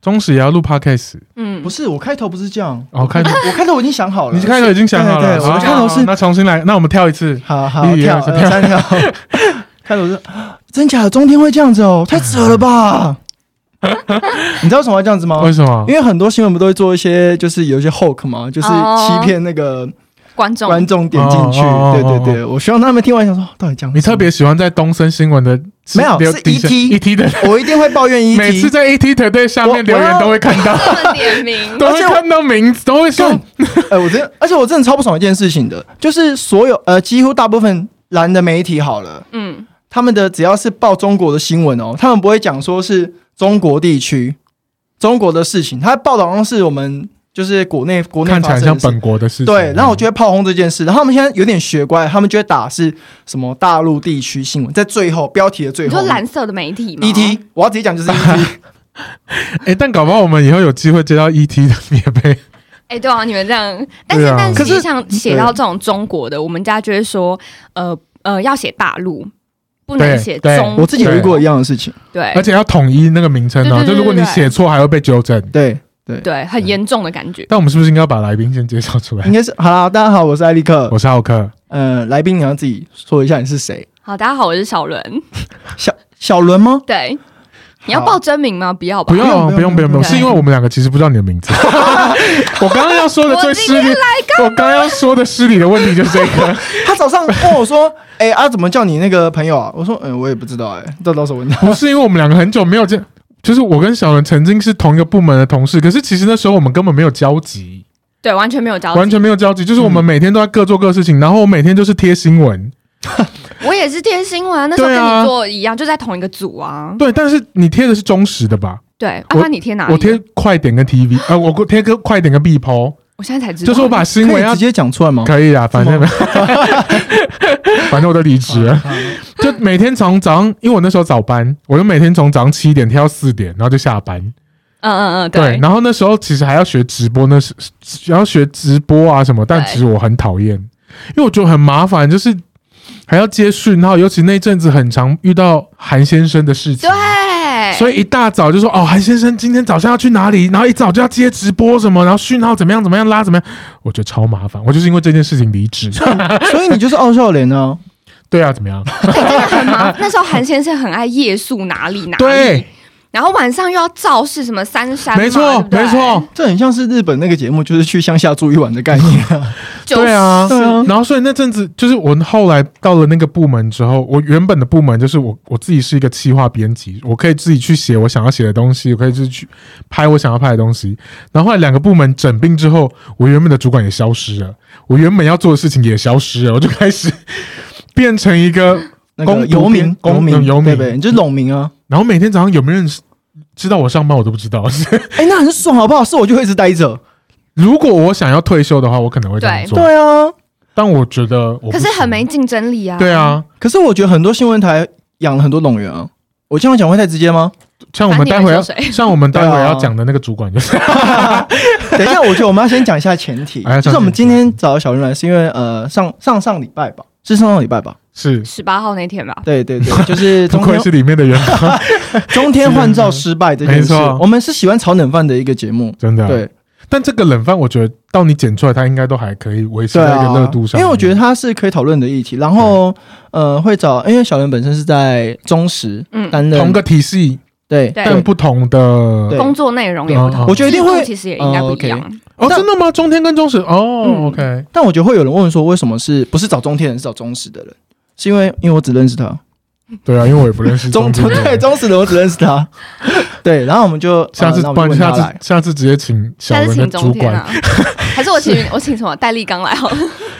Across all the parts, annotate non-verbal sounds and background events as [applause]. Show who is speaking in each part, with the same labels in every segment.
Speaker 1: 忠实也要录 podcast，
Speaker 2: 嗯，
Speaker 3: 不是我开头不是这样，
Speaker 1: 哦，开头
Speaker 3: 我开头我已经想好了，
Speaker 1: 你开头已经想好了，
Speaker 3: 对对对我
Speaker 1: 好
Speaker 3: 开头
Speaker 1: 好好
Speaker 3: 是
Speaker 1: 那重新来，那我们跳一次，
Speaker 3: 好好
Speaker 1: 一
Speaker 3: 跳
Speaker 1: 二三
Speaker 3: 呃
Speaker 1: [laughs]
Speaker 3: 三跳，开头是真假的中天会这样子哦，太扯了吧？你知道为什么要这样子吗？
Speaker 1: 为什么
Speaker 3: 哦因？为很多新闻不都会做一些，就是有一些 hoax 嘛，就是
Speaker 2: 哦
Speaker 3: 欺骗那个
Speaker 2: 观众
Speaker 3: 观众点进去。
Speaker 1: 哦哦哦
Speaker 3: 对
Speaker 1: 哦
Speaker 3: 对对，我希望他们听完想说，到底讲
Speaker 1: 你
Speaker 3: 什么
Speaker 1: 特别，喜欢在东森新闻的
Speaker 3: 没有
Speaker 1: 留
Speaker 3: 是 E
Speaker 1: 底下
Speaker 3: ET
Speaker 1: ET 的，
Speaker 3: 我一定会抱怨 E 一
Speaker 1: 每次
Speaker 3: 题。
Speaker 1: 在 ET 团队下
Speaker 3: 我
Speaker 1: 面留
Speaker 3: 我
Speaker 1: 言
Speaker 3: 要
Speaker 1: 都会看到，
Speaker 2: 他们点名，
Speaker 1: [laughs] 都会
Speaker 3: 而且我
Speaker 1: 看到名字，都会说
Speaker 3: 干， [laughs] 哎，我真的，而且我真的超不爽一件事情的，就是所有呃，几乎大部分蓝的媒体好了，
Speaker 2: 嗯，
Speaker 3: 他们的只要是报中国的新闻哦，他们不会讲说是中国地区、中国的事情，他报道好像是我们就是国内国内
Speaker 1: 看起
Speaker 3: 发
Speaker 1: 来
Speaker 3: 生
Speaker 1: 像
Speaker 3: 的事。
Speaker 1: 本国的事情。
Speaker 3: 对，然后我就会炮轰这件事，然后他们现在有点学乖，他们就会打是什么大陆地区新闻，在最后标题的最
Speaker 2: 你
Speaker 3: 后
Speaker 2: 说。蓝色的媒体
Speaker 1: E
Speaker 2: 吗
Speaker 3: ET，我要直接讲就是 E ET，
Speaker 1: 哎，但搞不好我们以后有机会接到 ET 的免费，
Speaker 2: 哎、对啊，你们这样，但是、
Speaker 1: 对啊
Speaker 2: 但
Speaker 3: 可
Speaker 2: 实际
Speaker 3: 是
Speaker 2: 上写到这种中国的，我们家就会说，呃呃，要写大陆，不能
Speaker 1: 对
Speaker 2: 写
Speaker 1: 对
Speaker 2: 中国。
Speaker 3: [laughs] 我自己有遇过一样的事情，
Speaker 2: 对
Speaker 1: 而且要统一那个名称哦，
Speaker 2: 对对对
Speaker 1: 就如果你
Speaker 2: 对对
Speaker 1: 写错还会被纠正。
Speaker 3: 对，
Speaker 2: 对，很严重的感觉。
Speaker 1: 但我们是不是应该要把来宾先介绍出来
Speaker 3: 应？该是好啦，大家好，我是艾利克
Speaker 1: 我，是浩克，
Speaker 3: 呃，来宾你要自己说一下你是谁，
Speaker 2: 好，大家好，我是小伦。
Speaker 3: 小小伦吗？
Speaker 2: 对，你要报真名吗？不要吧。
Speaker 1: 不用啊不
Speaker 3: 不
Speaker 1: 用
Speaker 3: 用
Speaker 1: 不用不用，
Speaker 2: 对
Speaker 1: 是因为我们两个其实不知道你的名字。我刚刚要说的最失礼，我刚刚要说的失礼的问题就是这个。
Speaker 3: 他早上问我说， [laughs] 哎、啊，怎么叫你那个朋友啊？我说，嗯、我也不知道、哎，到到时候问他。
Speaker 1: 不是因为我们两个很久没有见，就是我跟小伦曾经是同一个部门的同事，可是其实那时候我们根本没有交集，
Speaker 2: 对，完全没有交集。
Speaker 1: 完全没有交集，就是我们每天都在各做各事情，然后我每天就是贴新闻。
Speaker 2: 我也是贴新闻啊，那时候
Speaker 1: 对
Speaker 2: 跟
Speaker 1: 啊
Speaker 2: 你做一样，就在同一个组啊。
Speaker 1: 对，但是你贴的是忠实的吧？
Speaker 2: 对，啊，
Speaker 1: 我
Speaker 2: 那你贴哪里？
Speaker 1: 我贴，快点跟 TV，呃，我贴个快点跟 B 抛，
Speaker 2: 我现在才知道。
Speaker 1: 就是我把新
Speaker 3: 可
Speaker 1: 闻
Speaker 3: 以
Speaker 1: 要
Speaker 3: 直接讲出来吗？
Speaker 1: 可以啊，反正 [laughs] 反正我都离职了，就每天从早上，因为我那时候早班，我就每天从早上七点贴到四点，然后就下班。
Speaker 2: 嗯嗯嗯，
Speaker 1: 对，然后那时候其实还要学直播，那是要学直播啊什么，但
Speaker 2: 对
Speaker 1: 其实我很讨厌，因为我觉得很麻烦，就是还要接讯号，尤其那阵子很常遇到韩先生的事情。
Speaker 2: 对，
Speaker 1: 所以一大早就说哦，韩先生今天早上要去哪里，然后一早就要接直播什么，然后讯号怎么样怎么样拉怎么样，我觉得超麻烦。我就是因为这件事情离职。
Speaker 3: [laughs] 所以你就是傲笑脸啊，
Speaker 1: 对啊，怎么样？
Speaker 2: 很麻 [laughs] 烦。那时候韩先生很爱夜宿哪里哪里，
Speaker 1: 对，
Speaker 2: 然后晚上又要造势什么三山嘛，
Speaker 1: 没错，
Speaker 2: 对不对
Speaker 1: 没，错，
Speaker 3: 这很像是日本那个节目，就是去乡下住一晚的概念 [laughs] 啊。
Speaker 2: 就是
Speaker 1: 对啊
Speaker 3: 对啊
Speaker 1: 然后所以那阵子就是我后来到了那个部门之后，我原本的部门就是我我自己是一个企划编辑，我可以自己去写我想要写的东西，我可以自己去拍我想要拍的东西。然后后来两个部门整并之后，我原本的主管也消失了，我原本要做的事情也消失了，我就开始 [laughs] 变成一个，
Speaker 3: 那个
Speaker 1: 公
Speaker 3: 游民，
Speaker 1: 公
Speaker 3: 游
Speaker 1: 嗯
Speaker 3: 民，
Speaker 1: 游民
Speaker 3: 对不对？你就是农民啊。
Speaker 1: 然后每天早上有没有人知道我上班我都不知道。 [laughs]
Speaker 3: 哎、那很爽好不好？是我就会一直待着。
Speaker 1: 如果我想要退休的话，我可能会这样
Speaker 2: 对
Speaker 1: 做，
Speaker 3: 对啊，
Speaker 1: 但我觉得我不
Speaker 2: 可是
Speaker 1: 行
Speaker 2: 很没竞争力啊。
Speaker 1: 对，啊。
Speaker 3: 可是我觉得很多新闻台养了很多农员啊。我这样讲会太直接 [laughs] 吗？
Speaker 1: 像我们待会要
Speaker 2: 反 [laughs] 正你没
Speaker 1: 像我们待会
Speaker 3: 对啊
Speaker 1: 要讲的那个主管就是， [laughs]
Speaker 3: 等一下，我觉得我们要先讲一下前提，
Speaker 1: 哎
Speaker 3: 就是我们今天找小云来是因为呃上上上礼拜吧，是上上礼拜吧？
Speaker 1: 是
Speaker 2: 十八号那天吧，
Speaker 3: 对对对， [laughs] 就是
Speaker 1: 不
Speaker 3: 中
Speaker 1: 愧
Speaker 3: 天
Speaker 1: 是里面的员
Speaker 3: [laughs]
Speaker 1: 工，
Speaker 3: 中天换照失败这件事
Speaker 1: 没错，
Speaker 3: 我们是喜欢炒冷饭的一个节目，
Speaker 1: 真的。，啊
Speaker 3: 对啊
Speaker 1: 但这个冷饭我觉得到你剪出来，它应该都还可以维持
Speaker 3: 对
Speaker 1: 在一
Speaker 3: 啊
Speaker 1: 个热度，上面，
Speaker 3: 因为我觉得它是可以讨论的议题。然后呃，会找，因为小人本身是在中时
Speaker 2: 嗯，
Speaker 3: 担任
Speaker 1: 同个体系，
Speaker 3: 对
Speaker 2: 对
Speaker 1: 但不同的
Speaker 3: 对
Speaker 2: 工作内容也不
Speaker 1: 嗯嗯
Speaker 2: 同，
Speaker 3: 我觉得一定会
Speaker 2: 制度其实也应该不一样。
Speaker 1: 哦，
Speaker 3: 但
Speaker 1: 真的吗？中天跟中时哦
Speaker 2: 嗯
Speaker 1: ，OK，
Speaker 3: 但我觉得会有人问说，为什么是不是找中天人，是找中时的人？是因为因为我只认识他，
Speaker 1: 对啊，因为我也不认识
Speaker 3: 中
Speaker 1: 天
Speaker 3: 对中时的我只认识
Speaker 1: [laughs]
Speaker 3: 他，对，然后我们就
Speaker 1: 下次
Speaker 3: 呃那我
Speaker 1: 不
Speaker 3: 们
Speaker 1: 然
Speaker 3: 就
Speaker 1: 下
Speaker 3: 问他
Speaker 1: 次
Speaker 3: 来。
Speaker 1: 下次直接请小
Speaker 2: 下次
Speaker 1: 文的
Speaker 2: 请
Speaker 1: 主
Speaker 2: 中天
Speaker 1: 管
Speaker 2: 啊， [laughs] 还是我请我请什么戴立刚来好了。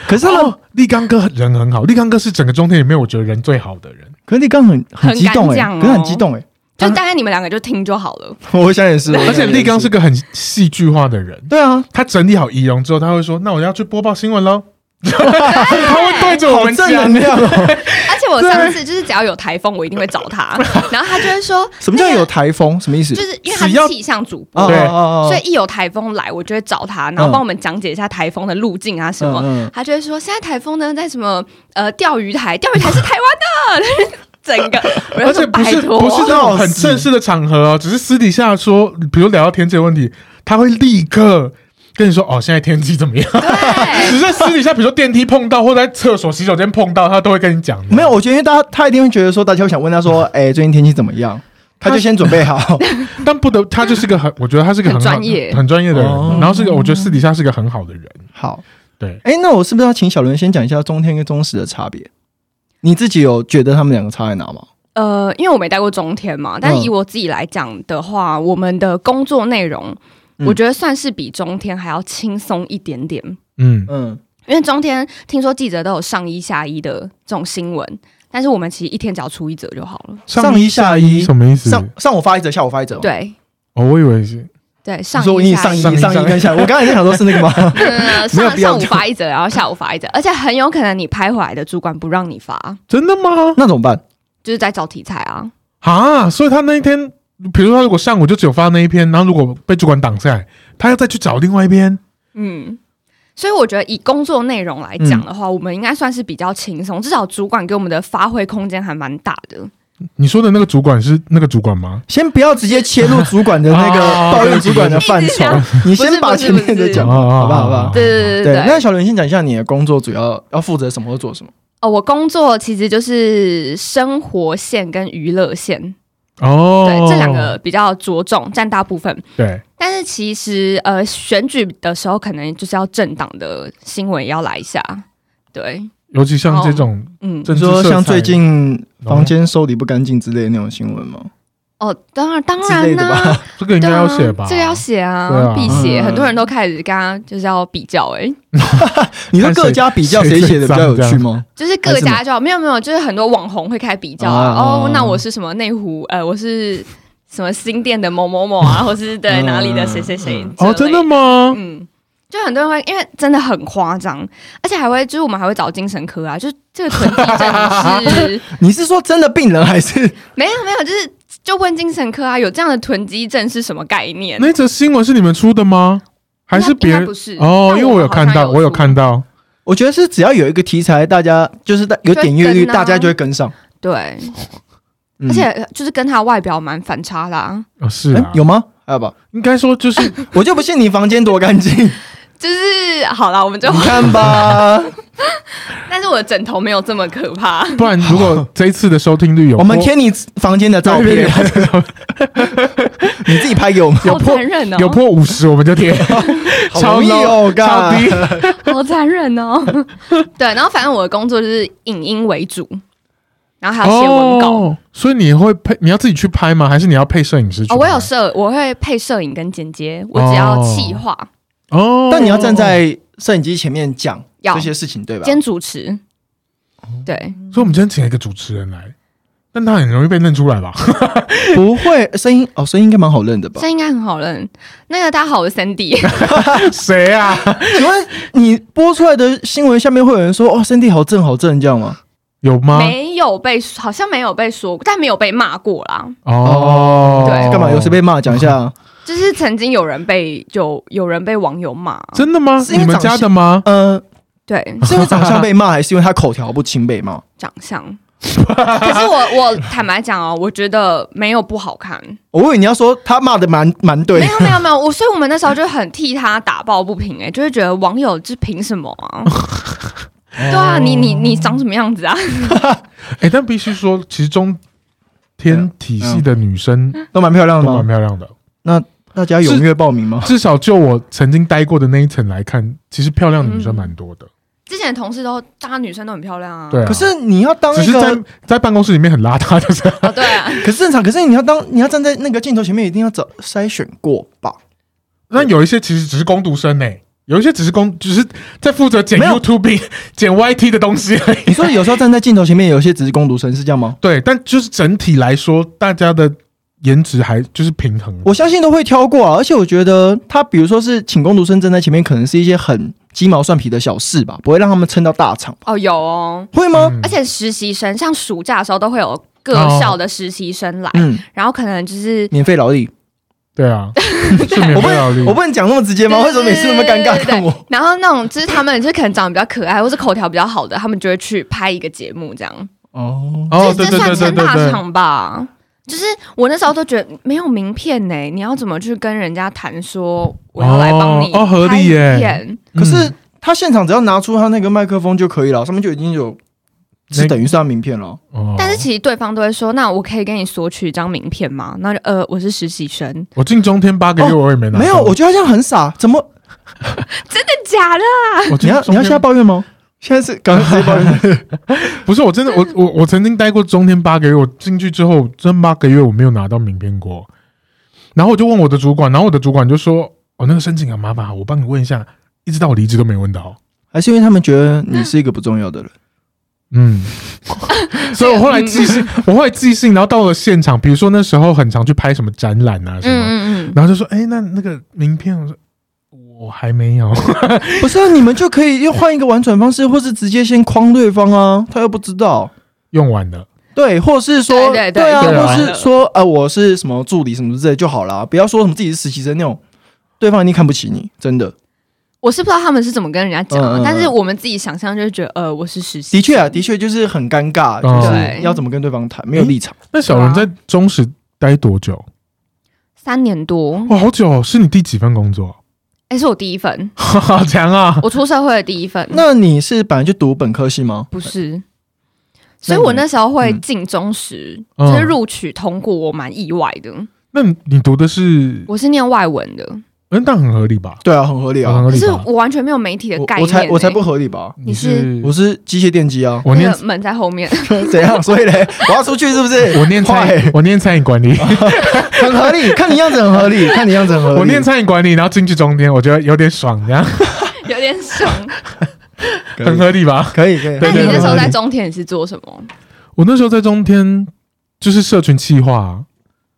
Speaker 3: 可是他们，
Speaker 1: 哦，立刚哥人很好，立刚哥是整个中天里面我觉得人最好的人。
Speaker 3: 可是你刚很很激动
Speaker 2: 很敢
Speaker 3: 哎，
Speaker 2: 讲哦
Speaker 3: 可是很激动哎，
Speaker 2: 就大概你们两个就听就好了。
Speaker 3: 我想也是，我
Speaker 1: 而且
Speaker 3: 想也
Speaker 1: 立刚是个很戏剧化的人，
Speaker 3: 对啊，
Speaker 1: 他整理好仪容之后，他会说：“那我要去播报新闻喽。”他会对着我
Speaker 3: 好
Speaker 1: 们
Speaker 3: 正
Speaker 1: 讲
Speaker 3: 能量哦。
Speaker 2: 而且我上次就是只要有台风，我一定会找他，然后他就会说，啊
Speaker 3: 什么叫有台风？什么意思？
Speaker 2: 就是因为他
Speaker 1: 只要
Speaker 2: 是气象主播，
Speaker 3: 哦
Speaker 1: 对
Speaker 3: 哦哦哦
Speaker 2: 所以一有台风来，我就会找他，然后
Speaker 3: 嗯
Speaker 2: 帮我们讲解一下台风的路径啊什么。
Speaker 3: 嗯嗯
Speaker 2: 他就会说，现在台风呢在什么呃钓鱼台，钓鱼台是台湾的， [laughs] 整个，我就
Speaker 1: 而且
Speaker 2: 说
Speaker 1: 不
Speaker 2: 拜
Speaker 1: 是
Speaker 2: 托
Speaker 1: 不是那
Speaker 3: 哦
Speaker 1: 种很正式的场合哦，只是私底下说，比如聊到天气的问题，他会立刻跟你说哦，现在天气怎么样？ [laughs]
Speaker 2: 对，
Speaker 1: 只是私底下，比如说电梯碰到，或者在厕所、洗手间碰到，他都会跟你讲。
Speaker 3: 没有，，我觉得因为大家他一定会觉得说，大家会想问他 [laughs] 说，哎、最近天气怎么样？他就先准备好，
Speaker 1: 但不得他就是个很，我觉得他是个
Speaker 2: 很
Speaker 1: 很好
Speaker 2: 专业
Speaker 1: 很专业的人，
Speaker 3: 哦
Speaker 1: 然后是个我觉得私底下是个很好的人。
Speaker 3: [laughs] 好，
Speaker 1: 对，
Speaker 3: 哎、那我是不是要请小伦先讲一下中天跟中时的差别？你自己有觉得他们两个差在哪吗？
Speaker 2: 呃，因为我没待过中天嘛，
Speaker 3: 嗯
Speaker 2: 但是以我自己来讲的话，我们的工作内容，
Speaker 3: 嗯
Speaker 2: 我觉得算是比中天还要轻松一点点。
Speaker 1: 嗯，
Speaker 3: 嗯，
Speaker 2: 因为中天听说记者都有上一下一的这种新闻，但是我们其实一天只要出一则就好了。
Speaker 3: 上一下一，
Speaker 1: 什么意思？
Speaker 3: 上上午发一则，下午发一则。，
Speaker 2: 对
Speaker 1: 哦，我以为是
Speaker 2: 对，
Speaker 3: 你
Speaker 2: 上
Speaker 3: 说我给
Speaker 2: 一
Speaker 3: 你
Speaker 2: 下
Speaker 3: 上
Speaker 2: 一
Speaker 3: 一
Speaker 1: 上
Speaker 3: 上
Speaker 1: 一
Speaker 3: 一跟下一，我刚才在想说是那个吗？
Speaker 2: 呃，
Speaker 3: 没有
Speaker 2: 上
Speaker 3: 必要
Speaker 2: 上午发一则，然后下午发一则，而且很有可能你拍回来的主管不让你发，
Speaker 1: 真的吗？
Speaker 3: 那怎么办？
Speaker 2: 就是在找题材啊。
Speaker 1: 啊，所以他那一天，比如说他如果上午就只有发那一篇，然后如果被主管挡下来，他要再去找另外一篇。
Speaker 2: 嗯，所以我觉得以工作内容来讲的
Speaker 3: 嗯
Speaker 2: 话，我们应该算是比较轻松，至少主管给我们的发挥空间还蛮大的。
Speaker 1: 你说的那个主管是那个主管吗？
Speaker 3: 先不要直接切入主管的那个啊
Speaker 1: 哦
Speaker 3: 抱怨主管的
Speaker 2: 对
Speaker 3: 范
Speaker 2: 对
Speaker 3: 畴
Speaker 2: 对对，
Speaker 3: [laughs] 你
Speaker 2: 不
Speaker 3: 先
Speaker 2: 是
Speaker 3: 把
Speaker 2: 不是
Speaker 3: 前面
Speaker 2: 不
Speaker 3: 的
Speaker 2: 是
Speaker 3: 讲，
Speaker 1: 哦哦哦
Speaker 3: 好不好？好不好？
Speaker 2: 对对对
Speaker 3: 对，那小伦先讲一下你的工作主要要负责什么或做什么。
Speaker 2: 哦，我工作其实就是生活线跟娱乐线，
Speaker 1: 哦，
Speaker 2: 对、这两个比较着重占大部分。
Speaker 1: 对，
Speaker 2: 但是其实呃，选举的时候可能就是要政党的新闻也要来一下，对，
Speaker 1: 尤其像这种
Speaker 2: 嗯，
Speaker 1: 政
Speaker 3: 你
Speaker 1: 治
Speaker 3: 说
Speaker 1: 色
Speaker 3: 像
Speaker 1: 彩
Speaker 3: 最近
Speaker 1: 浓
Speaker 3: 房间收理不干净之类的那种新闻吗？
Speaker 2: 哦，当然当
Speaker 3: 之类
Speaker 2: 然
Speaker 3: 的
Speaker 1: [laughs]
Speaker 2: 啦、
Speaker 3: 吧
Speaker 1: 这个应该
Speaker 2: 对啊
Speaker 1: 要写吧？
Speaker 2: 这个要写
Speaker 1: 对
Speaker 2: 啊
Speaker 1: 啊，
Speaker 2: 必写。
Speaker 3: 嗯
Speaker 2: 很多人都开始跟他就是要比较、欸，哎，
Speaker 3: 你说各家比较谁写的比较有趣吗？
Speaker 2: 就是各家就好没有没有，就是很多网红会开比较啊。
Speaker 3: 哦
Speaker 2: 哦，那我是什么内湖？呃，我是什么新店的某某某
Speaker 1: [laughs]
Speaker 2: 啊，或是对
Speaker 3: 嗯
Speaker 2: 哪里的谁谁谁？
Speaker 1: 哦，真的？吗？
Speaker 2: 嗯，就很多人会，因为真的很夸张，而且还会就是我们还会找精神科啊，就这个囤积症是 [laughs]
Speaker 3: 你是说真的病人还是 [laughs]
Speaker 2: 没有没有，就是就问精神科啊，有这样的囤积症是什么概念？
Speaker 1: 那则新闻是你们出的吗？还是
Speaker 2: 应该
Speaker 1: 别
Speaker 2: 应该
Speaker 1: 人
Speaker 2: 不？是
Speaker 1: 哦，
Speaker 2: 但
Speaker 1: 因为我
Speaker 2: 们
Speaker 1: 有
Speaker 2: 好
Speaker 1: 看
Speaker 2: 像
Speaker 1: 到，我有
Speaker 2: 出
Speaker 1: 看到，
Speaker 3: 我觉得是只要有一个题材，大家就是大有点阅
Speaker 2: 就
Speaker 3: 率，
Speaker 2: 会跟啊
Speaker 3: 大家就会跟上。
Speaker 2: 对，
Speaker 3: 嗯
Speaker 2: 而且就是跟他外表蛮反差的、啊，
Speaker 1: 哦是
Speaker 3: 诶
Speaker 1: 啊，
Speaker 3: 哎有吗？还有吧，
Speaker 1: 应该说就是
Speaker 3: 我就不信你房间多干净， [laughs] 你
Speaker 2: 就是好啦，我 [laughs] 们就，
Speaker 3: 看吧。
Speaker 2: 但是我的枕头没有这么可怕。
Speaker 1: 不然，如
Speaker 3: [laughs]
Speaker 1: 果这一次的收听率有
Speaker 3: 我们
Speaker 1: 破
Speaker 3: 贴你房间的照
Speaker 1: 对对
Speaker 3: 片，
Speaker 1: 对对
Speaker 3: [laughs] 你自己拍给我们。
Speaker 2: 好残忍哦，
Speaker 1: 有破五十，我们就贴
Speaker 3: [laughs]
Speaker 1: 超
Speaker 3: 好容易
Speaker 1: low
Speaker 3: 哦，
Speaker 1: 超低
Speaker 3: God。
Speaker 2: [laughs] 好残忍哦。 [laughs] 对，然后反正我的工作就是影音为主，然后还有写文稿。哦
Speaker 1: 哦。所以你会配，你要自己去拍吗？还是你要配摄影师去拍？
Speaker 2: 哦我有摄，我会配摄影跟剪接，我只要企划，
Speaker 1: 哦，
Speaker 3: 但你要站在摄影机前面讲
Speaker 2: 要
Speaker 3: 这些事情，对吧？
Speaker 2: 兼主持。对，
Speaker 1: 所以我们今天请了一个主持人来，但他很容易被认出来吧？ [laughs]
Speaker 3: 不会，声音哦，声音应该蛮好认的吧
Speaker 2: 这？应该很好认。那个大家好，我是 Sandy，
Speaker 1: 谁啊？
Speaker 3: [laughs] 请问你播出来的新闻下面会有人说哦，身体好正好正这样吗？
Speaker 1: 有吗？
Speaker 2: [laughs] 没有被好像没有被说过，但没有被骂过啦。
Speaker 1: 哦，
Speaker 2: 对
Speaker 3: 干嘛？有谁被骂？讲
Speaker 1: [laughs]
Speaker 3: 一下。
Speaker 2: 就是曾经有人被有有人被网友骂，
Speaker 1: 真的吗？
Speaker 3: 是因
Speaker 1: 你
Speaker 3: 为
Speaker 1: 们
Speaker 3: 长
Speaker 1: 家
Speaker 3: 相
Speaker 1: 的吗？
Speaker 3: 呃， [laughs]
Speaker 2: 对
Speaker 3: 是因为长相被骂，还是因为他口条不清被骂？
Speaker 2: 长相。可是我我坦白讲哦，我觉得没有不好看，
Speaker 3: 我以为你要说他骂的蛮蛮对
Speaker 2: 没，有没有没有，我所以我们那时候就很替他打抱不平哎、就会觉得网友这凭什么啊？对啊，你你你长什么样子啊？
Speaker 1: 哎，但必须说，其实中天体系的女生
Speaker 3: 都蛮漂亮
Speaker 1: 都
Speaker 3: 的
Speaker 1: 蛮
Speaker 3: 吗？
Speaker 1: 漂亮的，
Speaker 3: 大家踊跃报名吗？
Speaker 1: 至少就我曾经待过的那一层来看，其实漂亮的女生蛮多的。
Speaker 2: 之前的同事都大家女生都很漂亮啊，
Speaker 1: 对啊，
Speaker 3: 可是你要当
Speaker 1: 只
Speaker 3: 一
Speaker 1: 是在
Speaker 3: 个，
Speaker 1: 在办公室里面很邋遢，就是
Speaker 2: 哦对啊，
Speaker 3: 可是正常，可是你要当你要站在那个镜头前面，一定要找筛选过吧？
Speaker 1: [laughs] 那有一些其实只是工读生呢、欸有一些只是工，只是在负责剪
Speaker 3: 没有
Speaker 1: YouTube、剪 [laughs] YT 的东西而已。
Speaker 3: 你说有时候站在镜头前面，有些只是攻读生是这样吗？
Speaker 1: 对，但就是整体来说，大家的颜值还就是平衡。
Speaker 3: 我相信都会挑过啊，而且我觉得他比如说是请攻读生站在前面，可能是一些很鸡毛蒜皮的小事吧，不会让他们撑到大场，
Speaker 2: 哦有哦，
Speaker 3: 会吗？
Speaker 1: 嗯
Speaker 2: 而且实习生像暑假的时候都会有各校的实习生来，
Speaker 3: 嗯，
Speaker 2: 然后可能就是
Speaker 3: 免费劳力，
Speaker 1: 对啊， [laughs] 是免
Speaker 3: 我不
Speaker 1: 费劳力
Speaker 3: 能我。不能讲那么直接吗？为什么每次那么尴
Speaker 2: 对对
Speaker 3: 尬
Speaker 2: 对对
Speaker 3: 看我？
Speaker 2: 然后那种就是他们就是可能长得比较可爱，或是口条比较好的，他们就会去拍一个节目这样。
Speaker 3: 哦，
Speaker 1: 哦，
Speaker 2: 这
Speaker 1: 对对
Speaker 2: 这算
Speaker 1: 对对
Speaker 2: 成
Speaker 1: 对
Speaker 2: 大
Speaker 1: 对，
Speaker 2: 厂吧？就是我那时候都觉得没有名片呢、你要怎么去跟人家谈说我要来帮你
Speaker 1: 哦哦合理耶哦
Speaker 2: 拍影片
Speaker 3: 可是他现场只要拿出他那个麦克风就可以了，上面就已经有，是
Speaker 1: 那
Speaker 3: 等于是他名片了。
Speaker 1: 哦
Speaker 2: 但是其实对方都会说，那我可以跟你索取一张名片吗？那就呃，我是实习生，真
Speaker 1: 我进中天八个月，我也没拿到，
Speaker 3: 没有，我觉得他这样很傻，怎么？
Speaker 2: 的假的？
Speaker 1: 我
Speaker 3: 你
Speaker 1: 进
Speaker 3: 要
Speaker 1: 中
Speaker 3: 你要
Speaker 1: 天
Speaker 3: 现在抱怨吗？现在是刚刚直接抱 [laughs] 怨，
Speaker 1: 不是我真的，我我我曾经待过中天八个月，我进去之后，真八个月我没有拿到名片过。然后我就问我的主管，然后我的主管就说：“哦，那个申请很麻烦，我帮你问一下。”一直到我离职都没问到。
Speaker 3: 还是因为他们觉得你是一个不重要的人？
Speaker 2: [laughs]
Speaker 1: 嗯，所以我后来寄信，
Speaker 2: 嗯
Speaker 1: 我后来寄信，然后到了现场，比如说那时候很常去拍什么展览啊什么，
Speaker 2: 嗯嗯嗯，
Speaker 1: 然后就说：“哎，那那个名片，我说我还没有。 [laughs]
Speaker 3: 不是啊，你们就可以又换一个婉转方式，或是直接先框对方啊，他又不知道。
Speaker 1: 用完了。
Speaker 3: 对，或者是说，
Speaker 2: 对对对
Speaker 3: 啊，
Speaker 1: 对啊
Speaker 3: 或是说，啊，我是什么助理什么之类就好啦，不要说什么自己是实习生那种，对方一定看不起你，真的。
Speaker 2: 我是不知道他们是怎么跟人家讲、啊
Speaker 3: 嗯嗯嗯
Speaker 2: 但是我们自己想象就是觉得，呃，我是实习，
Speaker 3: 的确啊，的确就是很尴尬，
Speaker 1: 嗯
Speaker 3: 就是
Speaker 2: 对
Speaker 3: 要怎么跟对方谈，没有立场。
Speaker 1: 那小
Speaker 2: 啊
Speaker 1: 人在中时待多久？
Speaker 2: 三年多，
Speaker 1: 哇，好久、哦！是你第几份工作？ [laughs]
Speaker 2: 哎、是我第一份，
Speaker 1: 好强啊！
Speaker 2: 我出社会的第一份，
Speaker 3: 那你是本来就读本科系吗？
Speaker 2: 不是。所以我那时候会进中时，
Speaker 1: 嗯
Speaker 2: 就是录取通过，我蛮意外的。
Speaker 1: 那你你读的是
Speaker 2: 我是念外文的，
Speaker 1: 嗯，但很合理吧？
Speaker 3: 对啊，很合理
Speaker 1: 很
Speaker 3: 啊。
Speaker 1: 合
Speaker 2: 可
Speaker 1: 理
Speaker 2: 是
Speaker 1: 吧？
Speaker 2: 我完全没有媒体的概
Speaker 3: 我
Speaker 2: 念、欸
Speaker 3: 我才我才不，合理吧？
Speaker 1: 你是，
Speaker 3: 我是机械电机啊 [laughs]
Speaker 1: 我
Speaker 2: 那
Speaker 1: 念
Speaker 2: 个门在后面，
Speaker 3: 怎样？所以嘞， [laughs] 我要出去是不是？
Speaker 1: 我念餐
Speaker 3: [laughs] 快
Speaker 1: 饮我念餐饮管理，
Speaker 3: 很合理，看你样子很
Speaker 1: [laughs]
Speaker 3: 合理，看你样子很合理。
Speaker 1: 我念餐饮管理，然后进去中间，我觉得有点爽，这样
Speaker 2: 有点爽。
Speaker 3: 可以
Speaker 1: 很合理吧？
Speaker 3: 可以可以。
Speaker 2: 那你
Speaker 1: 对对
Speaker 2: 那时候在
Speaker 3: 很合理
Speaker 2: 中田是做什么？
Speaker 1: 我那时候在中天就是社群企划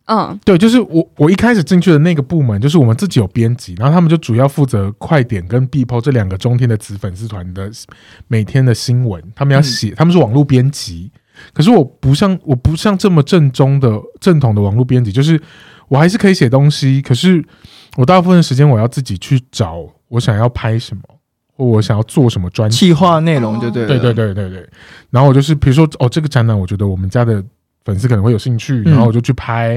Speaker 1: 啊、
Speaker 2: 嗯，
Speaker 1: 对，就是我我一开始进去的那个部门，就是我们自己有编辑，然后他们就主要负责快点跟必抛这两个中天的子粉丝团的每天的新闻，他们要写，他们是网络编辑。可是我不像我不像这么正宗的正统的网络编辑，就是我还是可以写东西，可是我大部分的时间我要自己去找我想要拍什么，或我想要做什么专辑。
Speaker 3: 企划内容就对了。
Speaker 1: 对对对对对。然后我就是比如说哦，这个展览我觉得我们家的粉丝可能会有兴趣，
Speaker 3: 嗯
Speaker 1: 然后我就去拍，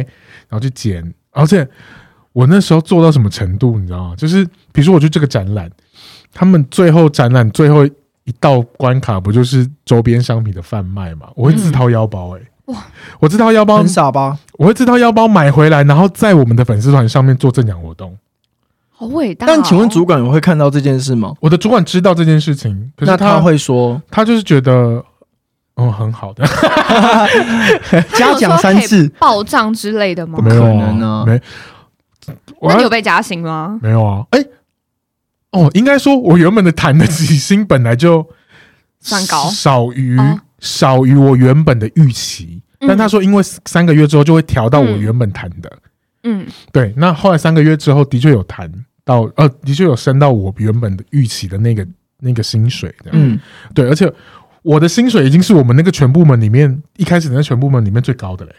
Speaker 1: 然后去剪，而且我那时候做到什么程度，你知道吗？就是比如说我去这个展览，他们最后展览最后一道关卡不就是周边商品的贩卖嘛？我会自掏腰包哎、
Speaker 2: 哇
Speaker 1: 我自掏腰包
Speaker 3: 嗯很，傻吧？
Speaker 1: 我会自掏腰包买回来，然后在我们的粉丝团上面做正奖活动。
Speaker 2: 好伟大哦、
Speaker 3: 但请问主管有会看到这件事吗？
Speaker 1: 我的主管知道这件事情，可
Speaker 3: 那
Speaker 1: 是
Speaker 3: 他
Speaker 1: 他
Speaker 3: 会说
Speaker 1: 他就是觉得，哦，很好的，哎
Speaker 2: 他
Speaker 3: 嘉
Speaker 2: 有
Speaker 3: 奖
Speaker 2: 说
Speaker 3: 三
Speaker 2: 可以
Speaker 3: 次，
Speaker 2: 报账之类的吗？
Speaker 1: 没有
Speaker 3: 可能啊
Speaker 1: 没。我
Speaker 2: 那
Speaker 1: 要
Speaker 2: 你有被加薪吗？
Speaker 1: 没有啊？哎、哦，应该说，我原本的谈的底薪本来就
Speaker 2: 算高
Speaker 1: 少于、
Speaker 2: 哦
Speaker 1: 少于我原本的预期。
Speaker 2: 嗯
Speaker 1: 但他说，因为三个月之后就会调到我
Speaker 2: 嗯
Speaker 1: 原本谈的，
Speaker 2: 嗯，
Speaker 1: 对。那后来三个月之后，的确有谈到，呃，的确有升到我原本的预期的那个那个薪水这样
Speaker 3: 嗯，
Speaker 1: 对，而且我的薪水已经是我们那个全部门里面一开始的那全部门里面最高的嘞。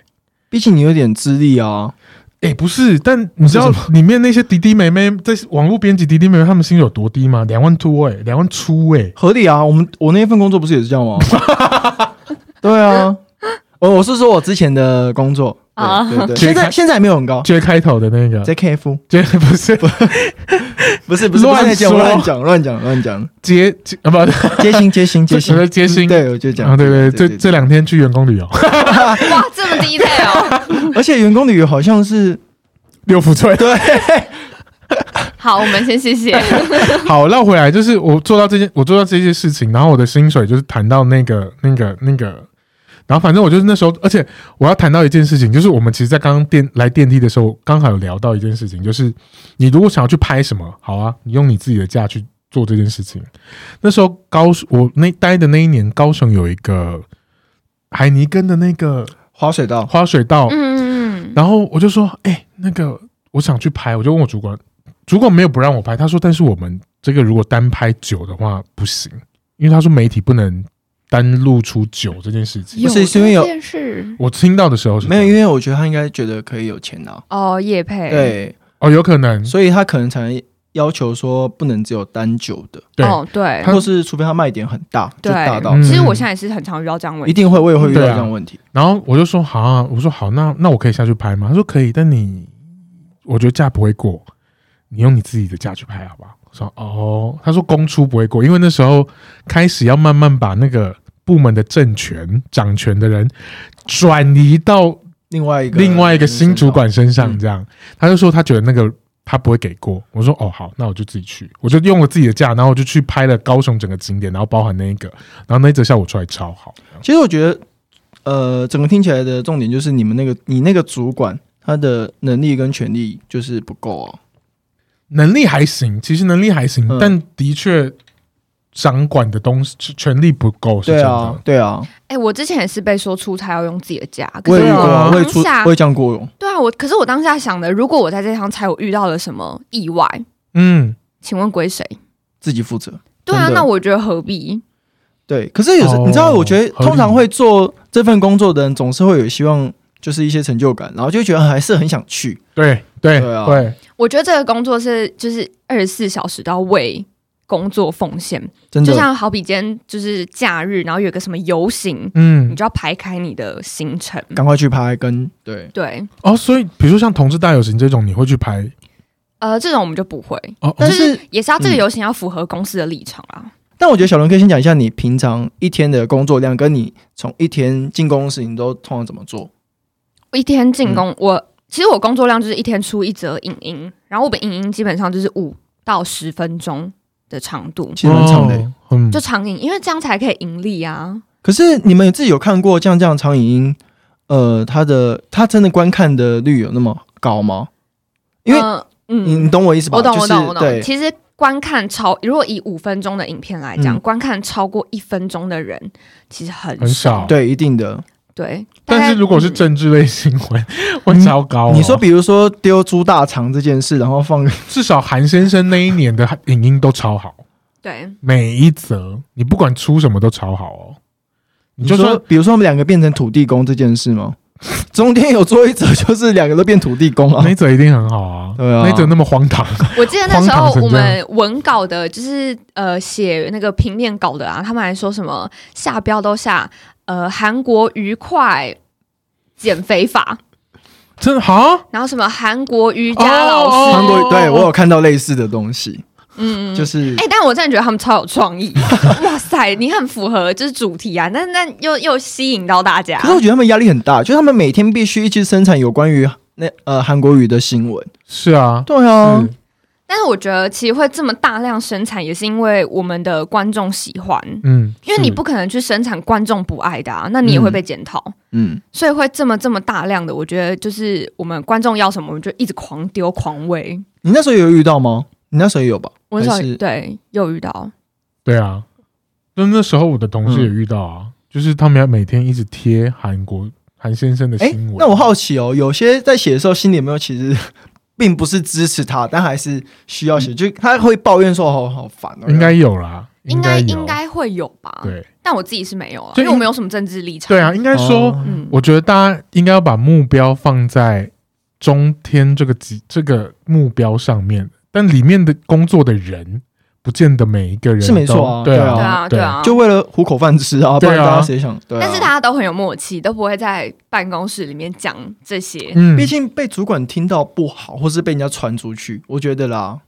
Speaker 3: 毕竟你有点资历啊，
Speaker 1: 哎、不是，但你知道里面那些弟弟妹妹在网络编辑弟弟妹妹他们薪水有多低吗？两万多哎、两万出哎、
Speaker 3: 合理啊。我们我那一份工作不是也是这
Speaker 1: [laughs]
Speaker 3: 样吗？对啊，我我是说我之前的工作，
Speaker 2: 啊
Speaker 3: 对对对，
Speaker 1: J
Speaker 3: 现在
Speaker 1: 开
Speaker 3: 现在还没有很高。
Speaker 1: J 开头的那个
Speaker 3: JKF
Speaker 1: J 不是
Speaker 3: 不是不是
Speaker 1: 乱
Speaker 3: 不是那间
Speaker 1: 说
Speaker 3: 我乱讲乱讲乱讲，
Speaker 1: 接接啊不 [laughs]
Speaker 3: 接薪接薪接薪
Speaker 1: 接接薪
Speaker 3: 对我就讲
Speaker 1: 啊对对对，这这两天去员工旅游
Speaker 2: 哇，这么
Speaker 3: [laughs]
Speaker 2: detail，
Speaker 3: 而且员工旅游好像是
Speaker 1: 六福村。
Speaker 3: 对，
Speaker 2: 好，我们先谢谢。
Speaker 1: 好，绕回来就是我做到这件，我做到这些事情，然后我的薪水就是谈到那个那个那个。然后反正我就是那时候，而且我要谈到一件事情，就是我们其实，在刚刚电来电梯的时候，刚好有聊到一件事情，就是你如果想要去拍什么，好啊，你用你自己的假去做这件事情。那时候高我那待的那一年，高雄有一个海尼根的那个
Speaker 3: 滑水道，
Speaker 1: 花水道，
Speaker 2: 嗯嗯嗯，
Speaker 1: 然后我就说，哎、那个我想去拍，我就问我主管，主管没有不让我拍，他说，但是我们这个如果单拍酒的话不行，因为他说媒体不能单露出酒这件事情。
Speaker 3: 不是是因为有
Speaker 2: 这件事
Speaker 1: 我听到的时候是
Speaker 3: 没有，
Speaker 1: 这
Speaker 3: 因
Speaker 1: 样
Speaker 3: 为我觉得他应该觉得可以有钱拿，
Speaker 2: 哦，叶佩，
Speaker 3: 对，
Speaker 1: 哦，有可能
Speaker 3: 所以他可能才要求说不能只有单酒的，
Speaker 1: 对
Speaker 2: 哦，对
Speaker 1: 他
Speaker 3: 或是除非它卖点很大，就大到
Speaker 1: 嗯
Speaker 2: 其实我现在也是很常遇到这样的问
Speaker 3: 一
Speaker 2: 题，
Speaker 3: 定会，我也会遇到
Speaker 1: 对啊
Speaker 3: 这样的问题。
Speaker 1: 然后我就说好、啊，我说好，那那我可以下去拍吗？他说可以，但你我觉得价不会过，你用你自己的价去拍好不好？我说哦，他说公出不会过，因为那时候开始要慢慢把那个部门的政权、掌权的人转移到
Speaker 3: 另外一个
Speaker 1: 另外一个新主管身上，
Speaker 3: 嗯
Speaker 1: 这样他就说他觉得那个他不会给过。我说哦好，那我就自己去，我就用了自己的价，然后我就去拍了高雄整个景点，然后包含那一个，然后那一则效果出来超好。这样
Speaker 3: 其实我觉得，呃，整个听起来的重点就是你们那个你那个主管他的能力跟权力就是不够哦。
Speaker 1: 能力还行，其实能力还行，
Speaker 3: 嗯
Speaker 1: 但的确掌管的东西权力不够，是
Speaker 3: 对
Speaker 1: 真的
Speaker 3: 啊。，对啊，
Speaker 2: 哎、我之前也是被说出差要用自己的假，可
Speaker 3: 我
Speaker 2: 是
Speaker 3: 也遇
Speaker 1: 有
Speaker 3: 过啊，
Speaker 1: 啊
Speaker 3: 我也出
Speaker 2: 当下
Speaker 3: 我也这样过哦。
Speaker 2: 对啊，我可是我当下想的，如果我在这趟差我遇到了什么意外，
Speaker 1: 嗯，
Speaker 2: 请问归谁？
Speaker 3: 自己负责。
Speaker 2: 对啊，
Speaker 3: 真的
Speaker 2: 那我觉得何必？
Speaker 3: 对，可是有时、
Speaker 1: 哦
Speaker 3: 你知道，我觉得
Speaker 1: 合理
Speaker 3: 通常会做这份工作的人，总是会有希望，就是一些成就感，然后就会觉得啊还是很想去。
Speaker 1: 对对
Speaker 3: 对啊
Speaker 1: 对，
Speaker 2: 我觉得这个工作是就是二十四小时都要为工作奉献，
Speaker 3: 真
Speaker 2: 就
Speaker 3: 的，
Speaker 2: 像好比今天就是假日，然后有个什么游行，你
Speaker 1: 嗯，
Speaker 2: 就要排开你的行程。
Speaker 3: 赶快去拍跟对，
Speaker 2: 嗯对，
Speaker 1: 哦，所以比如说像同志大游行这种，你会去拍
Speaker 2: 呃，这种我们就不会，
Speaker 1: 哦，
Speaker 3: 但
Speaker 1: 哦
Speaker 2: 就是也是要这个
Speaker 3: 嗯
Speaker 2: 游行要符合公司的立场啊啦。
Speaker 3: 但我觉得小伦可以先讲一下你平常一天的工作量，跟你从一天进公司你都通常怎么做？
Speaker 2: 我一天进
Speaker 3: 嗯
Speaker 2: 攻，我其实我工作量就是一天出一则影音，然后我们影音基本上就是五到十分钟的长度，
Speaker 3: 其实蛮长的、
Speaker 1: 哦嗯
Speaker 2: 就长影，因为这样才可以盈利啊。
Speaker 3: 可是你们自己有看过像这样长影音，呃，它的它真的观看的率有那么高吗？因为
Speaker 2: 呃
Speaker 3: 你、
Speaker 2: 嗯
Speaker 3: 你，懂我意思吧？
Speaker 2: 我懂，
Speaker 3: 就
Speaker 2: 我
Speaker 3: 是
Speaker 2: 懂，我懂。
Speaker 3: 对，
Speaker 2: 其实观看超，如果以五分钟的影片来讲，
Speaker 3: 嗯
Speaker 2: 观看超过一分钟的人其实很
Speaker 1: 很少。
Speaker 3: 对，一定的。
Speaker 2: 对，大
Speaker 1: 但
Speaker 2: 概
Speaker 1: 是如果是
Speaker 2: 嗯
Speaker 1: 政治类新闻， [laughs] 会超高哦。
Speaker 3: 嗯你说，比如说丢猪大肠这件事，然后
Speaker 1: [laughs]
Speaker 3: 放 [laughs]
Speaker 1: 至少韩先生那一年的影音都超好，
Speaker 2: 对，
Speaker 1: 每一则你不管出什么都超好哦。你就
Speaker 3: 说
Speaker 1: 说，
Speaker 3: 比如说我们两个变成土地公这件事吗？ [laughs] 中间有做一则，就是两个都变土地公啊
Speaker 1: 那。一则一定很好啊，
Speaker 3: 对啊
Speaker 1: 那一则那么荒唐， [laughs]
Speaker 2: 我记得那
Speaker 1: 荒
Speaker 2: 时
Speaker 1: 唐
Speaker 2: 候
Speaker 1: 成这样
Speaker 2: 我们文稿的，就是呃写那个平面稿的啊，他们还说什么下标都下呃韩国愉快减肥法，
Speaker 1: 真的好。
Speaker 2: 然后什么韩国瑜伽老
Speaker 1: 哦
Speaker 2: 师，
Speaker 3: 韩国对我有看到类似的东西，
Speaker 2: 嗯，
Speaker 3: 就
Speaker 2: 嗯。
Speaker 3: 是
Speaker 2: 哎、但我真的觉得他们超有创意，啊哇塞，你很符合就是主题啊，那那又又吸引到大家
Speaker 3: 可，是我觉得他们压力很大，就是他们每天必须一直生产有关于那呃韩国语的新闻。
Speaker 1: 是啊，
Speaker 3: 对啊
Speaker 2: 嗯
Speaker 1: 是，
Speaker 2: 但是我觉得其实会这么大量生产，也是因为我们的观众喜欢，
Speaker 1: 嗯，
Speaker 2: 因为你
Speaker 1: 是
Speaker 2: 不可能去生产观众不爱的啊，那你也会被检讨。
Speaker 3: 嗯，
Speaker 2: 所以会这么这么大量的，我觉得就是我们观众要什么，我们就一直狂丢狂喂。
Speaker 3: 你那时候有遇到吗？你那时候也有吧？
Speaker 2: 我那时
Speaker 3: 还是
Speaker 2: 候对又遇到，
Speaker 1: 对啊，那那时候我的同事也遇到
Speaker 3: 嗯
Speaker 1: 啊，就是他们要每天一直贴韩国韩先生的
Speaker 3: 哎、
Speaker 1: 新闻。
Speaker 3: 那我好奇哦，有些在写的时候，心里有没有其实并不是支持他，但还是需要写，
Speaker 2: 嗯
Speaker 3: 就他会抱怨说：“好好烦哦。”
Speaker 1: 应该有啦，
Speaker 2: 应该
Speaker 1: 有
Speaker 2: 应该会有吧？
Speaker 1: 对
Speaker 2: 但我自己是没有啊，
Speaker 1: 就因
Speaker 2: 因为我没有什么政治立场。
Speaker 1: 对啊，，应该说，
Speaker 3: 哦
Speaker 2: 嗯，
Speaker 1: 我觉得大家应该要把目标放在中天这个级这个目标上面，但里面的工作的人，不见得每一个人
Speaker 3: 是没错啊
Speaker 1: 都对
Speaker 3: 对
Speaker 2: 对
Speaker 1: 啊，
Speaker 2: 啊，对啊。
Speaker 3: 就为了糊口饭吃啊，不然
Speaker 1: 对啊
Speaker 3: 大家谁想？对啊
Speaker 2: 但是大家都很有默契，都不会在办公室里面讲这些。
Speaker 1: 嗯
Speaker 3: 毕竟被主管听到不好，或是被人家传出去，我觉得啦。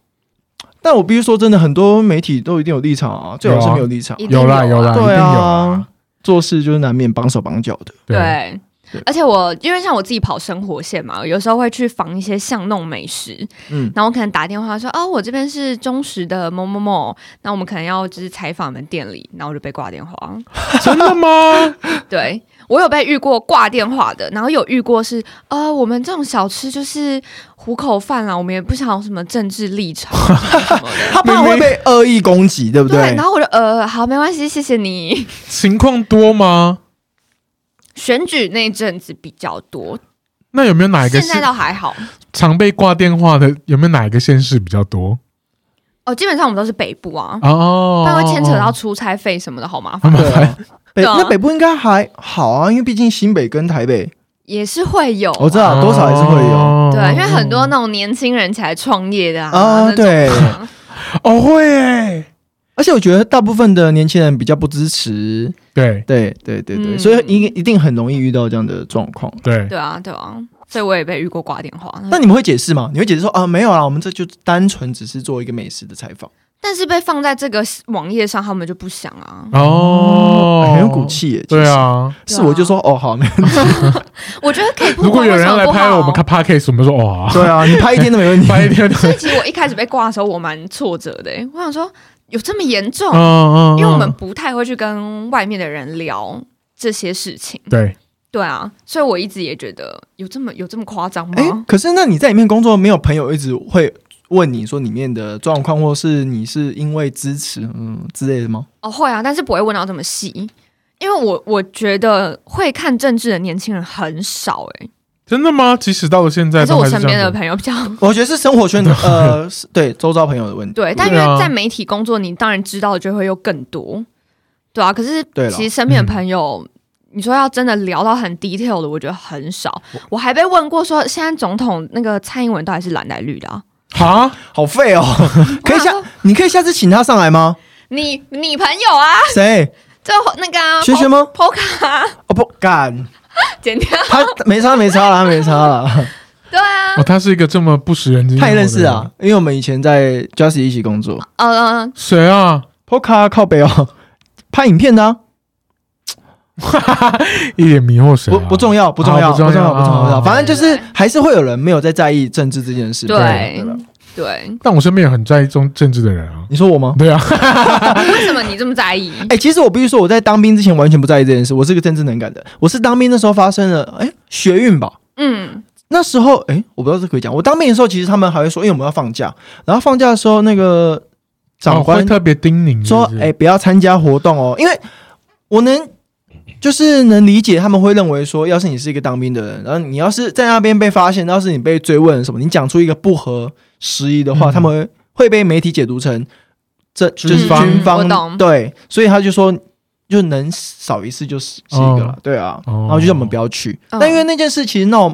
Speaker 3: 但我必须说真的，很多媒体都一定有立场啊，最好是没有立场啊，
Speaker 2: 一定
Speaker 1: 有啦
Speaker 2: 有
Speaker 1: 啦，
Speaker 2: 啊
Speaker 1: 一定
Speaker 3: 对
Speaker 1: 有
Speaker 3: 啊
Speaker 1: 啦，
Speaker 3: 做事就是难免绑手绑脚的。
Speaker 1: 对，
Speaker 2: 对
Speaker 3: 对，
Speaker 2: 而且我因为像我自己跑生活线嘛，有时候会去访一些巷弄美食，
Speaker 3: 嗯，
Speaker 2: 然后我可能打电话说，哦，我这边是中实的某某某，那我们可能要就是采访你们店里，然后我就被挂电
Speaker 3: [laughs]
Speaker 2: 话。
Speaker 1: 真的吗？
Speaker 2: 对我有被遇过挂电话的，然后有遇过是，呃，我们这种小吃就是糊口饭啦，我们也不想有什么政治立场啊什么
Speaker 3: [laughs]
Speaker 2: 的。
Speaker 3: 他怕会被恶意攻击，对不
Speaker 2: 对，然后我就呃，好，没关系，谢谢你。
Speaker 1: 情况多吗？
Speaker 2: 选举那一阵子比较多，
Speaker 1: 那有没有哪一个
Speaker 2: 现
Speaker 1: 啊是
Speaker 2: 在倒还好。
Speaker 1: 常被挂电话的有没有哪一个县市比较多？
Speaker 2: 哦，基本上我们都是北部啊，
Speaker 1: 哦
Speaker 2: 不，然会牵扯到出差费什么的，好麻
Speaker 1: 很
Speaker 2: 烦。
Speaker 1: 麻
Speaker 3: 对
Speaker 1: 烦。
Speaker 3: 啊，北
Speaker 2: 对啊
Speaker 3: 那北部应该还好啊，因为毕竟新北跟台北
Speaker 2: 也是会有啊、
Speaker 3: 我知道多少也是会有
Speaker 1: 哦
Speaker 2: 对，因为很多那种年轻人起来创业的啊，
Speaker 3: 啊
Speaker 2: 那种
Speaker 3: 对
Speaker 2: 啊
Speaker 1: 哦会耶，
Speaker 3: 而且我觉得大部分的年轻人比较不支持，
Speaker 1: 对
Speaker 3: 对对对对，
Speaker 2: 嗯
Speaker 3: 所以一一定很容易遇到这样的状况。
Speaker 1: 对
Speaker 2: 对啊，对啊，所以我也被遇过挂电话，
Speaker 3: 那你们会解释吗？你会解释说啊，没有啦，我们这就单纯只是做一个美食的采访，
Speaker 2: 但是被放在这个网页上，他们就不想啊。
Speaker 1: 哦，
Speaker 3: 哎很有骨，气耶。其实
Speaker 1: 对，啊。
Speaker 3: 是我就说哦，好，没有，
Speaker 2: 我觉得可以曝光，
Speaker 1: 如果有人
Speaker 2: 为
Speaker 1: 来
Speaker 2: 什么不
Speaker 1: 拍我
Speaker 2: 好
Speaker 1: 们
Speaker 2: [laughs]
Speaker 1: 看 podcast，我们说
Speaker 3: [laughs]
Speaker 1: 哇，
Speaker 3: 对啊，你拍一天都没问题。
Speaker 1: 拍一天，
Speaker 2: 所以其实我一开始被挂的时候，我蛮挫折的、欸。我想说，有这么严重？
Speaker 1: 嗯
Speaker 2: 哦因为我们不太会去跟外面的人聊这些事情。
Speaker 1: 对
Speaker 2: 对啊，所以我一直也觉得有这么有这么夸张吗？
Speaker 3: 哎、可是那你在里面工作，没有朋友一直会问你说里面的状况，或是你是因为支持嗯之类的吗？
Speaker 2: 哦，会啊，但是不会问到这么细，因为我我觉得会看政治的年轻人很少、欸，
Speaker 1: 真的吗？即使到了现在，
Speaker 2: 还是
Speaker 1: 啊都
Speaker 2: 我
Speaker 1: 还是
Speaker 2: 身
Speaker 1: 这
Speaker 2: 边的
Speaker 1: 样子
Speaker 2: 朋友比较 [laughs]
Speaker 3: 我觉得是生活圈的，呃，是对周遭朋友的问题。
Speaker 2: 对，但因
Speaker 1: 对啊
Speaker 2: 为在媒体工作，你当然知道的就会又更多，对啊。可是
Speaker 3: 对了
Speaker 2: 其实身
Speaker 1: 嗯
Speaker 2: 边的朋友，你说要真的聊到很 detail 的，我觉得很少。我还被问过说，现在总统那个蔡英文到底是蓝还是绿的、啊？
Speaker 1: 哈，
Speaker 3: 好废哦！可
Speaker 2: [laughs] 我
Speaker 3: 以
Speaker 2: 想
Speaker 3: 下
Speaker 2: 说，
Speaker 3: 你可以下次请他上来吗？
Speaker 2: 你你朋友啊，
Speaker 3: 谁？
Speaker 2: 就那个啊
Speaker 3: 轩轩吗？
Speaker 2: ？Poca [laughs] 啊
Speaker 3: 哦不干，
Speaker 2: 剪掉，
Speaker 3: 他没差没差啦，他没差啦。
Speaker 1: [laughs]
Speaker 2: 对啊，
Speaker 1: 哦，他是一个这么不食人间，
Speaker 3: 他也认识啊，，因为我们以前在 Just 一起工作
Speaker 2: 呃，
Speaker 1: 谁啊？
Speaker 3: ，Poca 靠北哦， [laughs] 拍影片的、啊，
Speaker 1: 一脸迷惑谁啊？
Speaker 3: 不不重要，不重要，
Speaker 1: 啊
Speaker 3: 不
Speaker 1: 不
Speaker 3: 重
Speaker 1: 重要
Speaker 3: 要，不重
Speaker 1: 啊
Speaker 3: 要，反正就是还是会有人没有在在意政治这件事。
Speaker 2: 对
Speaker 3: 吧
Speaker 2: 对，
Speaker 1: 但我身边有很在意中政治的人啊。
Speaker 3: 你说我吗？
Speaker 1: 对啊，
Speaker 2: 为什么你这么在意？
Speaker 3: 哎、其实我必须说，我在当兵之前完全不在意这件事，我是个政治能感的。我是当兵的时候发生了，哎、学运吧。
Speaker 2: 嗯，
Speaker 3: 那时候，哎、我不知道这可以讲。我当兵的时候，其实他们还会说，因为我们要放假，然后放假的时候，那个长
Speaker 1: 哦会
Speaker 3: 官
Speaker 1: 特别叮咛
Speaker 3: 说：“
Speaker 1: 是不
Speaker 3: 哎、
Speaker 1: 是
Speaker 3: 不要参加活动哦，因为我能就是能理解他们会认为说，要是你是一个当兵的人，然后你要是在那边被发现，要是你被追问什么，你讲出一个不合时宜的话，
Speaker 1: 嗯
Speaker 3: 他们会被媒体解读成这就是
Speaker 1: 军方
Speaker 3: 军
Speaker 2: 我
Speaker 3: 方
Speaker 2: 懂
Speaker 3: 对，所以他就说。”就能少一次就是是一个了，对啊，
Speaker 1: 哦
Speaker 3: 然后就叫我们不要去。
Speaker 2: 嗯
Speaker 3: 但因为那件事其实闹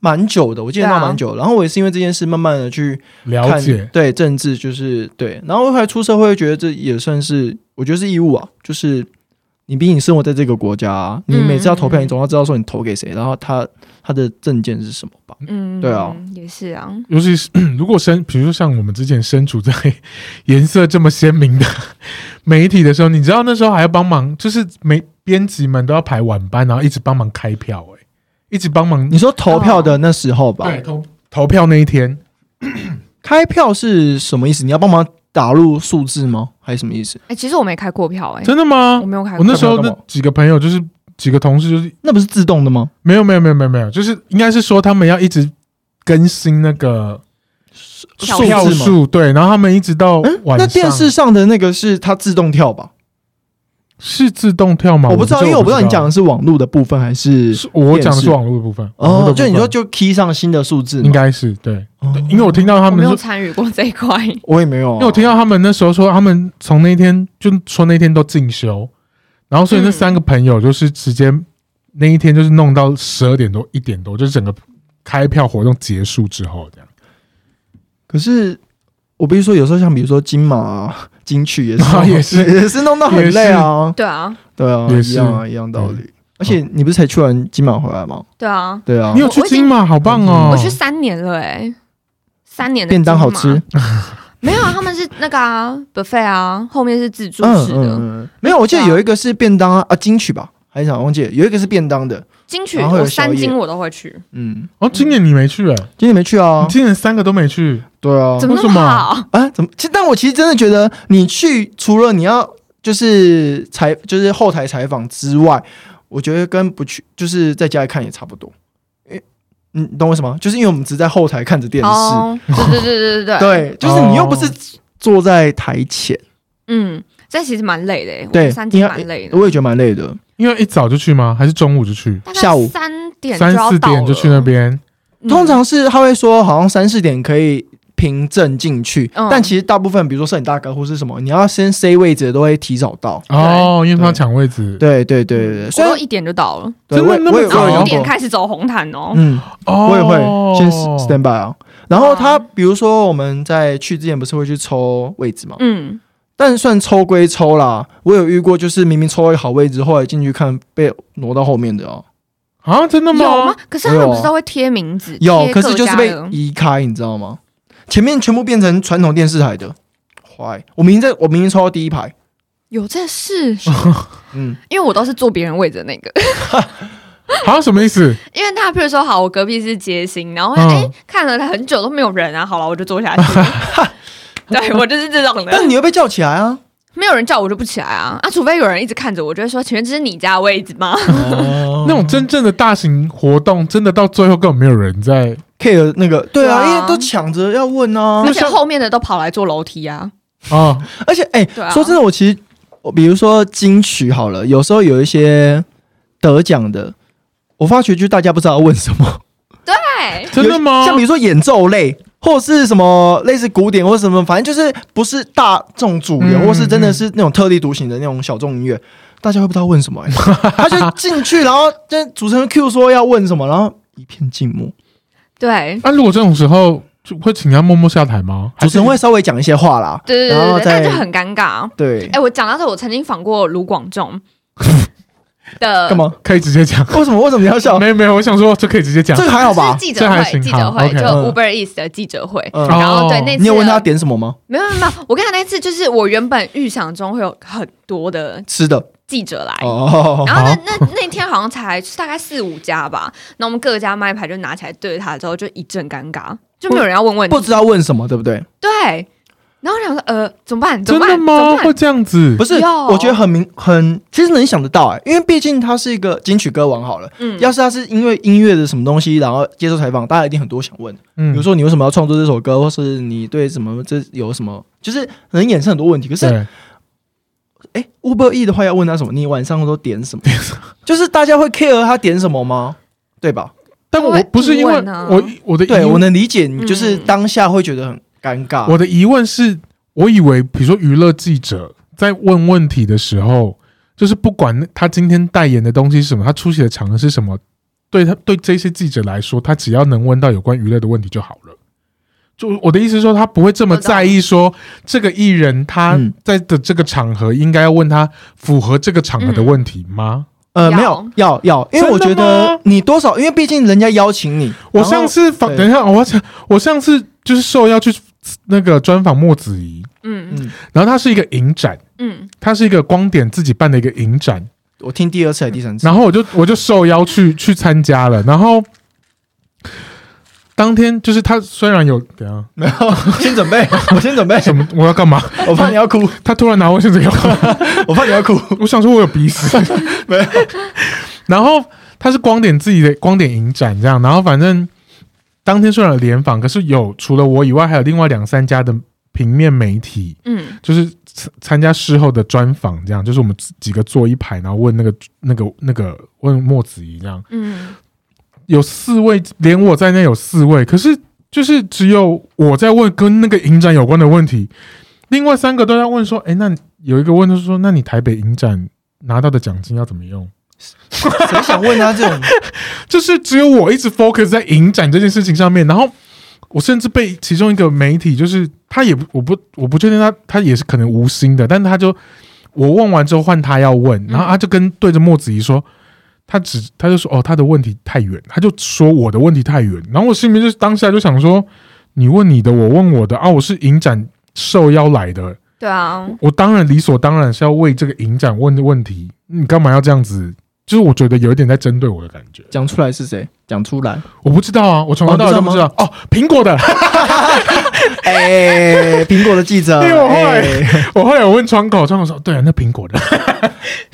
Speaker 3: 蛮久的，我记得
Speaker 2: 对
Speaker 3: 闹
Speaker 2: 啊
Speaker 3: 蛮久的。然后我也是因为这件事慢慢的去
Speaker 1: 了解
Speaker 3: 看，对政治就是对，然后后来出社会，觉得这也算是我觉得是义务啊，就是你毕竟生活在这个国家、你每次要投票，
Speaker 2: 嗯
Speaker 3: 你总要知道说你投给谁，然后他他的证件是什么吧？
Speaker 2: 嗯，
Speaker 3: 对啊，
Speaker 2: 也是啊，
Speaker 1: 尤其是 [clears throat] 如果身，比如说像我们之前身处在颜色这么鲜明的 [laughs] 媒体的时候，你知道那时候还要帮忙，就是媒编辑们都要排晚班，然后一直帮忙开票、哎，一直帮忙
Speaker 3: 你说投票的那时候吧，
Speaker 1: 对投投票那一天，
Speaker 3: 开票是什么意思？你要帮忙打入数字吗？还是什么意思？
Speaker 2: 哎，其实我没开过票，哎，
Speaker 1: 真的吗
Speaker 2: 我？没有开
Speaker 1: 我
Speaker 2: 过
Speaker 1: 那时候
Speaker 3: 干嘛
Speaker 1: 那
Speaker 3: 干嘛
Speaker 1: 几个朋友就是几个同事，就是
Speaker 3: 那不是自动的吗？
Speaker 1: 没有没有没有没有没有，就是应该是说他们要一直更新那个
Speaker 2: 票
Speaker 3: 数
Speaker 1: 票
Speaker 3: 字吗？
Speaker 1: 数，对，然后他们一直到
Speaker 3: 嗯，
Speaker 1: 晚上。
Speaker 3: 那电视上的那个是它自动跳吧？
Speaker 1: 是自动跳吗？
Speaker 3: 我不知道，因为我不知道你讲
Speaker 1: 的
Speaker 3: 的是网络的部分还是
Speaker 1: 是我讲的
Speaker 3: 电视
Speaker 1: 是网络的部分。网络
Speaker 3: 哦
Speaker 1: 的，部
Speaker 3: 就
Speaker 1: 分
Speaker 3: 你说就 key 上新的数字吗，
Speaker 1: 应该是对，
Speaker 3: 哦
Speaker 1: 因为我听到他
Speaker 2: 我没
Speaker 1: 们
Speaker 2: 有
Speaker 1: 说，
Speaker 2: 参与过这一块。 [laughs]
Speaker 3: 我也没有啊，
Speaker 1: 因为我听到他们那时候说，他们从那天就说那天都进修，然后所以那
Speaker 2: 嗯
Speaker 1: 三个朋友就是直接那一天就是弄到十二点多一点多，就是整个开票活动结束之后这样。
Speaker 3: 可是我必须说，有时候像比如说金马、啊、金曲也是、
Speaker 1: 啊 [laughs] 也是
Speaker 3: [laughs] 也是弄到很累啊，
Speaker 2: 对啊，
Speaker 3: 对啊，
Speaker 1: 也是
Speaker 3: 一样啊，一样道理。而且你不是才去完金马回来吗？
Speaker 2: 对啊，
Speaker 3: 对啊
Speaker 1: 你，有
Speaker 2: 我
Speaker 1: 去
Speaker 2: 我已
Speaker 1: 金马，好棒哦！
Speaker 3: 嗯
Speaker 2: 我去三年了哎、三年的
Speaker 3: 便当好
Speaker 2: 金马
Speaker 3: 吃，。
Speaker 2: 没有啊，他们是那个啊 buffet 啊，后面是自助
Speaker 3: 嗯嗯
Speaker 2: 式的。
Speaker 3: 嗯，没有，我记得有一个是便当啊，啊金曲吧，还是想忘记了，有一个是便当的，
Speaker 2: 金曲
Speaker 3: 然后有
Speaker 2: 我
Speaker 3: 宵
Speaker 2: 三
Speaker 3: 夜
Speaker 2: 金我都会去，
Speaker 3: 嗯，
Speaker 1: 哦，今年你没去哎、
Speaker 3: 今天没去啊
Speaker 1: 你，今年三个都没去，
Speaker 3: 对啊，
Speaker 2: 怎么那
Speaker 1: 为什
Speaker 2: 么
Speaker 1: 么
Speaker 2: 好？
Speaker 3: 啊怎么？其实但我其实真的觉得，你去除了你要就是采就是后台采访之外，我觉得跟不去就是在家里看也差不多。诶你懂我什么？就是因为我们只在后台看着电视，
Speaker 2: 哦，对对对对对，
Speaker 3: [laughs] 对，就是你又不是
Speaker 1: 哦
Speaker 3: 坐在台前，
Speaker 2: 嗯，这其实蛮累的、欸，我
Speaker 3: 对，
Speaker 2: 三
Speaker 3: 你
Speaker 2: 金
Speaker 3: 要
Speaker 2: 蛮累的
Speaker 3: 我，也觉得蛮累的。
Speaker 1: 因为一早就去吗？还是中午就去？
Speaker 2: 大
Speaker 3: 下
Speaker 2: 概
Speaker 3: 午
Speaker 2: 三点就
Speaker 1: 三
Speaker 2: 要
Speaker 1: 四
Speaker 2: 到
Speaker 1: 点就去那
Speaker 2: 了，
Speaker 1: 边，
Speaker 2: 嗯
Speaker 3: 通常是他会说，好像三四点可以凭证进去，
Speaker 2: 嗯
Speaker 3: 但其实大部分，比如说摄影大哥或是什么，你要先 C 位置的都会提早到。
Speaker 1: 哦，因为他
Speaker 3: 对
Speaker 1: 抢位置，
Speaker 3: 对对对对对，
Speaker 2: 嗯我
Speaker 3: 虽然
Speaker 2: 都一点就到了，
Speaker 3: 对
Speaker 1: 真的
Speaker 3: 我也
Speaker 1: 那么
Speaker 3: 我也
Speaker 1: 早
Speaker 2: 然
Speaker 3: 我也
Speaker 2: 后
Speaker 3: 有
Speaker 2: 一点
Speaker 3: 过
Speaker 2: 开始走红毯哦。
Speaker 3: 嗯，
Speaker 1: 哦，
Speaker 3: 我也会先 stand by 啊。然后他
Speaker 2: 哇
Speaker 3: 比如说我们在去之前不是会去抽位置嘛，
Speaker 2: 嗯，
Speaker 3: 但算抽归抽啦，我有遇过就是明明抽了一个好位置，后来进去看被挪到后面的哦、
Speaker 1: 啊，真的
Speaker 2: 有
Speaker 1: 吗
Speaker 2: 吗？？可是他
Speaker 3: 我
Speaker 2: 们
Speaker 3: 有啊
Speaker 2: 不是都会贴名字？
Speaker 3: 有，
Speaker 2: 贴
Speaker 3: 可是就是
Speaker 2: 各
Speaker 3: 被
Speaker 2: 家的
Speaker 3: 移开，你知道吗？前面全部变成传统电视台的，坏！我明明在我明明抽到第一排，
Speaker 2: 有这事，
Speaker 3: 嗯，
Speaker 2: [laughs] 因为我都是坐别人位置的那个。 [laughs]
Speaker 1: 啊，什么意思？
Speaker 2: 因为他譬如说，好，我隔壁是杰星，然后哎、
Speaker 1: 嗯
Speaker 2: 诶看了他很久都没有人啊，好了，我就坐下
Speaker 3: [laughs]
Speaker 2: 去。对我就是这种
Speaker 3: 但
Speaker 2: 的，
Speaker 3: 你又被叫起来啊！
Speaker 2: 没有人叫我就不起来啊啊！除非有人一直看着我，就会说：“请问这是你家的位置吗哦
Speaker 3: [laughs]
Speaker 1: 那
Speaker 3: 那
Speaker 1: 种真正的大型活动，真的到最后根本没有人在。
Speaker 3: care 那个，对
Speaker 2: 对
Speaker 3: 啊，
Speaker 2: 啊
Speaker 3: 因为都抢着要问？”啊
Speaker 2: 而，且后面的都跑来坐楼梯啊。
Speaker 1: 啊，
Speaker 3: 而且哎、
Speaker 2: 对啊
Speaker 3: 说真的，我其实我比如说金曲好了，有时候有一些得奖的，我发觉就是大家不知道要问什么，
Speaker 1: [laughs]
Speaker 2: 对，
Speaker 1: 真的吗？
Speaker 3: 有像比如说演奏类。或是什么类似古典或什么，反正就是不是大众主流，
Speaker 1: 嗯
Speaker 3: 或是真的是那种特立独行的那种小众音乐，大家会不知道问什么、
Speaker 1: [laughs]
Speaker 3: 欸他就进去，然后就主持人 Q 说要问什么，然后一片静默。
Speaker 2: 对，
Speaker 1: 那、啊如果这种时候就会请他默默下台吗？
Speaker 3: 主持人会稍微讲一些话啦，
Speaker 2: 对对
Speaker 3: 然
Speaker 2: 对
Speaker 3: 后
Speaker 2: 对，
Speaker 3: 再
Speaker 2: 但就很尴尬。
Speaker 3: 对
Speaker 2: 哎、，我讲到这，我曾经访过卢广
Speaker 3: [laughs]
Speaker 2: 仲的
Speaker 3: 干嘛？
Speaker 1: 可以直接讲？
Speaker 3: 为什么？为什么你要笑？
Speaker 1: 没有没有，我想说这可以直接讲
Speaker 3: 这。个还好吧
Speaker 2: 是？记
Speaker 1: 这
Speaker 2: 者
Speaker 1: 还
Speaker 2: 会，
Speaker 1: 行
Speaker 2: 记者
Speaker 1: 好
Speaker 2: 会
Speaker 1: ，OK
Speaker 2: 就
Speaker 3: 嗯
Speaker 2: Uber Eats 的记者会。
Speaker 3: 嗯
Speaker 2: 然后对
Speaker 1: 哦
Speaker 2: 那次
Speaker 3: 你有问
Speaker 2: 的
Speaker 3: 他点什么吗？
Speaker 2: 没有没有没有，我跟你讲，那次就是我原本预想中会有很多的
Speaker 3: 吃的
Speaker 2: 记者来。
Speaker 3: 哦，
Speaker 2: 然后那那那天好像才大概四五家吧，那我们各家麦牌就拿起来对着他之后，就一阵尴尬，就没有人要问问
Speaker 3: 不
Speaker 2: 题。
Speaker 3: 知道问什么，对不
Speaker 2: 嗯
Speaker 3: 对？
Speaker 2: 对，然后我想说呃怎么办？怎
Speaker 1: 真
Speaker 2: 么
Speaker 1: 的
Speaker 2: 办？怎么
Speaker 1: 吗？
Speaker 2: 办
Speaker 1: 会？这样子？
Speaker 3: 不是，
Speaker 2: 有
Speaker 3: 我觉得很明很，其实能想得到哎、因为毕竟他是一个金曲歌王好了。
Speaker 2: 嗯，
Speaker 3: 要是他是因为音乐的什么东西，然后接受采访，大家一定很多想问，比
Speaker 1: 嗯
Speaker 3: 如说你为什么要创作这首歌，或是你对什么这有什么，就是能衍生很多问题。可是
Speaker 2: 嗯
Speaker 1: 对，
Speaker 3: 哎，Uber E 的话要问他什么？你晚上都点什么？就是大家会 care 他点什么吗？对吧？
Speaker 1: 但我
Speaker 2: 会
Speaker 1: 不是因为
Speaker 2: 提问啊
Speaker 1: 我我的
Speaker 3: 对
Speaker 1: 疑
Speaker 3: 我能理解你，
Speaker 2: 嗯
Speaker 3: 就是当下会觉得很尴尬。
Speaker 1: 我的疑问是，我以为比如说娱乐记者在问问题的时候，就是不管他今天代言的东西是什么，他出席的场合是什么，对他对这些记者来说，他只要能问到有关娱乐的问题就好了。就我的意思是说，他不会这么
Speaker 2: 我懂
Speaker 1: 在意说这个艺人他
Speaker 3: 嗯
Speaker 1: 在的这个场合应该要问他符合这个场合的问题吗？
Speaker 3: 呃，
Speaker 2: 要
Speaker 3: 没有，要要，因为我觉
Speaker 1: 真的
Speaker 3: 得
Speaker 1: 吗
Speaker 3: 你多少，因为毕竟人家邀请你。
Speaker 1: 我
Speaker 3: 然后
Speaker 1: 上次访，
Speaker 3: 对
Speaker 1: 等一下，我要讲，我上次就是受邀去那个专访莫子仪，
Speaker 2: 嗯
Speaker 3: 嗯，
Speaker 1: 然后他是一个影展，
Speaker 2: 嗯，
Speaker 1: 它是一个光点自己办的一个影展，
Speaker 3: 我听第二次还是第三次，
Speaker 1: 然后我就我就受邀去去参加了，然后当天就是他虽然有怎样
Speaker 3: 没有，先准备，我先准备，
Speaker 1: 什么我要干嘛， [laughs]
Speaker 3: 我怕你要哭，
Speaker 1: 他突然拿卫生纸给我，
Speaker 3: 我怕你要哭，
Speaker 1: [laughs] 我想说我有鼻屎，
Speaker 3: 没有，
Speaker 1: [laughs] 然后他是光点自己的光点影展这样，然后反正当天虽然有联访，可是有除了我以外还有另外两三家的平面媒体，
Speaker 2: 嗯
Speaker 1: 就是参参加事后的专访这样，就是我们几个坐一排，然后问那个那个那个问莫子仪这样。
Speaker 2: 嗯
Speaker 1: 有四位，连我在内有四位，可是就是只有我在问跟那个影展有关的问题，另外三个都在问说，哎、那有一个问就是说，那你台北影展拿到的奖金要怎么用？
Speaker 3: 谁想问他这种？
Speaker 1: 就是只有我一直 focus 在影展这件事情上面，然后我甚至被其中一个媒体，就是他也不，我不我不确定他他也是可能无心的，但他就我问完之后换他要问，然后他就跟对着莫子仪说。他只他就说哦，他的问题太远，他就说我的问题太远。然后我心里面就是当下就想说，你问你的，我问我的啊，我是影展受邀来的，
Speaker 2: 对啊，
Speaker 1: 我当然理所当然是要为这个影展问问题，你干嘛要这样子？就是我觉得有一点在针对我的感觉。
Speaker 3: 讲出来是谁？讲出来。
Speaker 1: 我不知道啊，我从头到尾都不知道。哦，苹果的。
Speaker 3: 哎，苹果的记者，
Speaker 1: 因为我后来
Speaker 3: 哎
Speaker 1: 我后来有问窗口，窗口说：“对啊，那苹果的。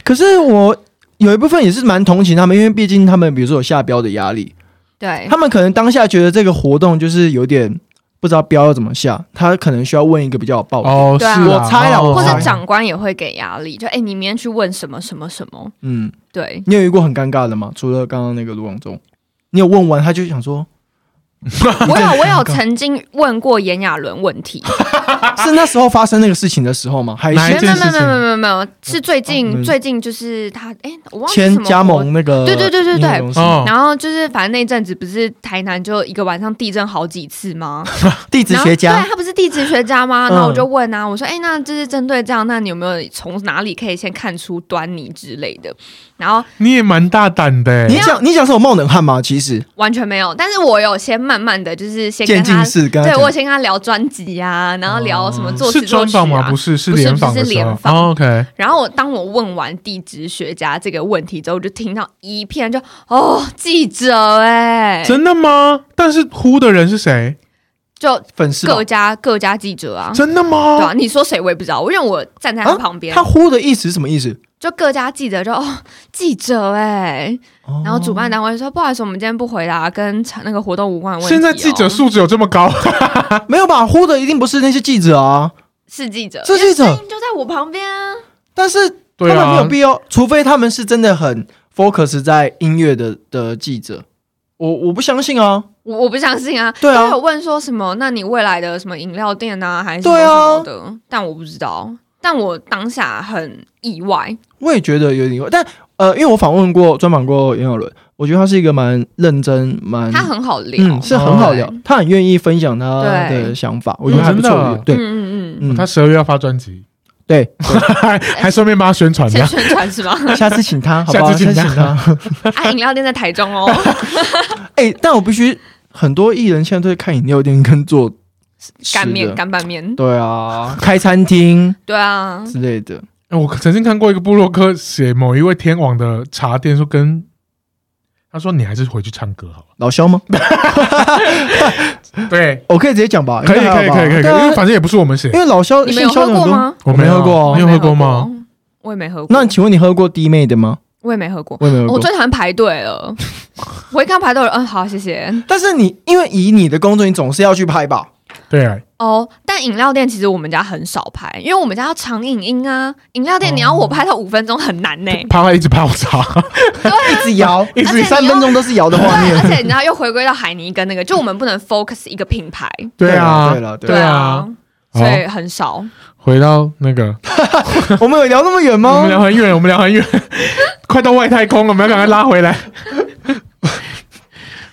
Speaker 3: 可是我有一部分也是蛮同情他们，因为毕竟他们比如说有下标的压力，
Speaker 2: 对
Speaker 3: 他，们可能当下觉得这个活动就是有点不知道标要怎么下，他可能需要问一个比较有”爆点。
Speaker 1: 哦
Speaker 2: 对啊
Speaker 3: 我猜啦
Speaker 1: 哦
Speaker 3: 我
Speaker 2: 或
Speaker 3: 猜
Speaker 2: 者长官也会给压力，就哎、你明天去问什么什么什么，
Speaker 3: 嗯，
Speaker 2: 对，
Speaker 3: [laughs] 你有遇过很尴尬的吗？除了刚刚那个卢广仲，你有问完他就想说，
Speaker 2: 我有我有曾经问过炎亚纶问题，
Speaker 3: 是那时候发生那个事情的时候吗？还
Speaker 1: 哪
Speaker 2: 啊没
Speaker 1: 一
Speaker 2: 有
Speaker 3: 是
Speaker 2: 没
Speaker 1: 件事
Speaker 2: 有没有
Speaker 1: 情
Speaker 2: 没有没有没有，是最
Speaker 3: 哦
Speaker 2: 近
Speaker 3: 嗯
Speaker 2: 最近就是他哎，我忘记是什
Speaker 3: 签
Speaker 2: 么活
Speaker 3: 加盟那个？
Speaker 2: 对对对对对
Speaker 3: 公司
Speaker 1: 哦，
Speaker 2: 然后就是，反正那一阵子不是台南就一个晚上地震好几次
Speaker 3: [laughs]
Speaker 2: 吗？
Speaker 3: 地质
Speaker 2: 然后
Speaker 3: 学家
Speaker 2: 对，他不是地质学家吗？
Speaker 3: 嗯
Speaker 2: 然后我就问啊，我说，哎、那就是针对这样，那你有没有从哪里可以先看出端倪之类的？然后
Speaker 1: 你也蛮大胆的、
Speaker 3: 你
Speaker 1: 欸，
Speaker 3: 讲你讲是我冒冷汗吗？其实
Speaker 2: 完全没有，但是我有先慢慢的就是先跟
Speaker 3: 渐进
Speaker 2: 他，
Speaker 3: 式跟他
Speaker 2: 对
Speaker 3: 讲哦
Speaker 2: 我有先跟他聊专辑呀，然后聊什么作词
Speaker 1: 是
Speaker 2: 作
Speaker 1: 专
Speaker 2: 曲
Speaker 1: 访吗？
Speaker 2: 啊
Speaker 1: 不。是，是
Speaker 2: 不是
Speaker 1: 联访
Speaker 2: 不
Speaker 1: 的
Speaker 2: 是
Speaker 1: 时候。
Speaker 2: 联访哎
Speaker 1: 哦 OK，
Speaker 2: 然后我当我问完地质学家这个问题之后，我就听到一片就哦，记者哎、
Speaker 1: 真的吗？但是呼的人是谁？
Speaker 2: 就
Speaker 3: 粉丝吧
Speaker 2: 各家各家记者啊，
Speaker 1: 真的
Speaker 2: 对
Speaker 1: 吗
Speaker 2: 啊，？你说谁我也不知道，因为我站在他
Speaker 3: 啊
Speaker 2: 旁边，
Speaker 3: 他呼的意思是什么意思？
Speaker 2: 就各家记者就哦记者哎、
Speaker 1: 哦
Speaker 2: 然
Speaker 3: 哦
Speaker 2: 后主办单位说不好意思，我们今天不回答跟那个活动无关的问题、哦
Speaker 1: 现在记者、素质有这么高？
Speaker 3: 哦没有吧？呼的一定不是那些记者啊，
Speaker 2: 是记者，
Speaker 3: 是记者
Speaker 2: 因为声音就在我旁边啊，
Speaker 3: 但是他
Speaker 1: 对
Speaker 3: 们没有
Speaker 1: 啊，
Speaker 3: 必要，除非他们是真的很 focus 在音乐的的记者。我我不相信啊，
Speaker 2: 我我不相信啊。
Speaker 3: 对啊
Speaker 2: 他有问说什么？那你未来的什么饮料店啊，还是什么
Speaker 3: 对啊
Speaker 2: 什么的？但我不知道，但我当下很意外。
Speaker 3: 我也觉得有点，但呃，因为我访问过、专访过严小伦，我觉得他是一个蛮认真、蛮
Speaker 2: 他很好聊，哦
Speaker 3: 嗯是很好聊，他很愿意分享他
Speaker 2: 对
Speaker 3: 的想法，我觉得还不错。
Speaker 1: 嗯
Speaker 2: 对，
Speaker 3: 对，
Speaker 2: 嗯嗯
Speaker 3: 嗯，
Speaker 1: 他十二月要发专辑，
Speaker 3: 对， [laughs]
Speaker 1: 还 [laughs] 还顺便帮他宣传
Speaker 2: 嗯，
Speaker 1: 这
Speaker 2: 先
Speaker 1: 样。
Speaker 2: 宣传是吗？
Speaker 3: 下次请他，好不好？
Speaker 1: 下次请他
Speaker 3: 他。
Speaker 2: 啊，饮料店在台中
Speaker 3: [laughs]
Speaker 2: 哦，
Speaker 3: 哎，但我必须，很多艺人现在都在看饮料店跟做吃
Speaker 2: 干面
Speaker 3: 的
Speaker 2: 干拌面，
Speaker 3: 对啊，开餐厅
Speaker 2: 对啊，
Speaker 3: 之类的。
Speaker 1: 哎我曾经看过一个布洛克写某一位天王的茶店，说跟他说你还是回去唱歌好
Speaker 3: 老肖吗？
Speaker 1: 了。对，
Speaker 3: 我可以直接讲吧，
Speaker 1: 可以
Speaker 3: 应该
Speaker 1: 可
Speaker 3: 还好
Speaker 1: 以
Speaker 3: 吧
Speaker 1: 可以可以，
Speaker 3: 对啊
Speaker 1: 因为反正也不是我们写
Speaker 3: 因，为老肖
Speaker 2: 你们有
Speaker 3: 姓肖的
Speaker 2: 喝
Speaker 3: 很
Speaker 2: 过
Speaker 3: 多
Speaker 2: 吗？
Speaker 1: 我没
Speaker 3: 我没喝过
Speaker 1: 啊
Speaker 3: 哦
Speaker 1: 你有
Speaker 2: 我没
Speaker 1: 喝过吗？？
Speaker 2: 我也没喝过。
Speaker 3: 那请问你喝过弟妹的吗？
Speaker 2: 我也没喝过。
Speaker 3: 我也没有喝
Speaker 2: 我
Speaker 3: 过。
Speaker 2: 最讨厌排队
Speaker 3: [laughs]
Speaker 2: 了，我一看到排队，嗯，好，谢谢。
Speaker 3: 但是你因为以你的工作，你总是要去
Speaker 2: [laughs]
Speaker 3: 拍吧？
Speaker 1: 对啊，
Speaker 2: 哦、但饮料店其实我们家很少排，因为我们家要长影音啊。饮料店你要我
Speaker 3: 哦
Speaker 2: 拍到五分钟很难呢、
Speaker 1: 趴了一直泡茶，
Speaker 3: 一直摇，
Speaker 1: 一
Speaker 2: 而且
Speaker 1: 直
Speaker 2: 你
Speaker 3: 三分钟都是摇的画
Speaker 2: 对， [laughs]
Speaker 3: 面。
Speaker 2: 而且你知道又回归到海尼根那个，就我们不能 focus 一个品牌，
Speaker 1: 对啊
Speaker 3: [laughs] 对了对
Speaker 1: 对啊
Speaker 2: 啊。，
Speaker 1: 好
Speaker 3: 哦
Speaker 2: 所以很少，
Speaker 1: 回到那个
Speaker 3: 我们有聊那么远
Speaker 1: 我
Speaker 3: 吗
Speaker 1: 们？聊很远，我们聊很远， [laughs] 快到外太空了，我们要赶快拉回 [laughs] 来。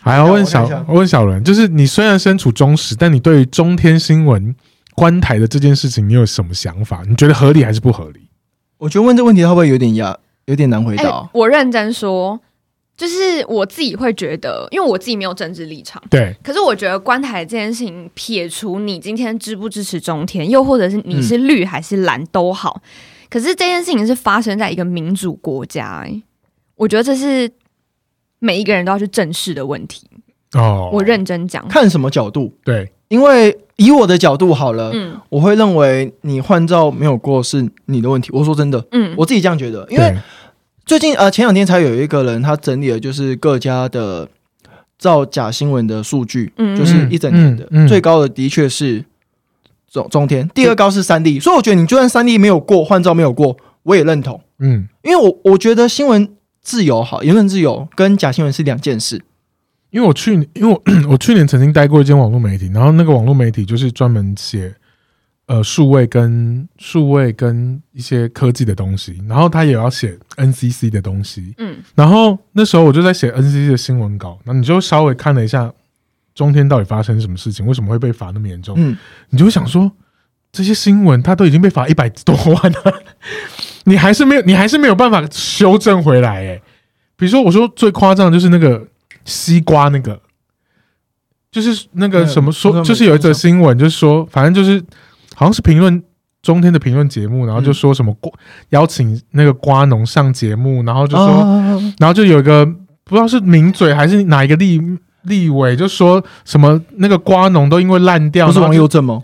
Speaker 1: 还要问小
Speaker 3: 我看一下
Speaker 1: 问小伦，就是你虽然身处中时，但你对于中天新闻观台的这件事情，你有什么想法？你觉得合理还是不合理？
Speaker 3: 我觉得问这问题会不会有点压，有点难回
Speaker 2: 哎、
Speaker 3: 答？哦
Speaker 2: 我认真说，就是我自己会觉得，因为我自己没有政治立场。
Speaker 1: 对，
Speaker 2: 可是我觉得观台这件事情，撇除你今天支不支持中天，又或者是你
Speaker 3: 嗯
Speaker 2: 是绿还是蓝都好，可是这件事情是发生在一个民主国家、欸，我觉得这是每一个人都要去正视的问题。
Speaker 1: 哦，
Speaker 2: 我认真讲，
Speaker 3: 看什么角度？
Speaker 1: 对，
Speaker 3: 因为以我的角度好了，
Speaker 2: 嗯
Speaker 3: 我会认为你换照没有过是你的问题。我说真的，
Speaker 2: 嗯，
Speaker 3: 我自己这样觉得，因为
Speaker 1: 对，
Speaker 3: 最近呃前两天才有一个人他整理了就是各家的造假新闻的数据，
Speaker 2: 嗯
Speaker 3: 就是一整年的、
Speaker 1: 嗯嗯嗯
Speaker 3: 最高的的确是中中天，第二高是三立，所以我觉得你就算三立没有过，换照没有过，我也认同，
Speaker 1: 嗯，
Speaker 3: 因为我我觉得新闻自由好，言论自由跟假新闻是两件事。
Speaker 1: 因为我去年，因为我 [clears throat] 我去年曾经待过一间网络媒体，然后那个网络媒体就是专门写呃数位跟数位跟一些科技的东西，然后他也要写 NCC 的东西，
Speaker 2: 嗯
Speaker 1: 然后那时候我就在写 NCC 的新闻稿，那你就稍微看了一下中天到底发生什么事情，为什么会被罚那么严重，
Speaker 3: 嗯，
Speaker 1: 你就会想说，这些新闻它都已经被罚一百多万了， [laughs] 你还是没有，你还是没有办法修正回来、欸。比如说我说最夸张的就是那个西瓜那个，就是那个
Speaker 3: 嗯
Speaker 1: 什么
Speaker 3: 那
Speaker 1: 说，
Speaker 3: 个
Speaker 1: 就是有一则新闻，就是说，反正就是好像是评论。中天的评论节目，然后就说什么瓜邀请那个瓜农上节目，然后就说
Speaker 3: 啊
Speaker 1: 然后就有一个不知道是名嘴还是哪一个立立委，就说什么那个瓜农都因为烂掉，
Speaker 3: 不是
Speaker 1: 然后
Speaker 3: 王
Speaker 1: 就
Speaker 3: 佑正吗？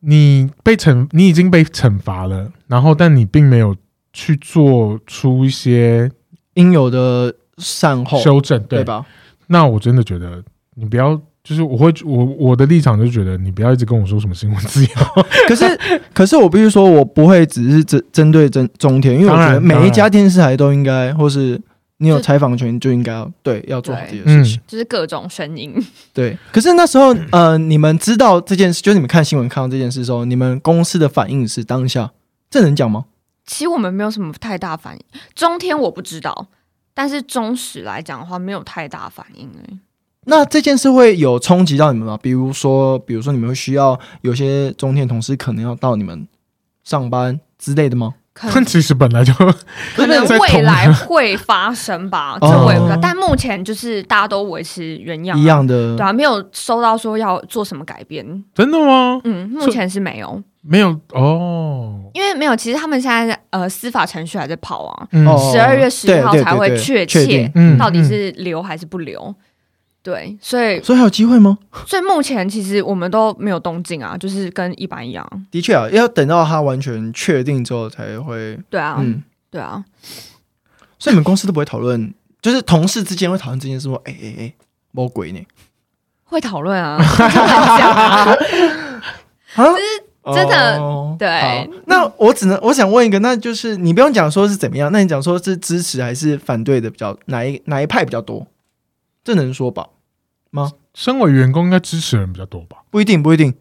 Speaker 1: 你被惩，你已经被惩罚了，然后但你并没有去做出一些
Speaker 3: 应有的善后，
Speaker 1: 修正，对
Speaker 3: 对？吧？
Speaker 1: 那我真的觉得你不要。就是我会我我的立场就觉得你不要一直跟我说什么新闻
Speaker 2: [laughs]
Speaker 1: 自由，
Speaker 3: [laughs] 可是，可是我必须说，我不会只是针针对针中天，因为我
Speaker 1: 当
Speaker 3: 觉
Speaker 1: 然
Speaker 3: 得每
Speaker 1: 当
Speaker 3: 一
Speaker 1: 然
Speaker 3: 家电视台都应该，或是你有
Speaker 2: 就
Speaker 3: 采访权就应该要对要做好这件
Speaker 1: 嗯
Speaker 3: 事情。
Speaker 2: 就是各种声音，
Speaker 3: 对，可是那时候，呃，你们知道这件事，就是你们看新闻看到这件事的时候，你们公司的反应是当下，这能讲吗？
Speaker 2: 其实我们没有什么太大反应。中天我不知道，但是中实来讲的话，没有太大反应哎、
Speaker 3: 那这件事会有冲击到你们吗？比如说，比如说你们会需要有些中天同事可能要到你们上班之类的吗？ [laughs]
Speaker 2: 可能
Speaker 1: 其实本来就
Speaker 2: 可能
Speaker 1: 在同
Speaker 2: 未来会发生吧，这
Speaker 3: [laughs] 哦
Speaker 2: 我也不知道。但目前就是大家都维持原样啊，
Speaker 3: 一样的，
Speaker 2: 对啊，没有收到说要做什么改变。
Speaker 1: 真的吗？
Speaker 2: 嗯，目前是没有，
Speaker 1: 没有哦，
Speaker 2: 因为没有。其实他们现在呃司法程序还在跑啊，
Speaker 1: 嗯
Speaker 3: 哦
Speaker 2: 12月11
Speaker 3: 对
Speaker 2: 号
Speaker 3: 对
Speaker 2: 才
Speaker 3: 对
Speaker 2: 会
Speaker 3: 对
Speaker 2: 确切
Speaker 3: 确定
Speaker 1: 嗯
Speaker 2: 到底是留还是不留？对，所以
Speaker 3: 所以还有机会吗？
Speaker 2: 所以目前其实我们都没有动静啊，就是跟一般一样。
Speaker 3: 的确啊，要等到他完全确定之后才会，
Speaker 2: 对啊，
Speaker 3: 嗯，
Speaker 2: 对啊，
Speaker 3: 所以你们公司都不会讨论，就是同事之间会讨论这件事，说，哎哎哎，魔鬼
Speaker 2: [laughs]
Speaker 3: 呢？
Speaker 2: 会讨论
Speaker 3: [laughs]
Speaker 2: 啊，就会讲啊
Speaker 3: 啊，
Speaker 2: 真的
Speaker 3: 哦
Speaker 2: 对
Speaker 3: 好那我只能我想问一个，那就是你不用讲说是怎么样，那你讲说是支持还是反对的比较哪一哪一派比较多？这能说吧？
Speaker 1: 身为员工应该支持的人比较多吧？
Speaker 3: 不一定，不一定。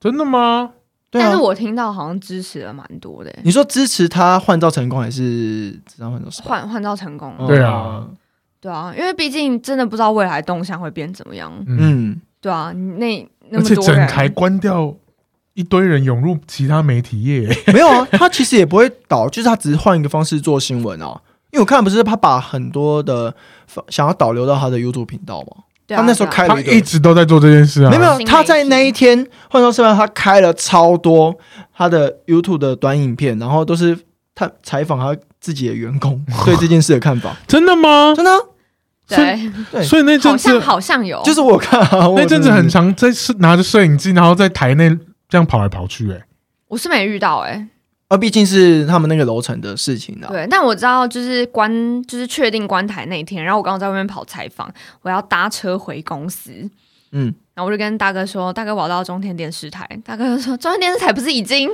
Speaker 1: 真的吗？
Speaker 3: 对
Speaker 2: 但
Speaker 3: 啊
Speaker 2: 是，我听到好像支持了蛮多的欸、
Speaker 3: 你说支持他换造成功还是只让换造失败？
Speaker 2: 换换到成功了，
Speaker 1: 对啊
Speaker 2: 对啊，因为毕竟真的不知道未来动向会变怎么样，
Speaker 1: 嗯，
Speaker 3: 嗯，
Speaker 2: 对啊，你那那
Speaker 1: 而
Speaker 2: 么
Speaker 1: 且
Speaker 2: 多
Speaker 1: 整
Speaker 2: 人
Speaker 1: 台关掉一堆人涌入其他媒体
Speaker 3: [laughs]
Speaker 1: 业，
Speaker 3: 嗯，没有啊，他其实也不会倒，就是他只是换一个方式做新闻啊。因为我看不是他把很多的想要导流到他的 YouTube 频道嘛，
Speaker 2: 对啊，
Speaker 3: 他那时候
Speaker 2: 对啊
Speaker 3: 开
Speaker 1: 他
Speaker 3: 了一个
Speaker 1: 一直都在做这件事啊。
Speaker 3: 没有没有，
Speaker 2: 新
Speaker 3: 他
Speaker 2: 媒
Speaker 3: 在
Speaker 2: 体
Speaker 3: 那一天换装失败，他开了超多他的 YouTube 的短影片，然后都是他采访他自己的
Speaker 2: [laughs]
Speaker 3: 员工对这件事的看法。
Speaker 1: 真的吗？
Speaker 3: 真的啊、
Speaker 2: 对，
Speaker 3: 对
Speaker 1: 所以那阵
Speaker 2: 好
Speaker 1: 子
Speaker 2: 像好像有，
Speaker 3: 就是我看、啊、我
Speaker 1: 那阵子
Speaker 3: 真的
Speaker 1: 很
Speaker 3: 是
Speaker 1: 常在是拿着摄影机，然后在台内这样跑来跑去、欸。
Speaker 2: 我是没遇到哎、
Speaker 3: 啊，毕竟是他们那个楼层的事情啊。
Speaker 2: 对，但我知道就是关就是确定关台那一天，然后我刚刚在外面跑采访，我要搭车回公司，
Speaker 3: 嗯，
Speaker 2: 然后我就跟大哥说，大哥我要到中天电视台，大哥就说中天电视台不是
Speaker 1: [laughs]
Speaker 2: 已经，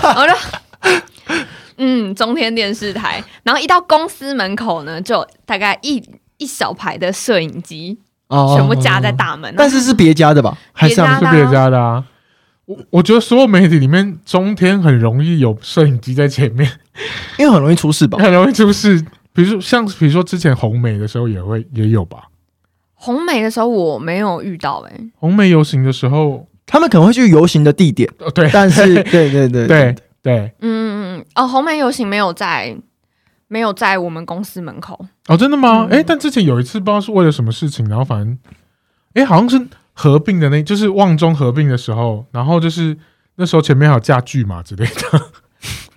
Speaker 2: 然后我就。嗯，中天电视台，然后一到公司门口呢，就有大概一一小排的摄影机，
Speaker 3: 哦
Speaker 2: 全部夹在，大门。啊
Speaker 3: 但是是别家的吧？还是他
Speaker 1: 是
Speaker 3: 们
Speaker 2: 家的啊
Speaker 1: 别家的啊。我我觉得所有媒体里面，中天很容易有摄影机在前面， [laughs]
Speaker 3: 因为很容易出事吧？
Speaker 1: 很容易出事。比如说像比如说之前红媒的时候也会也有吧，
Speaker 2: 红梅的时候我没有遇到哎、
Speaker 1: 红媒游行的时候，
Speaker 3: 他们可能会去游行的地点，
Speaker 1: 哦 [laughs] 对
Speaker 3: 但是 [laughs] 对对对
Speaker 1: 对对
Speaker 2: 嗯嗯嗯，哦，红梅游行没有在，没有在我们公司门口，
Speaker 1: 哦真的吗？
Speaker 2: 嗯
Speaker 1: 哎、但之前有一次不知道是为了什么事情，然后反正哎好像是合并的那，就是旺中合并的时候，然后就是那时候前面还有架剧嘛之类的。 [laughs]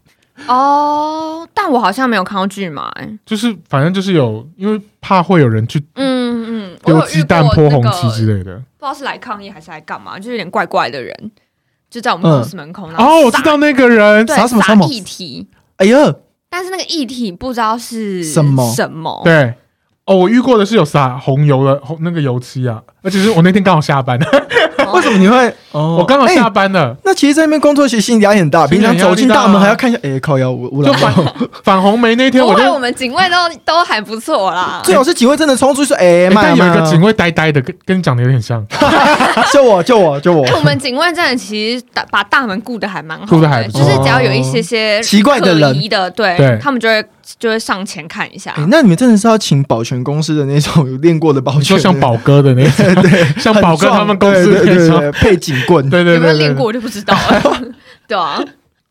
Speaker 2: 哦，但我好像没有看到巨马、欸。
Speaker 1: 就是反正就是有，因为怕会有人去
Speaker 2: 嗯嗯，我有
Speaker 1: 丢
Speaker 2: 遇
Speaker 1: 鸡蛋
Speaker 2: 过
Speaker 1: 泼
Speaker 2: 那
Speaker 1: 红
Speaker 2: 个
Speaker 1: 旗之类的。
Speaker 2: 不知道是来抗议还是来干嘛，就有点怪怪的人，就在我
Speaker 3: 嗯
Speaker 2: 们公司门口。然后
Speaker 1: 哦，我
Speaker 2: 撒
Speaker 1: 知道那个人，
Speaker 2: 对
Speaker 3: 撒什么撒什么
Speaker 2: 液体，
Speaker 3: 哎呀，
Speaker 2: 但是那个液体不知道是
Speaker 3: 什么
Speaker 2: 什么。
Speaker 1: 对。哦，我遇过的是有撒红油的红那个油漆啊，而且是我那天刚好下班，
Speaker 2: 哦
Speaker 3: 为什么你会？哦
Speaker 1: 我刚好
Speaker 3: 哎
Speaker 1: 下班了，
Speaker 3: 那其实在那边工作，其实心理压力很大。
Speaker 1: 心
Speaker 3: 平
Speaker 1: 理压
Speaker 3: 常
Speaker 1: 力
Speaker 3: 走进大
Speaker 1: 大
Speaker 3: 门
Speaker 1: 啊
Speaker 3: 还要看一下，哎、靠腰，我我
Speaker 1: 就
Speaker 3: 来了。
Speaker 1: 反反红梅那天我
Speaker 2: 不
Speaker 1: 就
Speaker 2: 会，我们警卫都都还不错啦。
Speaker 3: 最好是警卫真的冲出去说：“哎、
Speaker 1: 哎但
Speaker 3: 慢啊
Speaker 1: 有一
Speaker 3: 慢
Speaker 1: 个
Speaker 3: 啊
Speaker 1: 警卫呆呆的，跟跟你讲的有点
Speaker 3: [laughs]
Speaker 1: 像，
Speaker 3: 救我，救我，救我
Speaker 2: 哎！我们警卫真的其实打把大门顾得还蛮好的，
Speaker 1: 顾得还不
Speaker 2: 就
Speaker 1: 错
Speaker 2: 是只要有一些些
Speaker 3: 哦奇怪的人
Speaker 2: 可疑的，对
Speaker 1: 对
Speaker 2: 他们就会就会上前看一下
Speaker 3: 哎、。那你们真的是要请保全公司的那种有练过的保
Speaker 1: 你说
Speaker 3: 全， [laughs]
Speaker 1: 像宝哥的那种， [laughs] 像宝哥他们公司那
Speaker 3: 对对对对
Speaker 1: 种，
Speaker 3: 对配警棍。
Speaker 1: 对对
Speaker 2: 有没有
Speaker 1: 对
Speaker 2: 练
Speaker 1: 对
Speaker 2: 过，我就不知道
Speaker 3: [laughs]
Speaker 2: 了。对啊，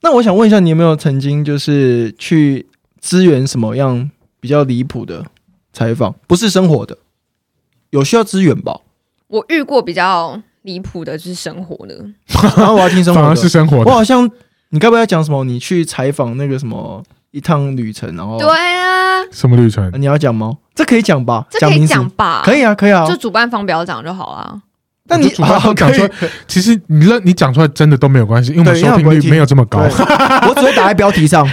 Speaker 3: 那我想问一下，你有没有曾经就是去支援什么样比较离谱的采访？不是生活的，有需要支援吧？
Speaker 2: 我遇过比较离谱的就是生活的，
Speaker 3: 啊然后我要听生
Speaker 1: 反
Speaker 3: 活
Speaker 1: 而是
Speaker 3: 的。
Speaker 1: 生活
Speaker 3: 我
Speaker 1: 的，
Speaker 3: 好像你该不会要讲什么？你去采访那个什么一趟旅程，然后
Speaker 2: 对啊，
Speaker 1: 什么旅程
Speaker 3: 啊？你要讲吗？这可以讲吧？
Speaker 2: 这可以
Speaker 3: 名字
Speaker 2: 讲吧？
Speaker 3: 可以啊，可以啊。
Speaker 2: 就主办方不要讲就好啊了。
Speaker 3: 那你
Speaker 1: 我
Speaker 3: 啊
Speaker 1: 就主办
Speaker 3: 好
Speaker 1: 方讲出来，
Speaker 3: 可以
Speaker 1: 其实你认你讲出来真的都没有关系，因为我们
Speaker 3: 对因为
Speaker 1: 收
Speaker 3: 我不
Speaker 1: 听
Speaker 3: 会
Speaker 1: 率
Speaker 3: 听
Speaker 1: 没有这么高。
Speaker 3: 对我只会打在标题上。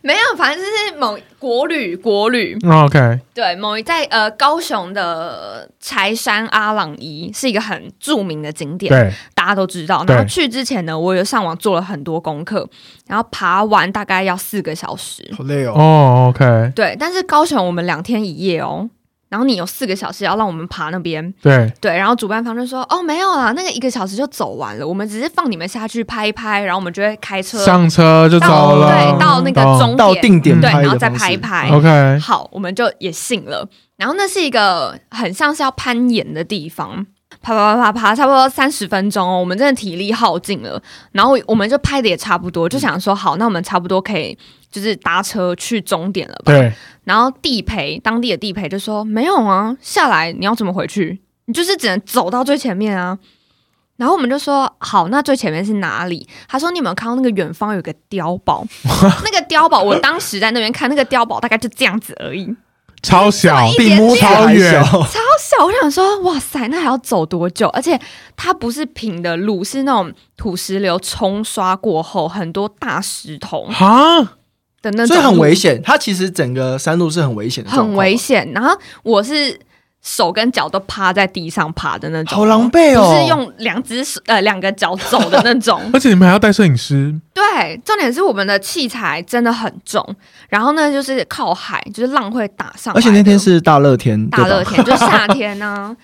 Speaker 2: 没有，反正就是某国旅国旅，
Speaker 1: 那哦
Speaker 2: [laughs]
Speaker 1: OK，
Speaker 2: 对，某一在呃高雄的柴山阿朗伊是一个很著名的景点，
Speaker 1: 对，
Speaker 2: 大家都知道。
Speaker 1: 对
Speaker 2: 然后去之前呢，我有上网做了很多功课，然后爬完大概要四个小时。
Speaker 3: 好累哦。
Speaker 1: 哦，OK，
Speaker 2: 对，但是高雄我们两天一夜哦，然后你有四个小时要让我们爬那边，
Speaker 1: 对，
Speaker 2: 对，然后主办方就说哦没有啦，那个一个小时就走完了，我们只是放你们下去拍一拍，然后我们就会开车
Speaker 1: 上车就
Speaker 2: 到
Speaker 1: 走了，嗯
Speaker 2: 对，到那个
Speaker 1: 懂
Speaker 2: 终点，
Speaker 3: 到定点
Speaker 2: 嗯对，
Speaker 3: 嗯拍的
Speaker 2: 然后再
Speaker 3: 方
Speaker 2: 拍一
Speaker 3: 式
Speaker 2: 拍。
Speaker 1: OK，
Speaker 2: 好，我们就也信了。然后那是一个很像是要攀岩的地方，爬爬爬爬爬，差不多三十分钟哦，我们真的体力耗尽了。然后我们就拍的也差不多，就想说好，那我们差不多可以就是搭车去终点了吧。
Speaker 1: 对，
Speaker 2: 然后地陪当地的地陪就说没有啊，下来你要怎么回去？你就是只能走到最前面啊。然后我们就说好，那最前面是哪里？他说你有没有看到那个远方有个碉
Speaker 3: [laughs]
Speaker 2: 堡？那个碉堡，我当时在那边看，那个碉堡大概就这样子而已，
Speaker 1: 超小，
Speaker 2: 一点
Speaker 3: 摸
Speaker 1: 超远
Speaker 2: [laughs] 超小。我想说，哇塞，那还要走多久？而且它不是平的路，是那种土石流冲刷过后很多大石头
Speaker 1: 哈，。
Speaker 2: 的那种路，
Speaker 3: 所以很危险。它其实整个山路是很危险的，
Speaker 2: 很危。险。然后我是手跟脚都趴在地上爬的那种，
Speaker 3: 好狼狈哦
Speaker 2: 不是用两只手呃两个脚走的那种 [laughs]
Speaker 1: 而且你们还要带摄影师，
Speaker 2: 对，重点是我们的器材真的很重，然后呢就是靠海，就是浪会打上来的，
Speaker 3: 而且那天是大热天，
Speaker 2: 大热
Speaker 3: 对吧
Speaker 2: 天，
Speaker 3: [laughs]
Speaker 2: 就是夏天呢、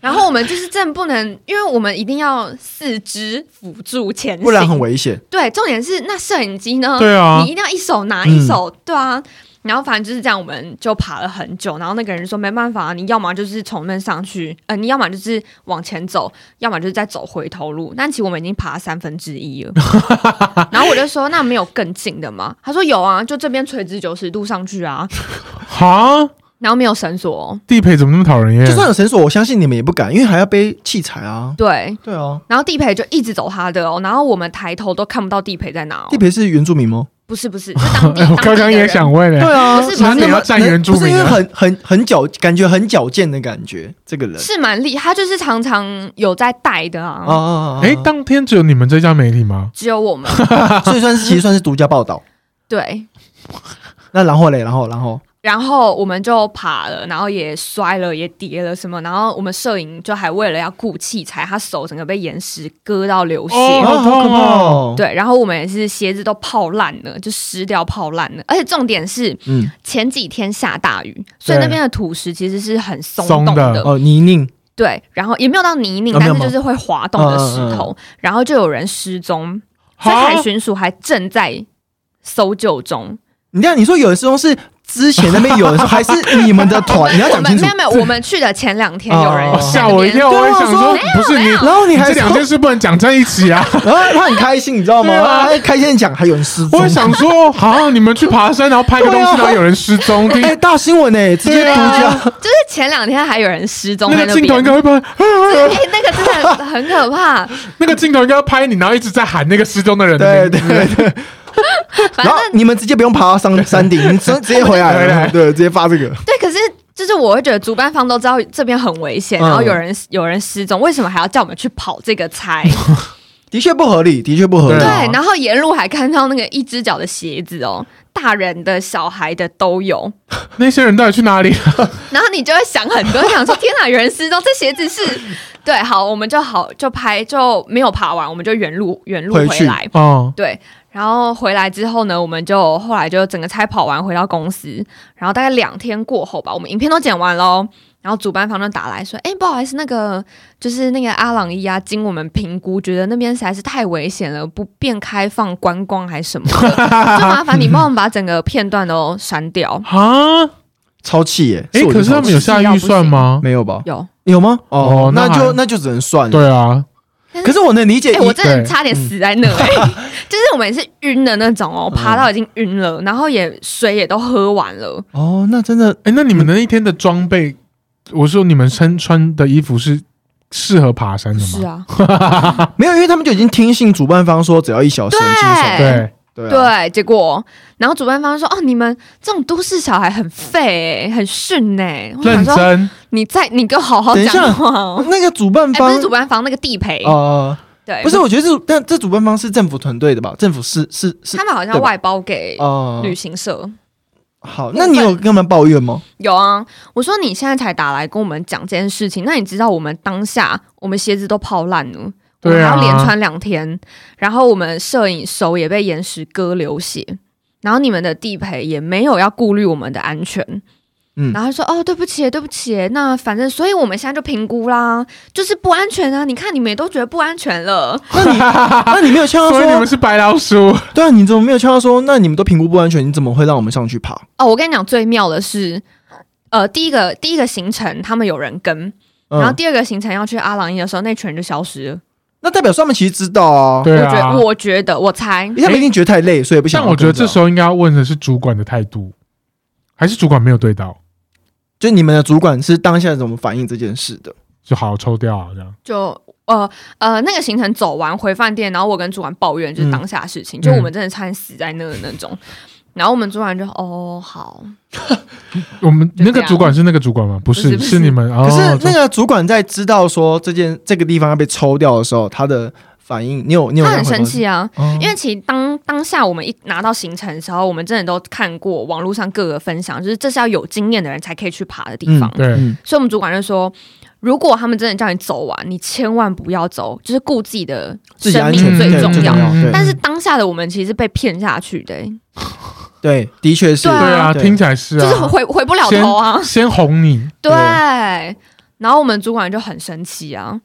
Speaker 2: 然后我们就是真的不能，因为我们一定要四肢辅助前行，
Speaker 3: 不然很危险。
Speaker 2: 对，重点是那摄影机呢？
Speaker 1: 对啊嗯
Speaker 2: 你一定要一手拿一手，对啊。然后反正就是这样，我们就爬了很久。然后那个人说没办法，你要么就是从那上去，呃，你要么就是往前走，要么就是再走回头路。但其实我们已经爬了三分
Speaker 1: [laughs]
Speaker 2: 之一了。然后我就说那没有更近的吗？他说有啊，就这边垂直九十度上去啊。
Speaker 1: 哈，
Speaker 2: 然后没有绳索、哦，
Speaker 1: 地陪怎么那么讨人
Speaker 3: 就
Speaker 1: 厌？
Speaker 3: 算有绳索，我相信你们也不敢，因为还要背器材啊。
Speaker 2: 对。
Speaker 3: 对啊，
Speaker 2: 然后地陪就一直走他的哦，然后我们抬头都看不到地陪在哪、哦
Speaker 3: 地。陪是原住民吗？
Speaker 2: 不是不是，是当
Speaker 1: [laughs]
Speaker 2: 地。
Speaker 1: 哎我刚刚
Speaker 2: 当地的
Speaker 1: 也
Speaker 2: 人
Speaker 1: 想问嘞，
Speaker 3: 啊
Speaker 2: 不是
Speaker 3: 他
Speaker 2: 不是
Speaker 3: 那么
Speaker 1: 要站原住民啊
Speaker 3: 不是因为很 [laughs] 很很矫，感觉很矫健的感觉，这个人
Speaker 2: 是蛮厉他就是常常有在带的啊，
Speaker 3: 啊啊啊！
Speaker 1: 哎，当天只有你们这家媒体吗？
Speaker 2: 只有我
Speaker 3: [laughs]
Speaker 2: 们
Speaker 3: 啊所以算是其实算是独家报道。
Speaker 2: 对。
Speaker 3: 那然后嘞，然后然后
Speaker 2: 然后我们就爬了，然后也摔了，也跌了什么。然后我们摄影就还为了要顾器材，他手整个被岩石割到流血。
Speaker 1: 哦好痛哦
Speaker 3: 哦！
Speaker 2: 对，然后我们也是鞋子都泡烂了，就湿掉泡烂了。而且重点是
Speaker 3: 嗯，
Speaker 2: 前几天下大雨，所以
Speaker 1: 对
Speaker 2: 那边的土石其实是很松
Speaker 1: 松
Speaker 2: 动
Speaker 1: 的
Speaker 3: 哦，泥泞
Speaker 2: 对，然后也没有到泥泞，
Speaker 3: 啊没
Speaker 2: 但
Speaker 3: 有
Speaker 2: 是
Speaker 3: 吗
Speaker 2: 就是会滑动的
Speaker 3: 嗯嗯
Speaker 2: 石
Speaker 3: 嗯
Speaker 2: 头。然后就有人失踪，所以
Speaker 1: 哈
Speaker 2: 海巡署还正在搜救中。
Speaker 3: 你看，你说有的时候是之前那边有的时候，还是你们的团，你要
Speaker 2: 我
Speaker 3: 讲
Speaker 2: 们
Speaker 3: 清楚
Speaker 2: 没有。没有，我们去的前两天
Speaker 3: 哦
Speaker 2: 有人
Speaker 1: 哦
Speaker 2: 在
Speaker 1: 吓
Speaker 2: 那
Speaker 1: 我一
Speaker 2: 边
Speaker 1: 跳，我也
Speaker 3: 对啊
Speaker 1: 想说
Speaker 3: 我
Speaker 1: 不是你，
Speaker 3: 然后你
Speaker 1: 你
Speaker 3: 还
Speaker 1: 这两
Speaker 3: 说
Speaker 1: 件事不能讲在一起
Speaker 3: [laughs]
Speaker 1: 啊！
Speaker 3: 然后他很开心，你知道吗？
Speaker 1: 对啊
Speaker 3: 他开心地讲还有人失踪
Speaker 1: 我也，想说，好，你们去爬山，然后拍个东西，
Speaker 3: 对啊
Speaker 1: 然后有人失踪，
Speaker 3: 哎，
Speaker 1: 听
Speaker 3: 大新闻呢，直接
Speaker 1: 对
Speaker 3: 独
Speaker 1: 啊
Speaker 3: 家，
Speaker 2: 就是前两天还有人失踪在
Speaker 1: 那个
Speaker 2: 那
Speaker 1: 镜头
Speaker 2: 边
Speaker 1: 应该。会拍，
Speaker 2: 哎、那个真的很可怕。
Speaker 1: 那个镜头应该要拍你，然后一直在喊那个失踪的人的
Speaker 3: 对
Speaker 1: 名字
Speaker 3: 对。对。
Speaker 2: 反
Speaker 3: 然后
Speaker 2: 正
Speaker 3: 你们直接不用爬到山山顶，你直
Speaker 1: [laughs]
Speaker 3: 直接回
Speaker 1: 回
Speaker 3: 来
Speaker 1: 来
Speaker 3: 了，对，直接发这个。
Speaker 2: 对，可是就是我会觉得主办方都知道这边很危险，然后有人有人失踪，为什么还要叫我们去跑这个猜？
Speaker 3: 的确不合理，的确不合理。
Speaker 1: 对
Speaker 2: 对
Speaker 1: 啊，
Speaker 2: 然后沿路还看到那个一只脚的鞋子哦，大人的、小孩的都有。
Speaker 1: 那些人到底去哪里？
Speaker 2: 然后你就会想很多，想说天哪，有人失踪，这鞋子是对，好，我们就好就拍就没有爬完，我们就原路原路
Speaker 3: 回
Speaker 2: 回
Speaker 3: 去
Speaker 2: 来，
Speaker 1: 哦，
Speaker 2: 对。然后回来之后呢，我们就后来就整个差跑完回到公司，然后大概两天过后吧，我们影片都剪完喽。然后主办方就打来说：“哎，不好意思，那个就是那个阿朗伊啊，经我们评估，觉得那边实在是太危险了，不便开放观光还是什么的，就麻烦你帮我们把整个片段都删掉。
Speaker 1: 啊，
Speaker 3: 超气耶！
Speaker 1: 哎，
Speaker 3: 我就
Speaker 1: 可是他
Speaker 3: 超
Speaker 1: 们
Speaker 3: 气
Speaker 1: 有下预算吗？
Speaker 3: 没有吧？
Speaker 2: 有，
Speaker 3: 有吗？
Speaker 1: 啊哦
Speaker 3: 哦，那
Speaker 1: 那还
Speaker 3: 就那就只能算了。
Speaker 1: 对啊，
Speaker 3: 可是我能理解
Speaker 2: 哎、我
Speaker 3: 一，
Speaker 2: 真的
Speaker 1: 对
Speaker 2: 差点
Speaker 3: 嗯
Speaker 2: 死在那、
Speaker 3: [laughs]
Speaker 2: 欸，就是我们也是晕的那种哦，爬到已经晕了，然后也水也都喝完了，
Speaker 3: 哦，那真的
Speaker 1: 哎，那你们的那一天的装备，我说你们身穿的衣服是适合爬山的吗？
Speaker 2: 啊，
Speaker 3: 没有，因为他们就已经听信主办方说只要一小时很轻松。
Speaker 2: 对
Speaker 1: 对，
Speaker 3: 对啊，
Speaker 2: 哎对，结果然后主办方说：“哦，你们这种都市小孩很废、欸，很逊哎、我想
Speaker 1: 认
Speaker 2: 说，
Speaker 1: 真
Speaker 2: 你再你给我好好
Speaker 3: 等一下
Speaker 2: 讲话哦。
Speaker 3: 那个主办
Speaker 2: 哎，不
Speaker 3: 方
Speaker 2: 是主办方那个地陪，
Speaker 3: 呃，
Speaker 2: 对，
Speaker 3: 不是，我觉得是，但这主办方是政府团队的吧？政府是是是
Speaker 2: 他们好像
Speaker 3: 对吧
Speaker 2: 外包给
Speaker 3: 哦
Speaker 2: 旅行社。
Speaker 3: 好，那你有跟他们抱
Speaker 1: [laughs]
Speaker 3: 怨吗？
Speaker 2: 有啊，我说你现在才打来跟我们讲这件事情，那你知道我们当下我们鞋子都泡烂了，我们
Speaker 1: 对
Speaker 2: 还
Speaker 1: 啊
Speaker 2: 要连穿两天，然后我们摄影手也被岩石割流血，然后你们的地陪也没有要顾虑我们的安全。
Speaker 3: 嗯
Speaker 2: 然后说哦，对不起，对不起，那反正，所以我们现在就评估啦，就是不安全啊！你看你们也都觉得不安全了，
Speaker 3: 那你那你没有
Speaker 2: 呃
Speaker 3: 呛他
Speaker 1: 所以你们
Speaker 3: 说？
Speaker 1: 是白老鼠。
Speaker 3: [laughs]
Speaker 2: 哦
Speaker 3: 对啊，你怎么没有呛他说？那你们都评估不安全，你怎么会让我们上去爬？
Speaker 2: 哦，我跟你讲，最妙的是，呃，第一个第一个行程他们有人跟，然后
Speaker 3: 嗯，
Speaker 2: 第二个行程要去阿朗伊的时候，那群人就消失了。
Speaker 3: 那代表说他们其实知道啊，
Speaker 1: 对
Speaker 2: 我觉
Speaker 1: 啊
Speaker 2: 得，，我觉得，我猜
Speaker 3: 因为他们一定觉得太累，所以不想
Speaker 1: 但
Speaker 3: 要
Speaker 1: 我
Speaker 3: 跟
Speaker 1: 觉
Speaker 3: 着啊。
Speaker 1: 得这时候应该要问的是主管的态度，还是主管没有对到，
Speaker 3: 就你们的主管是当下怎么反应这件事的？
Speaker 1: 就好好抽掉啊，这样。
Speaker 2: 就呃呃那个行程走完回饭店，然后我跟主管抱怨就是当下的事情，
Speaker 1: 嗯
Speaker 2: 就我们真的差点死在那的那种。然后我们主管就哦好，
Speaker 1: 我们
Speaker 2: 就
Speaker 1: 那
Speaker 2: 这样
Speaker 1: 个主管是那个主管吗？不
Speaker 2: 不
Speaker 1: 是，
Speaker 2: 是不是
Speaker 1: 是你们。哦
Speaker 3: 可
Speaker 1: 可
Speaker 3: 是那个主管在知道说这件这个地方要被抽掉的时候，他的反应，你有你有
Speaker 2: 他
Speaker 3: 让
Speaker 2: 很
Speaker 3: 回
Speaker 2: 生
Speaker 3: 吗
Speaker 2: 气啊。
Speaker 3: 哦
Speaker 2: 因为其实当当下我们一拿到行程的时候，我们真的都看过网络上各个分享，就是这是要有经验的人才可以去爬的地方。
Speaker 1: 对，
Speaker 3: 嗯
Speaker 2: 所以我们主管就说，如果他们真的叫你走完，你千万不要走，就是顾自己的
Speaker 3: 自己
Speaker 2: 生
Speaker 3: 安
Speaker 2: 命
Speaker 3: 全
Speaker 2: 最
Speaker 3: 对
Speaker 2: 重
Speaker 3: 最
Speaker 2: 要
Speaker 3: 重。要对
Speaker 2: 但是当下的我们其实是被骗下去的欸、
Speaker 3: 对，的确是
Speaker 2: 对
Speaker 1: 对啊，
Speaker 3: 对
Speaker 1: 听起来是
Speaker 2: 就是
Speaker 1: 啊，
Speaker 2: 回回不了头啊。
Speaker 1: 先哄你，
Speaker 2: 对，然后我们主管就很生气啊，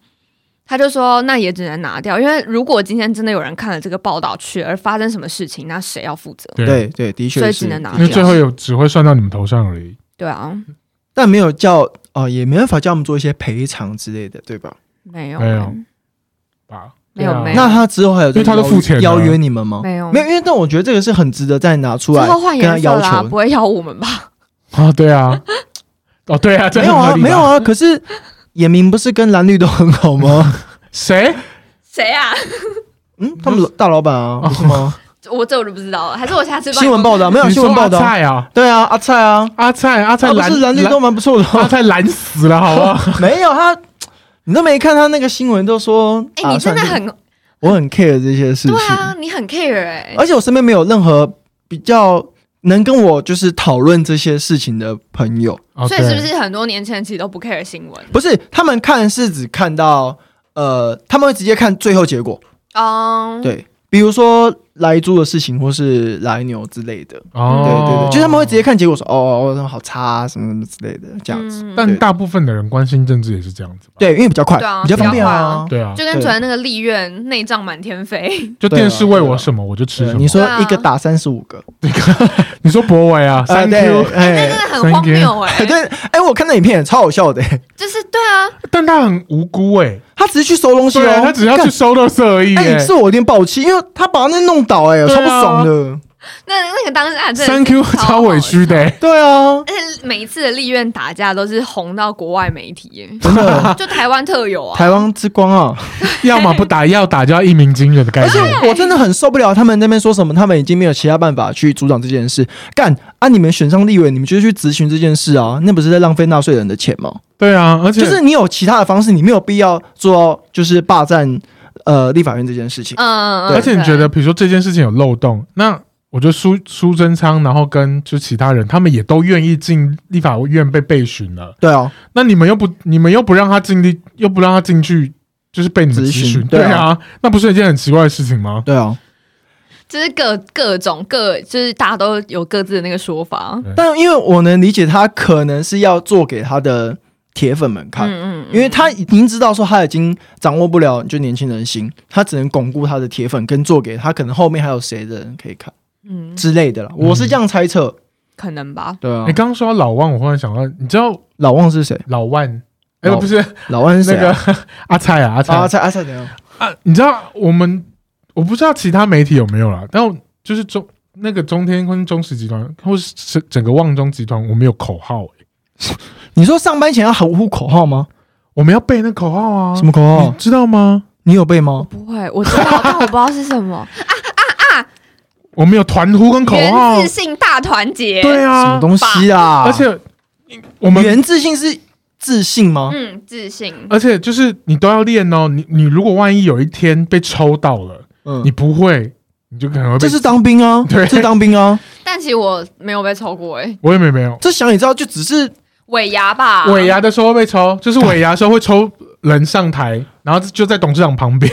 Speaker 2: 他就说那也只能拿掉，因为如果今天真的有人看了这个报道去而发生什么事情，那谁要负责？
Speaker 1: 对，
Speaker 3: 对对，的确是，
Speaker 2: 所以只能拿
Speaker 1: 因为
Speaker 2: 掉
Speaker 1: 最后有只会算到你们头上而已。
Speaker 2: 对啊，
Speaker 3: 但没有叫哦、也没办法叫他们做一些赔偿之类的，对吧？
Speaker 2: 没有，
Speaker 1: 没有吧？
Speaker 2: 没有
Speaker 1: 对啊
Speaker 2: 没有
Speaker 3: 那他之后还有
Speaker 1: 因为他都
Speaker 3: 邀
Speaker 1: 付钱了
Speaker 3: 邀约你们吗？
Speaker 2: 没有
Speaker 3: 没有，因为但我觉得这个是很值得再拿出
Speaker 2: 之
Speaker 3: 来
Speaker 2: 后换
Speaker 3: 跟他
Speaker 2: 颜
Speaker 3: 要
Speaker 2: 色啦，
Speaker 3: 求
Speaker 2: 不。会要我们吧？ [laughs]
Speaker 1: 啊，对啊，哦，对啊，这
Speaker 3: 没有
Speaker 1: 很合
Speaker 3: 啊，
Speaker 1: 理吧
Speaker 3: 没有，啊。可是眼明不是跟蓝绿都很
Speaker 1: [laughs]
Speaker 3: 好吗？
Speaker 1: 谁？
Speaker 2: 谁啊？
Speaker 3: 嗯，他们大老板啊，不是
Speaker 2: [laughs]
Speaker 3: 吗？
Speaker 2: 我这我就不知道了，还是我下次帮你
Speaker 3: 新闻报道没有
Speaker 1: 你
Speaker 3: 新
Speaker 1: 说
Speaker 3: 闻报道
Speaker 1: 阿
Speaker 3: 啊，
Speaker 1: 菜啊，
Speaker 3: 对啊，阿菜啊，
Speaker 1: 阿菜，阿菜
Speaker 3: 他不
Speaker 1: 蓝
Speaker 3: 是蓝绿都蛮不错的哦
Speaker 1: 阿
Speaker 3: 吗。
Speaker 1: 菜蓝死了，好不
Speaker 3: [laughs]
Speaker 1: 好？
Speaker 3: 没有他，你都没看他那个新闻，都说
Speaker 2: 哎、
Speaker 3: 啊
Speaker 2: 你真的
Speaker 3: 算是
Speaker 2: 很
Speaker 3: 我很 care 这些事情
Speaker 2: 对，啊，你很 care 哎、
Speaker 3: 而且我身边没有任何比较能跟我就是讨论这些事情的朋友。
Speaker 1: 哦
Speaker 2: 所以是不？
Speaker 1: 对
Speaker 2: 是很多年前其实都不 care 新闻
Speaker 3: 不是，他们看是只看到呃，他们会直接看最后结果，
Speaker 2: 哦
Speaker 3: 对，比如说莱猪的事情或是莱牛之类的，对对对，
Speaker 1: 哦，
Speaker 3: 就是他们会直接看结果说，哦哦，哦好差、啊、什么什么之类的这样子，
Speaker 2: 嗯
Speaker 1: 但大部分的人关心政治也是这样子吧？
Speaker 3: 对，因为比较快，
Speaker 2: 对啊
Speaker 3: 比较方便
Speaker 2: 比较快
Speaker 3: 啊
Speaker 2: 啊。
Speaker 1: 对啊，
Speaker 2: 就跟昨天那个立院内脏满天飞，
Speaker 1: 就电视喂我什么我就吃
Speaker 3: 啊对
Speaker 1: 什么。
Speaker 3: 你说
Speaker 2: 对啊
Speaker 3: 一个打三十五个，
Speaker 1: 你说博伟啊
Speaker 3: 呃
Speaker 1: ，Thank
Speaker 3: 对
Speaker 1: you，
Speaker 2: 那
Speaker 3: 哎
Speaker 2: 真的很荒谬哎、
Speaker 3: 哎对，哎，我看那影片超好笑的， [laughs] 哎
Speaker 2: 就是对啊，
Speaker 1: 但他很无辜哎，
Speaker 3: 他只是去收东西
Speaker 1: 对
Speaker 3: 哦
Speaker 1: 啊，，他只要去收垃圾而已
Speaker 3: 哎、
Speaker 1: 哎。
Speaker 3: 是我有点爆气，因为他把那弄倒、哎，
Speaker 1: 对
Speaker 3: 超
Speaker 1: 啊
Speaker 3: 不爽的。
Speaker 2: 那那个当下真的是
Speaker 1: Thank you，
Speaker 2: 超
Speaker 1: 超委屈的
Speaker 2: 好笑。 [laughs]
Speaker 1: 哎。
Speaker 3: 对啊，
Speaker 2: 而且每一次的立院打架都是红到国外媒体耶，
Speaker 3: 真
Speaker 2: [laughs]
Speaker 3: 的，
Speaker 2: 就台湾特有啊。
Speaker 3: 台湾之光啊！
Speaker 1: 要么不打，要打就要一鸣惊人的概
Speaker 3: 而且
Speaker 1: 念。
Speaker 3: 我真的很受不了他们那边说什么，他们已经没有其他办法去阻挡这件事。干啊！你们选上立委，你们就去执行这件事啊，那不是在浪费纳税人的钱吗？
Speaker 1: 对啊，而且
Speaker 3: 就是你有其他的方式，你没有必要做到就是霸占呃立法院这件事情。
Speaker 2: 嗯，嗯
Speaker 1: 而且你觉？得，
Speaker 2: 对
Speaker 1: 比如说这件事情有漏洞，那我觉得苏苏贞昌，然后跟就其他人，他们也都愿意进立法院被备询了。
Speaker 3: 对啊，
Speaker 1: 那你们又不，你们又不让他进立，又不让他进去，就是被你们
Speaker 3: 咨
Speaker 1: 咨
Speaker 3: 询
Speaker 1: 询，
Speaker 3: 对
Speaker 1: 对
Speaker 3: 啊
Speaker 1: [laughs] 啊，那不是一件很奇怪的事情吗？
Speaker 3: 对啊。
Speaker 2: 就是各各种各，就是大家都有各自的那个说法。
Speaker 3: 但因为我能理解他可能是要做给他的铁粉们看，
Speaker 2: 嗯
Speaker 3: 因为他已经知道说他已经掌握不了就年轻人的心，他只能巩固他的铁粉跟做给他可能后面还有谁的人可以看
Speaker 2: 嗯，
Speaker 3: 之类的啦。我是这样猜测，
Speaker 2: 可能吧。
Speaker 3: 对啊
Speaker 1: 你哎刚刚说到老万，我忽然想到，你知道
Speaker 3: 老万是谁？
Speaker 1: 老万，哎、
Speaker 3: 老
Speaker 1: 不是
Speaker 3: 老万是
Speaker 1: 那
Speaker 3: [laughs] 谁、
Speaker 1: 个 [laughs]
Speaker 3: 啊？
Speaker 1: 阿菜啊，阿菜
Speaker 3: 啊，阿菜阿菜怎样？
Speaker 1: 啊，你知道我们我不知道其他媒体有没有啦，但我就是中那个中天跟中石集团，或是整整个旺中集团，我们有口号、欸，
Speaker 3: 你说上班前要喊呼口号吗？
Speaker 1: 我们要背那口号啊，
Speaker 3: 什么口
Speaker 1: 你
Speaker 3: 号？
Speaker 1: 知道吗？
Speaker 3: 你有背
Speaker 2: 我
Speaker 3: 吗？
Speaker 2: [laughs] 不会，我知道，但我不知道是什么。啊啊啊！
Speaker 1: 我们有团呼跟口号
Speaker 2: 源自，性大团结。
Speaker 1: 对
Speaker 3: 什么
Speaker 1: 啊，
Speaker 3: 东西啊？
Speaker 1: 而且我们
Speaker 3: 原自信是自信吗？
Speaker 2: 嗯，自信。
Speaker 1: 而且就是你都要练哦，你你如果万一有一天被抽到了，
Speaker 3: 嗯，
Speaker 1: 你不会，你就可能会被
Speaker 3: 这。是当兵啊，
Speaker 1: 对
Speaker 3: 这是当兵啊。
Speaker 2: 但其实我没有被抽过、欸，哎，
Speaker 1: 我也没没有
Speaker 3: 这想你知道，就只是
Speaker 2: 尾牙吧，
Speaker 1: 尾牙的时候会被抽，就是尾牙的时候会抽人上台，然后就在董事长旁
Speaker 3: [laughs]
Speaker 1: 边，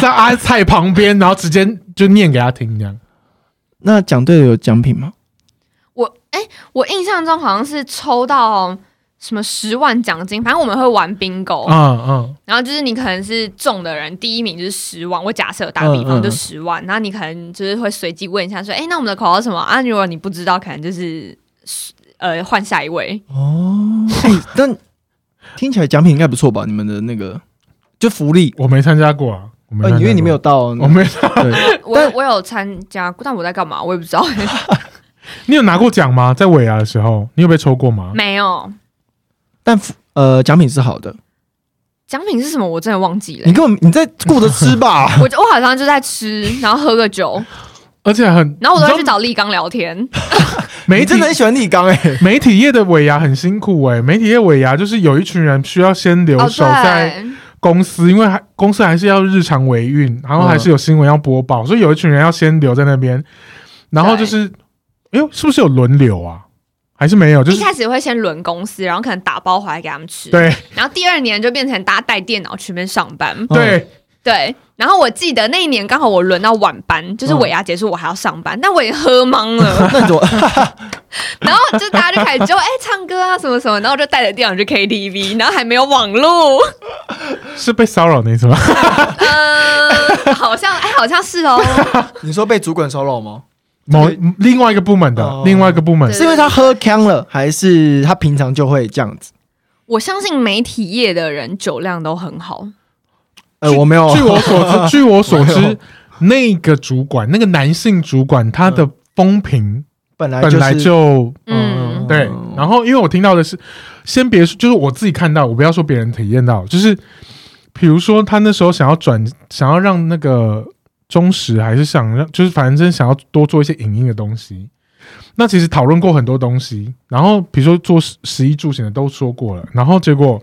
Speaker 1: 在阿菜旁边，然后直接就念给他听这样。
Speaker 3: 那讲对了有奖品吗？
Speaker 2: 我哎、我印象中好像是抽到什么十万奖金，反正我们会玩 bingo，、
Speaker 3: 哦
Speaker 1: 嗯嗯
Speaker 2: 然后就是你可能是中的人，第一名就是十万，我假设打比
Speaker 3: 嗯嗯
Speaker 2: 方
Speaker 3: 嗯
Speaker 2: 就十万，然后你可能就是会随机问一下说，哎、那我们的口号是什么啊？如果你不知道，可能就是呃换下一位，
Speaker 3: 哦，哎但听起来奖品应该不错吧？你们的那个就福利，
Speaker 1: 我没参加过啊，我没
Speaker 3: 呃，
Speaker 1: 参加过
Speaker 3: 因为你没有，到，
Speaker 1: [laughs] 我没有，
Speaker 3: 对，
Speaker 2: 我
Speaker 3: 但哦
Speaker 2: 我有参加，但我在干嘛我也不知道、
Speaker 1: 你有拿过奖吗？在尾牙的时候，你有被抽过吗？
Speaker 2: [laughs] 没有
Speaker 3: 但福呃奖品是好的。
Speaker 2: 奖品是什么，我真的忘记了？
Speaker 3: 你。根本你在顾着吃吧
Speaker 1: [laughs]
Speaker 2: 我就我好像就在吃，然后喝个酒，
Speaker 1: 而且很，
Speaker 2: 然后我都会
Speaker 1: 你
Speaker 2: 去
Speaker 1: 知道
Speaker 2: 找立刚聊
Speaker 3: [laughs]
Speaker 2: 天。
Speaker 1: 媒
Speaker 3: 你
Speaker 1: 体
Speaker 3: 真的很喜欢李刚哎、，
Speaker 1: [laughs] 媒体业的尾牙很辛苦哎、媒体业尾牙就是有一群人需要先留
Speaker 2: 哦，
Speaker 1: 守在
Speaker 2: 对，
Speaker 1: 公司，因为还公司还是要日常维运，然后还是有新闻要播报，所以有一群人要先留在那边。然后就是，哎呦，是不是有轮流啊？还是没有？就
Speaker 2: 一
Speaker 1: 是
Speaker 2: 开始会先轮公司，然后可能打包回来给他们吃。
Speaker 1: 对
Speaker 2: 然后第二年就变成大家带电脑去那边上班。
Speaker 1: 对，
Speaker 2: 对，然后我记得那一年刚好我轮到晚班，就是尾牙结束我还要上班，但我也喝懵
Speaker 1: [laughs]
Speaker 2: 了
Speaker 3: 那你怎么？
Speaker 2: 然后就大家就开始就哎、唱歌啊什么什么，然后我就带着电脑去 KTV，然后还没有网
Speaker 1: [laughs]
Speaker 2: 路，
Speaker 1: 是被骚扰那一次吗？
Speaker 2: 嗯，好像哎、好像是哦，
Speaker 3: 你说被主管骚扰吗？
Speaker 1: 某
Speaker 3: 对
Speaker 1: 另外一个部门的，
Speaker 3: 哦
Speaker 1: 另外一个部门
Speaker 2: 对
Speaker 3: 是因为他喝呛了，还是他平常就会这样子？
Speaker 2: 我相信媒体业的人酒量都很好，
Speaker 3: 呃，我没有，
Speaker 1: 据我所知，据我所
Speaker 3: 没
Speaker 1: 知
Speaker 3: 有，
Speaker 1: 那个主管，那个男性主管，他的风评
Speaker 3: [laughs] 嗯本来
Speaker 1: 本来
Speaker 3: 是
Speaker 1: 就
Speaker 3: 哦
Speaker 2: 嗯，
Speaker 1: 对，然后因为我听到的是，先别说，就是我自己看到，我不要说别人体验到，就是比如说他那时候想要转，想要让那个忠实，还是想让，就是反正想要多做一些影音的东西。那其实讨论过很多东西，然后比如说做食食衣住行的都说过了，然后结果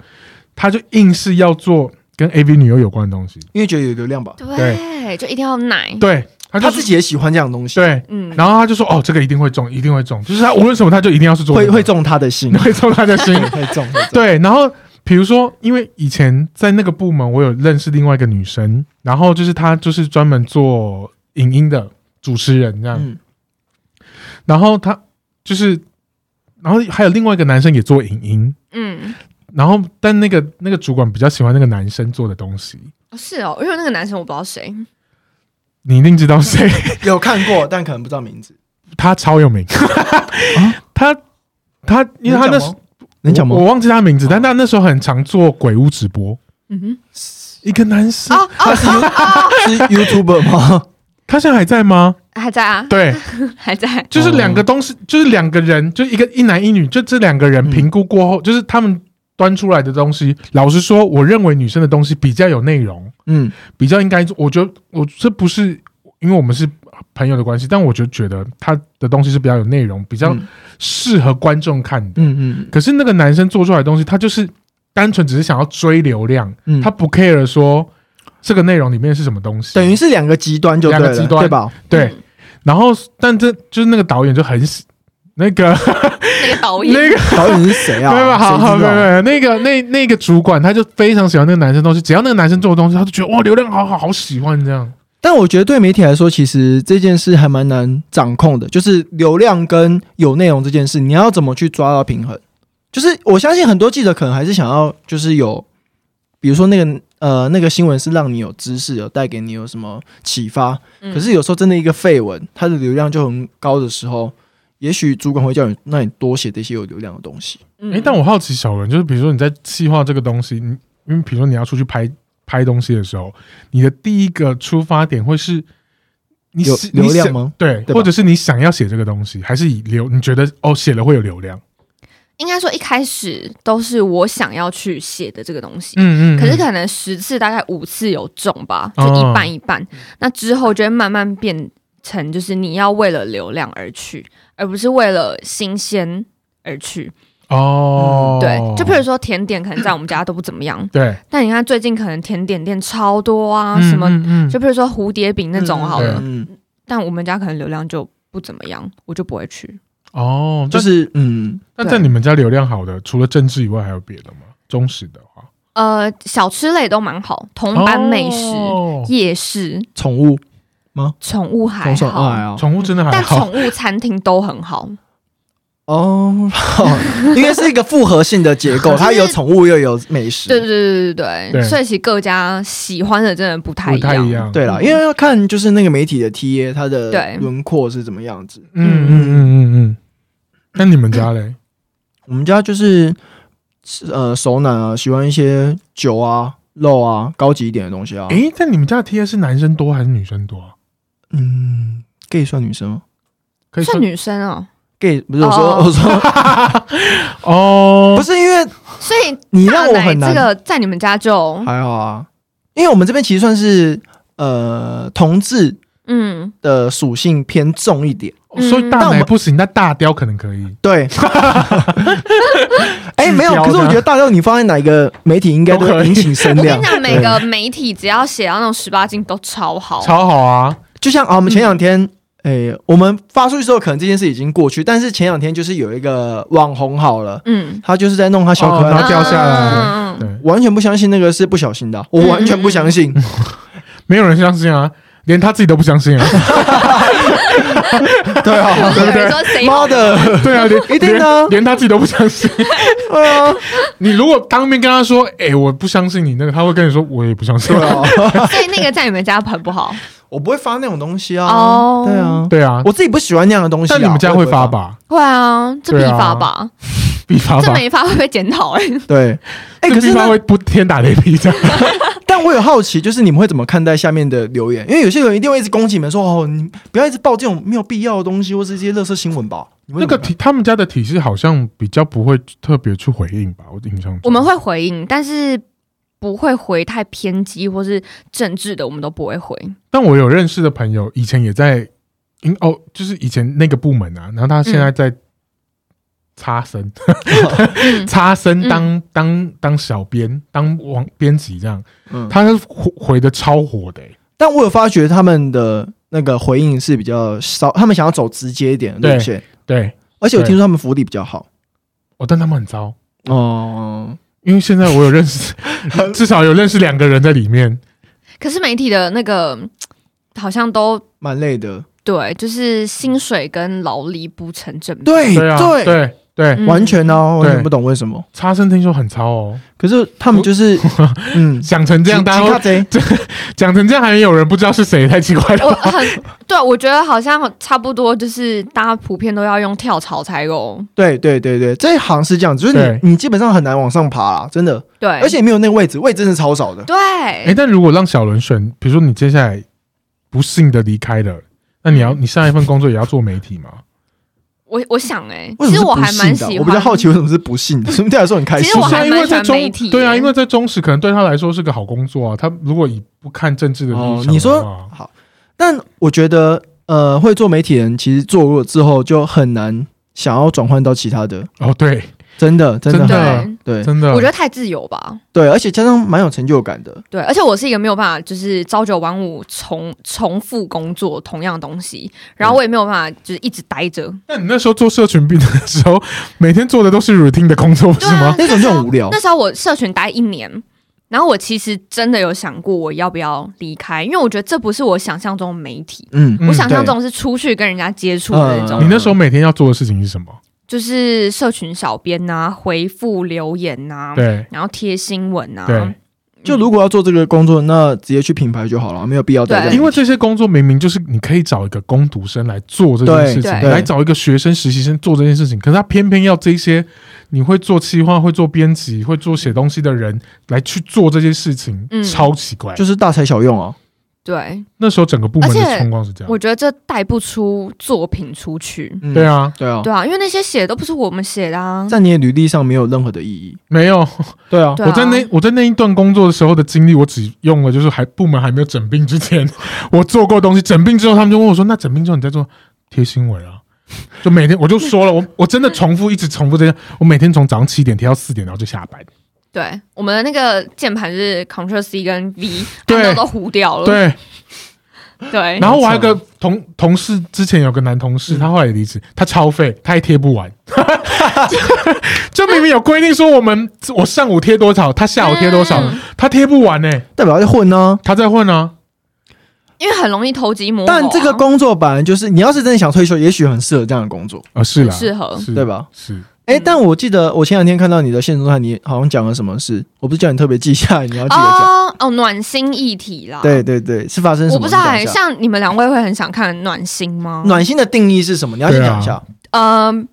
Speaker 1: 他就硬是要做跟
Speaker 3: 嗯
Speaker 1: AV 女优有关的东西，
Speaker 3: 因为觉得有流量吧，
Speaker 2: 对，就一定要奶，
Speaker 1: 对，他就
Speaker 3: 他
Speaker 1: 是
Speaker 3: 自己也喜欢这样的东西，
Speaker 1: 对，
Speaker 2: 嗯，
Speaker 1: 然后他就说哦，这个一定会中，一定会中，就是他无论什么他就一定要是做
Speaker 3: 会
Speaker 1: 这个，
Speaker 3: 会中他的心
Speaker 1: [laughs] 会中他的心，
Speaker 3: 会中，会
Speaker 1: [laughs]
Speaker 3: 中。
Speaker 1: 对，然后比如说，因为以前在那个部门，我有认识另外一个女生，然后就是她就是专门做影音的主持人这样，
Speaker 3: 嗯，
Speaker 1: 然后她就是，然后还有另外一个男生也做影音，
Speaker 2: 嗯，
Speaker 1: 然后但那个那个主管比较喜欢那个男生做的东西，
Speaker 2: 是哦，因为那个男生我不知道谁，
Speaker 1: 你一定知道谁，
Speaker 3: [laughs] 有看过，但可能不知道名字。
Speaker 1: 他超有名，他他因为他那时
Speaker 3: 啊能讲吗？哦
Speaker 1: 我我忘记他名字，但他那时候很常做鬼屋直播，
Speaker 2: 嗯
Speaker 1: 一个男生，
Speaker 3: 啊
Speaker 2: 哼，哦哦哦
Speaker 3: 是 YouTuber 吗？
Speaker 1: 他现在还在吗？
Speaker 2: 哦，还在啊，
Speaker 1: 对。
Speaker 2: 还在，
Speaker 1: 就是两个东西，就是两个人，就一个一男一女，就这两个人
Speaker 3: 嗯
Speaker 1: 评估过后，就是他们端出来的东西。老实说，我认为女生的东西比较有内容，
Speaker 3: 嗯，
Speaker 1: 比较应该做。我觉得我这不是因为我们是朋友的关系，但我就觉得他的东西是比较有内容，比
Speaker 3: 这
Speaker 1: 较适合观众看的。
Speaker 3: 嗯嗯
Speaker 1: 可是那个男生做出来的东西，他就是单纯只是想要追流量，
Speaker 3: 嗯，
Speaker 1: 他不 care 说这个内容里面是什么东西，
Speaker 3: 等于是两个极端就对
Speaker 1: 两个
Speaker 3: 了，
Speaker 1: 极端
Speaker 3: 对吧？
Speaker 1: 对。
Speaker 2: 嗯
Speaker 1: 然后，但这就是那个导演就很喜那个
Speaker 2: 嗯那个导演，
Speaker 1: 那个。
Speaker 3: 导演是谁
Speaker 1: [laughs]
Speaker 3: 啊？
Speaker 1: 没有，没有好好，
Speaker 3: 谁
Speaker 1: 没
Speaker 3: 知
Speaker 1: 有，
Speaker 3: 道
Speaker 1: 没有那个那那个主管，他就非常喜欢那个男生的东西，只要那个男生做的东西，他就觉得哇，流量好好，好喜欢这样。
Speaker 3: 但我觉得对媒体来说，其实这件事还蛮难掌控的，就是流量跟有内容这件事，你要怎么去抓到平衡？就是我相信很多记者可能还是想要，就是有，比如说那个呃那个新闻是让你有知识，有带给你有什么启发。
Speaker 2: 嗯
Speaker 3: 可是有时候真的一个绯闻，它的流量就很高的时候，也许主管会叫你，那你多写这些有流量的东西。
Speaker 1: 诶，
Speaker 2: 嗯
Speaker 1: 但我好奇小文，就是比如说你在计划这个东西，你因为比如说你要出去拍拍东西的时候，你的第一个出发点会是你
Speaker 3: 有
Speaker 1: 喜
Speaker 3: 流量？
Speaker 1: 你想
Speaker 3: 吗
Speaker 1: 对，
Speaker 3: 对吧
Speaker 1: 或者是你想要写这个东西，还是以流？你觉得哦，写了会有流量？
Speaker 2: 应该说一开始都是我想要去写的这个东西。
Speaker 1: 嗯
Speaker 2: 可是可能十次大概五次有中吧，就
Speaker 1: 哦
Speaker 2: 一半一半。那之后就会慢慢变成就是你要为了流量而去，而不是为了新鲜而去。
Speaker 1: 哦，
Speaker 2: 嗯对，就譬如说甜点，可能在我们家都不怎么样，
Speaker 1: 对
Speaker 2: 但你看最近可能甜点店超多啊，什么，
Speaker 1: 嗯
Speaker 2: 就譬如说蝴蝶饼那种好了，
Speaker 3: 嗯，嗯
Speaker 2: 但我们家可能流量就不怎么样，我就不会去。
Speaker 1: 哦，
Speaker 3: 就
Speaker 1: 就是
Speaker 3: 是嗯，
Speaker 1: 那在你们家流量好的，除了政治以外，还有别的吗？忠实的话，
Speaker 2: 呃，小吃类都蛮好，同班美食、
Speaker 1: 哦
Speaker 2: 夜市、
Speaker 3: 宠物
Speaker 2: 宠物还
Speaker 3: 同宠
Speaker 2: 好，
Speaker 3: 爱啊，
Speaker 1: 宠物真的还
Speaker 2: 但
Speaker 1: 好
Speaker 2: 宠物餐厅都很 [laughs] 好。
Speaker 3: 哦， [laughs] 应该是一个复合性的
Speaker 2: [laughs]
Speaker 3: 结构，它有宠物又有美食，
Speaker 2: 对对对对对
Speaker 1: 对
Speaker 2: 所以其实各家喜欢的真的不太
Speaker 1: 不
Speaker 2: 一
Speaker 1: 太
Speaker 2: 样。
Speaker 1: 一样，
Speaker 3: 对啦，因为要看就是那个媒体的 TA 它的
Speaker 2: 对
Speaker 3: 轮廓是怎么样子。
Speaker 1: 嗯嗯嗯嗯嗯。那你们家
Speaker 3: 嗯
Speaker 1: 嘞？
Speaker 3: 我们家就是呃熟男啊，喜欢一些酒啊、肉啊、高级一点的东西啊。
Speaker 1: 诶，但你们家的 TA 是男生多还是女生多啊？
Speaker 3: 嗯，gay 算女生吗
Speaker 1: 可以
Speaker 2: 算
Speaker 1: 算
Speaker 2: 女生哦，
Speaker 3: ？gay 不是我说、
Speaker 2: 哦 [laughs]
Speaker 3: 我说
Speaker 1: 哦
Speaker 3: 不，是因为
Speaker 2: 所以
Speaker 3: 你
Speaker 2: 大
Speaker 3: 让我
Speaker 2: 奶
Speaker 3: 很难
Speaker 2: 这个在你们家就
Speaker 3: 还好啊，因为我们这边其实算是呃同志
Speaker 2: 嗯，
Speaker 3: 的属性偏重一点。
Speaker 2: 嗯
Speaker 1: 所以大
Speaker 3: 但我
Speaker 1: 奶
Speaker 3: 们
Speaker 1: 不行，但大雕可能可以。 [laughs]
Speaker 3: 对，哎、没有，
Speaker 1: 指标呢
Speaker 3: 可是我觉得大雕你放在哪一个媒体应该
Speaker 1: 都
Speaker 3: 都
Speaker 1: 可
Speaker 3: 会
Speaker 1: 以
Speaker 3: 引起声
Speaker 2: 我跟
Speaker 3: 量
Speaker 2: 你。讲，每个媒体只要写到那种十八禁都超
Speaker 3: 哦
Speaker 2: 好，
Speaker 1: 超好啊！
Speaker 3: 就像啊，我们前两天，哎、我们发出去之后，可能这件事已经过去，但是前两天就是有一个网红好了，
Speaker 2: 嗯，
Speaker 3: 他就是在弄他小可爱，
Speaker 1: 哦然后掉下来
Speaker 2: 嗯嗯嗯
Speaker 1: 对，
Speaker 3: 完全不相信那个是不小心的啊，我完全不相
Speaker 1: [laughs]
Speaker 3: 信。
Speaker 1: 没有人相信啊，连他自己都不相信
Speaker 3: [laughs]
Speaker 1: 啊。
Speaker 3: 对啊
Speaker 2: 不， [laughs] 是有人说谁 [laughs]
Speaker 3: 妈的，
Speaker 1: 对啊，连
Speaker 3: 一定的啊
Speaker 1: 连连他自己都不相信。 [laughs]
Speaker 3: 对啊，
Speaker 1: 你如果当面跟他说：“哎、我不相信你那个”，他会跟你说：“我也不相信。
Speaker 3: 对啊，
Speaker 2: 所以那个在你们家很不好
Speaker 3: 我不会发那种东西啊。
Speaker 2: 哦
Speaker 3: [laughs] 对啊”，
Speaker 1: 对啊，
Speaker 3: 我自己不喜欢那样的东西啊。
Speaker 1: 但你们家
Speaker 3: 我也
Speaker 1: 会
Speaker 3: 不
Speaker 1: 发？吧？
Speaker 2: 会啊，这必
Speaker 1: 对啊
Speaker 2: 发吧，
Speaker 1: 必发
Speaker 2: 这
Speaker 1: 吧？
Speaker 2: 没发会被检讨哎。
Speaker 3: 对，哎、
Speaker 1: 这
Speaker 3: 可
Speaker 1: 必
Speaker 3: 是
Speaker 1: 发
Speaker 3: 那
Speaker 1: 会不天打雷劈这样。
Speaker 3: 但我有好奇，就是你们会怎么看待下面的留言？因为有些人一定会一直攻击你们说：“哦，你不要一直报这种没有必要的东西，或是一些垃圾新闻吧。”你们
Speaker 1: 那个
Speaker 3: 会怎么看
Speaker 1: 体他们家的体系好像比较不会特别去回应吧？我印象中
Speaker 2: [laughs] 我们会回应，但是不会回太偏激或是政治的，我们都不会回。
Speaker 1: 但我有认识的朋友以前也在，因哦，就是以前那个部门啊，然后他现在在擦身，
Speaker 2: 嗯
Speaker 1: 擦身当、当当小编，当网编辑这样，
Speaker 3: [laughs] 嗯，
Speaker 1: 他是回回的超火的、欸
Speaker 3: 但我有发觉他们的那个回应是比较少，他们想要走直接一点的路线，
Speaker 1: 对，
Speaker 3: 而且我
Speaker 1: 对
Speaker 3: 听说他们福利比较好。
Speaker 1: 哦，但他们很糟，
Speaker 3: 哦，
Speaker 1: 因为现在我有认识，至少有认识两个人在里面，
Speaker 2: 可是媒体的那个嗯好像都
Speaker 3: 蛮累的。
Speaker 2: 对，就是薪水跟劳力不成正比。
Speaker 3: 哎对
Speaker 1: 对啊，对对，
Speaker 2: 嗯
Speaker 3: 完全哦，完全
Speaker 1: 对
Speaker 3: 不懂为什么。
Speaker 1: 擦身听说很糙哦，
Speaker 3: 可是他
Speaker 1: [laughs]
Speaker 3: 们就是，嗯，
Speaker 1: 讲成这样，大家
Speaker 3: 吉他
Speaker 1: 会
Speaker 3: 贼
Speaker 1: 讲成这样，还有人不知道是谁，太奇怪了
Speaker 2: 我
Speaker 1: 吧。
Speaker 2: 很对，我觉得好像差不多，就是大家普遍都要用跳槽才有
Speaker 3: 对对对对，这一行是这样子，就是
Speaker 1: 对
Speaker 3: 你你基本上很难往上爬啦，真的，
Speaker 2: 对，
Speaker 3: 而且也没有那个位置，位置真的超少的。
Speaker 2: 对，
Speaker 1: 哎、但如果让小伦选，比如说你接下来不幸的离开了，那你要
Speaker 2: 嗯
Speaker 1: 你上一份工作也要做媒体
Speaker 2: [laughs]
Speaker 1: 吗？
Speaker 2: 我我想哎、
Speaker 3: 为
Speaker 2: 其
Speaker 3: 什
Speaker 2: 实
Speaker 3: 么
Speaker 2: 我
Speaker 3: 是
Speaker 2: 还
Speaker 3: 不
Speaker 2: 蛮
Speaker 3: 信
Speaker 2: 喜
Speaker 3: 的啊？
Speaker 2: 欢，
Speaker 3: 我比较好奇为什么是不信的，什么对来说很开
Speaker 2: 其
Speaker 3: 心
Speaker 2: 实。我
Speaker 1: 不是啊
Speaker 2: 还
Speaker 1: 因
Speaker 2: 蛮
Speaker 1: 为
Speaker 2: 喜
Speaker 1: 在
Speaker 2: 欢
Speaker 1: 中
Speaker 2: 媒体
Speaker 1: 对啊，
Speaker 2: 耶
Speaker 1: 因为在中时可能对他来说是个好工作啊。他如果以不看政治的立场的
Speaker 3: 哦
Speaker 1: 话、，
Speaker 3: 你说好，但我觉得呃，会做媒体人其实做过之后就很难想要转换到其他的，
Speaker 1: 哦，对，
Speaker 3: 真的真
Speaker 1: 真
Speaker 3: 的很
Speaker 1: 的
Speaker 3: 难
Speaker 2: 对
Speaker 3: 对
Speaker 1: 真的，
Speaker 2: 我觉得太自由吧。
Speaker 3: 对，而且加上蛮有成就感的，
Speaker 2: 对，而且我是一个没有办法，就是朝九晚五重重复工作同样东西，
Speaker 1: 嗯
Speaker 2: 然后我也没有办法就是一直待着。
Speaker 1: 那你那时候做社群病的时候，每天做的都是 routine 的工作，不
Speaker 2: 对
Speaker 1: 是
Speaker 2: 啊
Speaker 1: 吗？
Speaker 3: 那种
Speaker 2: 时
Speaker 3: 就
Speaker 2: 候
Speaker 3: 很无聊
Speaker 2: 那时候我社群待一年，然后我其实真的有想过我要不要离开，因为我觉得这不是我想象中的媒体。
Speaker 3: 嗯，
Speaker 1: 嗯
Speaker 2: 我想象中是出去跟人家接触的那种，
Speaker 1: 你那时候每天要做的事情是什么？
Speaker 2: 就是社群小编呐、回复留言呐、
Speaker 1: 对
Speaker 2: 然后贴新闻啊呐、
Speaker 1: 对，
Speaker 3: 就如果要做这个工作，那直接去品牌就好了，没有必要待在
Speaker 2: 对
Speaker 1: 因为这些工作明明就是你可以找一个工读生来做这件事情，
Speaker 2: 对
Speaker 3: 对
Speaker 1: 来找一个学生实习生做这件事情，可是他偏偏要这些你会做企划、会做编辑、会做写东西的人来去做这些事情，
Speaker 2: 嗯
Speaker 1: 超奇怪。
Speaker 3: 就是大材小用啊。
Speaker 2: 对，
Speaker 1: 那时候整个部门
Speaker 2: 而且
Speaker 1: 的状况是这样。
Speaker 2: 我觉得这带不出作品出去。
Speaker 3: 嗯
Speaker 1: 对，啊，
Speaker 3: 对啊，
Speaker 2: 对啊，因为那些写都不是我们写的啊。
Speaker 3: 在你的履历上没有任何的意义。
Speaker 1: 没有，
Speaker 3: 对啊，
Speaker 2: 对啊
Speaker 1: 我在那我在那一段工作的时候的经历，我只用了就是还部门还没有整病之前， [laughs] 我做过东西。整病之后，他们就问我说：“那整病之后你在做贴新闻啊？”就每天我就说了，我我真的重复一直重复这些，我每天从早上七点贴到四点，然后就下班。
Speaker 2: 对，我们的那个键盘是 Ctrl C 跟
Speaker 3: [laughs]
Speaker 2: V，
Speaker 1: 对
Speaker 2: 按到都糊掉
Speaker 3: 哦
Speaker 2: 了。
Speaker 1: 对，
Speaker 2: 对
Speaker 1: 然后我还有个同同事，之前有个男同事，
Speaker 3: 哎嗯
Speaker 1: 他后来也离职，他超废，他还贴不完。 [laughs] 就明明有规定说我们我上午贴多少，他下午贴多少，
Speaker 2: 嗯
Speaker 1: 他贴不完呢、欸
Speaker 3: 代表要混呢、
Speaker 1: 他在混啊。
Speaker 2: 因为很容易投机摸狗啊、
Speaker 3: 但这个工作本来就是，你要是真的想退休，也许很适合这样的工作，
Speaker 1: 啊，是啦，
Speaker 2: 很适合
Speaker 1: 是
Speaker 3: 对？吧？
Speaker 1: 是，
Speaker 3: 哎、
Speaker 2: 嗯
Speaker 3: 但我记得我前两天看到你的现实动态，你好像讲了什么事，我不是叫你特别记下来，你要记得讲。
Speaker 2: 哦哦，暖心议题啦。
Speaker 3: 对，对对，是发生什么？
Speaker 2: 我不知道、
Speaker 3: 你讲
Speaker 2: 欸，
Speaker 3: 一下
Speaker 2: 像你们两位会很想看暖心吗？
Speaker 3: 暖心的定义是什么？你要先讲一下。
Speaker 2: 嗯、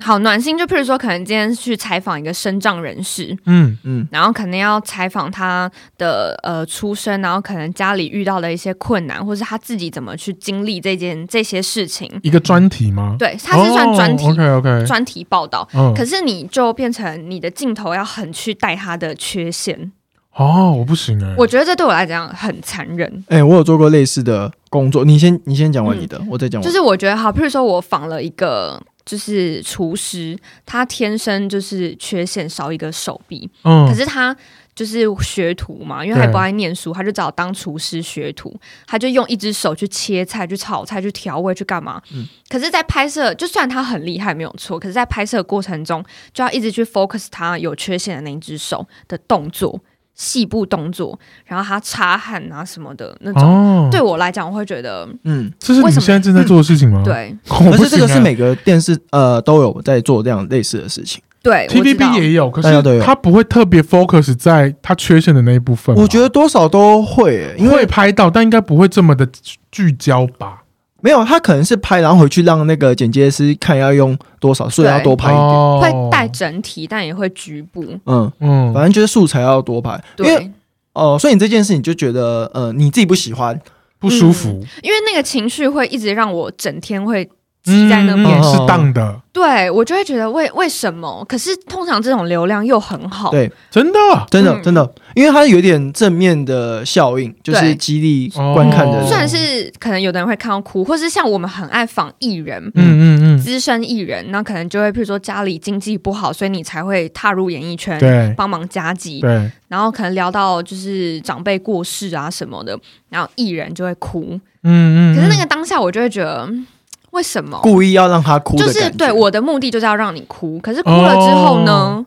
Speaker 2: 好，暖心就譬如说，可能今天去采访一个身障人士，
Speaker 1: 嗯
Speaker 3: 嗯
Speaker 2: 然后可能要采访他的呃出身，然后可能家里遇到的一些困难，或是他自己怎么去经历这件这些事情。
Speaker 1: 一个专题吗？
Speaker 2: 对，他是
Speaker 3: 哦
Speaker 2: 算专题、
Speaker 1: OK OK，
Speaker 2: 专题报道。
Speaker 1: 嗯
Speaker 2: 可是你就变成你的镜头要很去带他的缺陷，
Speaker 1: 哦，我不行哎、
Speaker 2: 我觉得这对我来讲很残忍。
Speaker 3: 哎、我有做过类似的工作，你先你先讲完你的，我再讲我
Speaker 2: 嗯就
Speaker 3: 的。
Speaker 2: 是我觉得好，譬如说我访了一个就是厨师，他天生就是缺陷少一个手臂，可
Speaker 1: 嗯，
Speaker 2: 是他就是学徒嘛，因为他
Speaker 1: 对
Speaker 2: 不爱念书，他就找当厨师学徒，他就用一只手去切菜、去炒菜、去调味、去干嘛。
Speaker 3: 嗯
Speaker 2: 可是，在拍摄，就算他很厉害没有错，可是，在拍摄过程中就要一直去 focus 他有缺陷的那一只手的动作、细部动作，然后他擦汗啊什么的那种。
Speaker 1: 哦，
Speaker 2: 对，我来讲，我会觉得
Speaker 3: 嗯，
Speaker 1: 这是你
Speaker 2: 为
Speaker 1: 们
Speaker 2: 什么
Speaker 1: 现在正在做的事情吗？，
Speaker 2: 对
Speaker 1: 我
Speaker 3: 可
Speaker 1: 不
Speaker 3: 是这
Speaker 1: 行、
Speaker 3: 个
Speaker 1: 欸。
Speaker 3: 是每个电视呃都有在做这样类似的事情。
Speaker 2: 对我知道
Speaker 1: TVB 也有，可
Speaker 3: 大家都
Speaker 1: 是
Speaker 3: 哎有
Speaker 1: 他不会特别 focus 在他缺陷的那一部分吧。
Speaker 3: 我觉得多少都会、欸因
Speaker 1: 会
Speaker 3: 为
Speaker 1: 拍到，但应该不会这么的聚焦吧？
Speaker 3: 没有他可能是拍，然后回去让那个剪接师看要用多少，所以要多拍一点。
Speaker 1: 哦
Speaker 2: 会带整体，但也会局部。
Speaker 3: 嗯，
Speaker 1: 嗯
Speaker 3: 反正就是素材要多拍，因
Speaker 2: 对，
Speaker 3: 为哦、所以你这件事你就觉得呃你自己不喜欢，
Speaker 1: 不舒服，
Speaker 2: 因为那个情绪会一直让我整天会积在那边。
Speaker 1: 嗯
Speaker 3: 哦
Speaker 1: 适当的，
Speaker 2: 对我就会觉得为为什么？可是通常这种流量又很好，
Speaker 3: 对
Speaker 1: 真的
Speaker 3: 真的、
Speaker 2: 嗯
Speaker 3: 真的，因为它有点正面的效应，就是
Speaker 2: 对
Speaker 3: 激励观看的人。
Speaker 1: 哦
Speaker 2: 虽然是可能有的人会看到哭，或是像我们很爱仿艺人。
Speaker 1: 嗯嗯
Speaker 2: 资深艺人，那可能就会，譬如说家里经济不好，所以你才会踏入演艺圈
Speaker 1: 嗯，，对
Speaker 2: 帮忙家计。
Speaker 1: 对，
Speaker 2: 然后可能聊到就是长辈过世啊什么的，然后艺人就会哭。
Speaker 1: 嗯嗯。
Speaker 2: 可是那
Speaker 1: 嗯
Speaker 2: 个当下，我就会觉得嗯为什么？
Speaker 3: 故意要让他哭的
Speaker 2: 就
Speaker 3: 感
Speaker 2: 是
Speaker 3: 觉，
Speaker 2: 对我的目的就是要让你哭，可是哭了之后
Speaker 3: 哦
Speaker 2: 呢，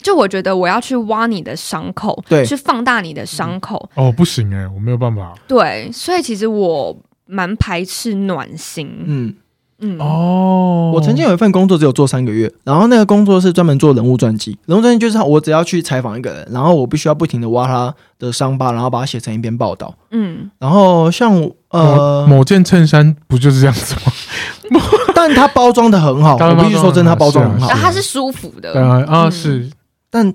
Speaker 2: 就我觉得我要去挖你的伤口，
Speaker 3: 对嗯
Speaker 2: 去放大你的伤口，
Speaker 1: 哦不行哎、我没有办法
Speaker 2: 对，所以其实我蛮排斥暖心，
Speaker 3: 嗯，
Speaker 2: 嗯，
Speaker 1: 哦。
Speaker 3: 我曾经有一份工作只有做三个月，然后那个工作是专门做人物传记，人物传记就是啊我只要去采访一个人，然后我必须要不停的挖他的伤疤，然后把它写成一篇报道。
Speaker 2: 嗯，
Speaker 3: 然后像我
Speaker 1: 某
Speaker 3: 呃，
Speaker 1: 某件衬衫不就是这样子吗？
Speaker 3: 但它包装的很好，
Speaker 1: 当然
Speaker 3: 我必须说真的，它包装很
Speaker 1: 包
Speaker 3: 好
Speaker 1: 装得很
Speaker 2: 然
Speaker 1: 好。
Speaker 2: 后它是舒服的，
Speaker 1: 对啊，啊
Speaker 2: 嗯
Speaker 1: 是
Speaker 3: 但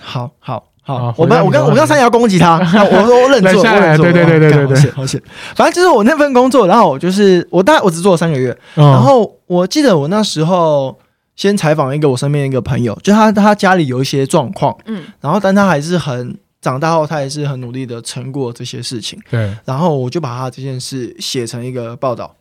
Speaker 3: 好好
Speaker 1: 好
Speaker 3: 好，我
Speaker 1: 回
Speaker 3: 们
Speaker 1: 到你
Speaker 3: 我刚
Speaker 1: 的
Speaker 3: 我刚才要攻
Speaker 1: [laughs]
Speaker 3: 击他，那我说我忍
Speaker 1: 忍
Speaker 3: 住，
Speaker 1: 下
Speaker 3: 我
Speaker 1: 来
Speaker 3: 忍住，
Speaker 1: 对对对对对对
Speaker 3: 好险好险。反正就是我那份工作，然后我就是我大概我只做了三个月，哦然
Speaker 1: 然
Speaker 3: 后我记得我那时候先采访一个我身边一个朋友，就他他家里有一些状况，
Speaker 2: 嗯
Speaker 3: 然后但他还是很长大后，他也是很努力的撑过这些事情。
Speaker 1: 对，
Speaker 3: 然后我就把他这件事写成一个报道，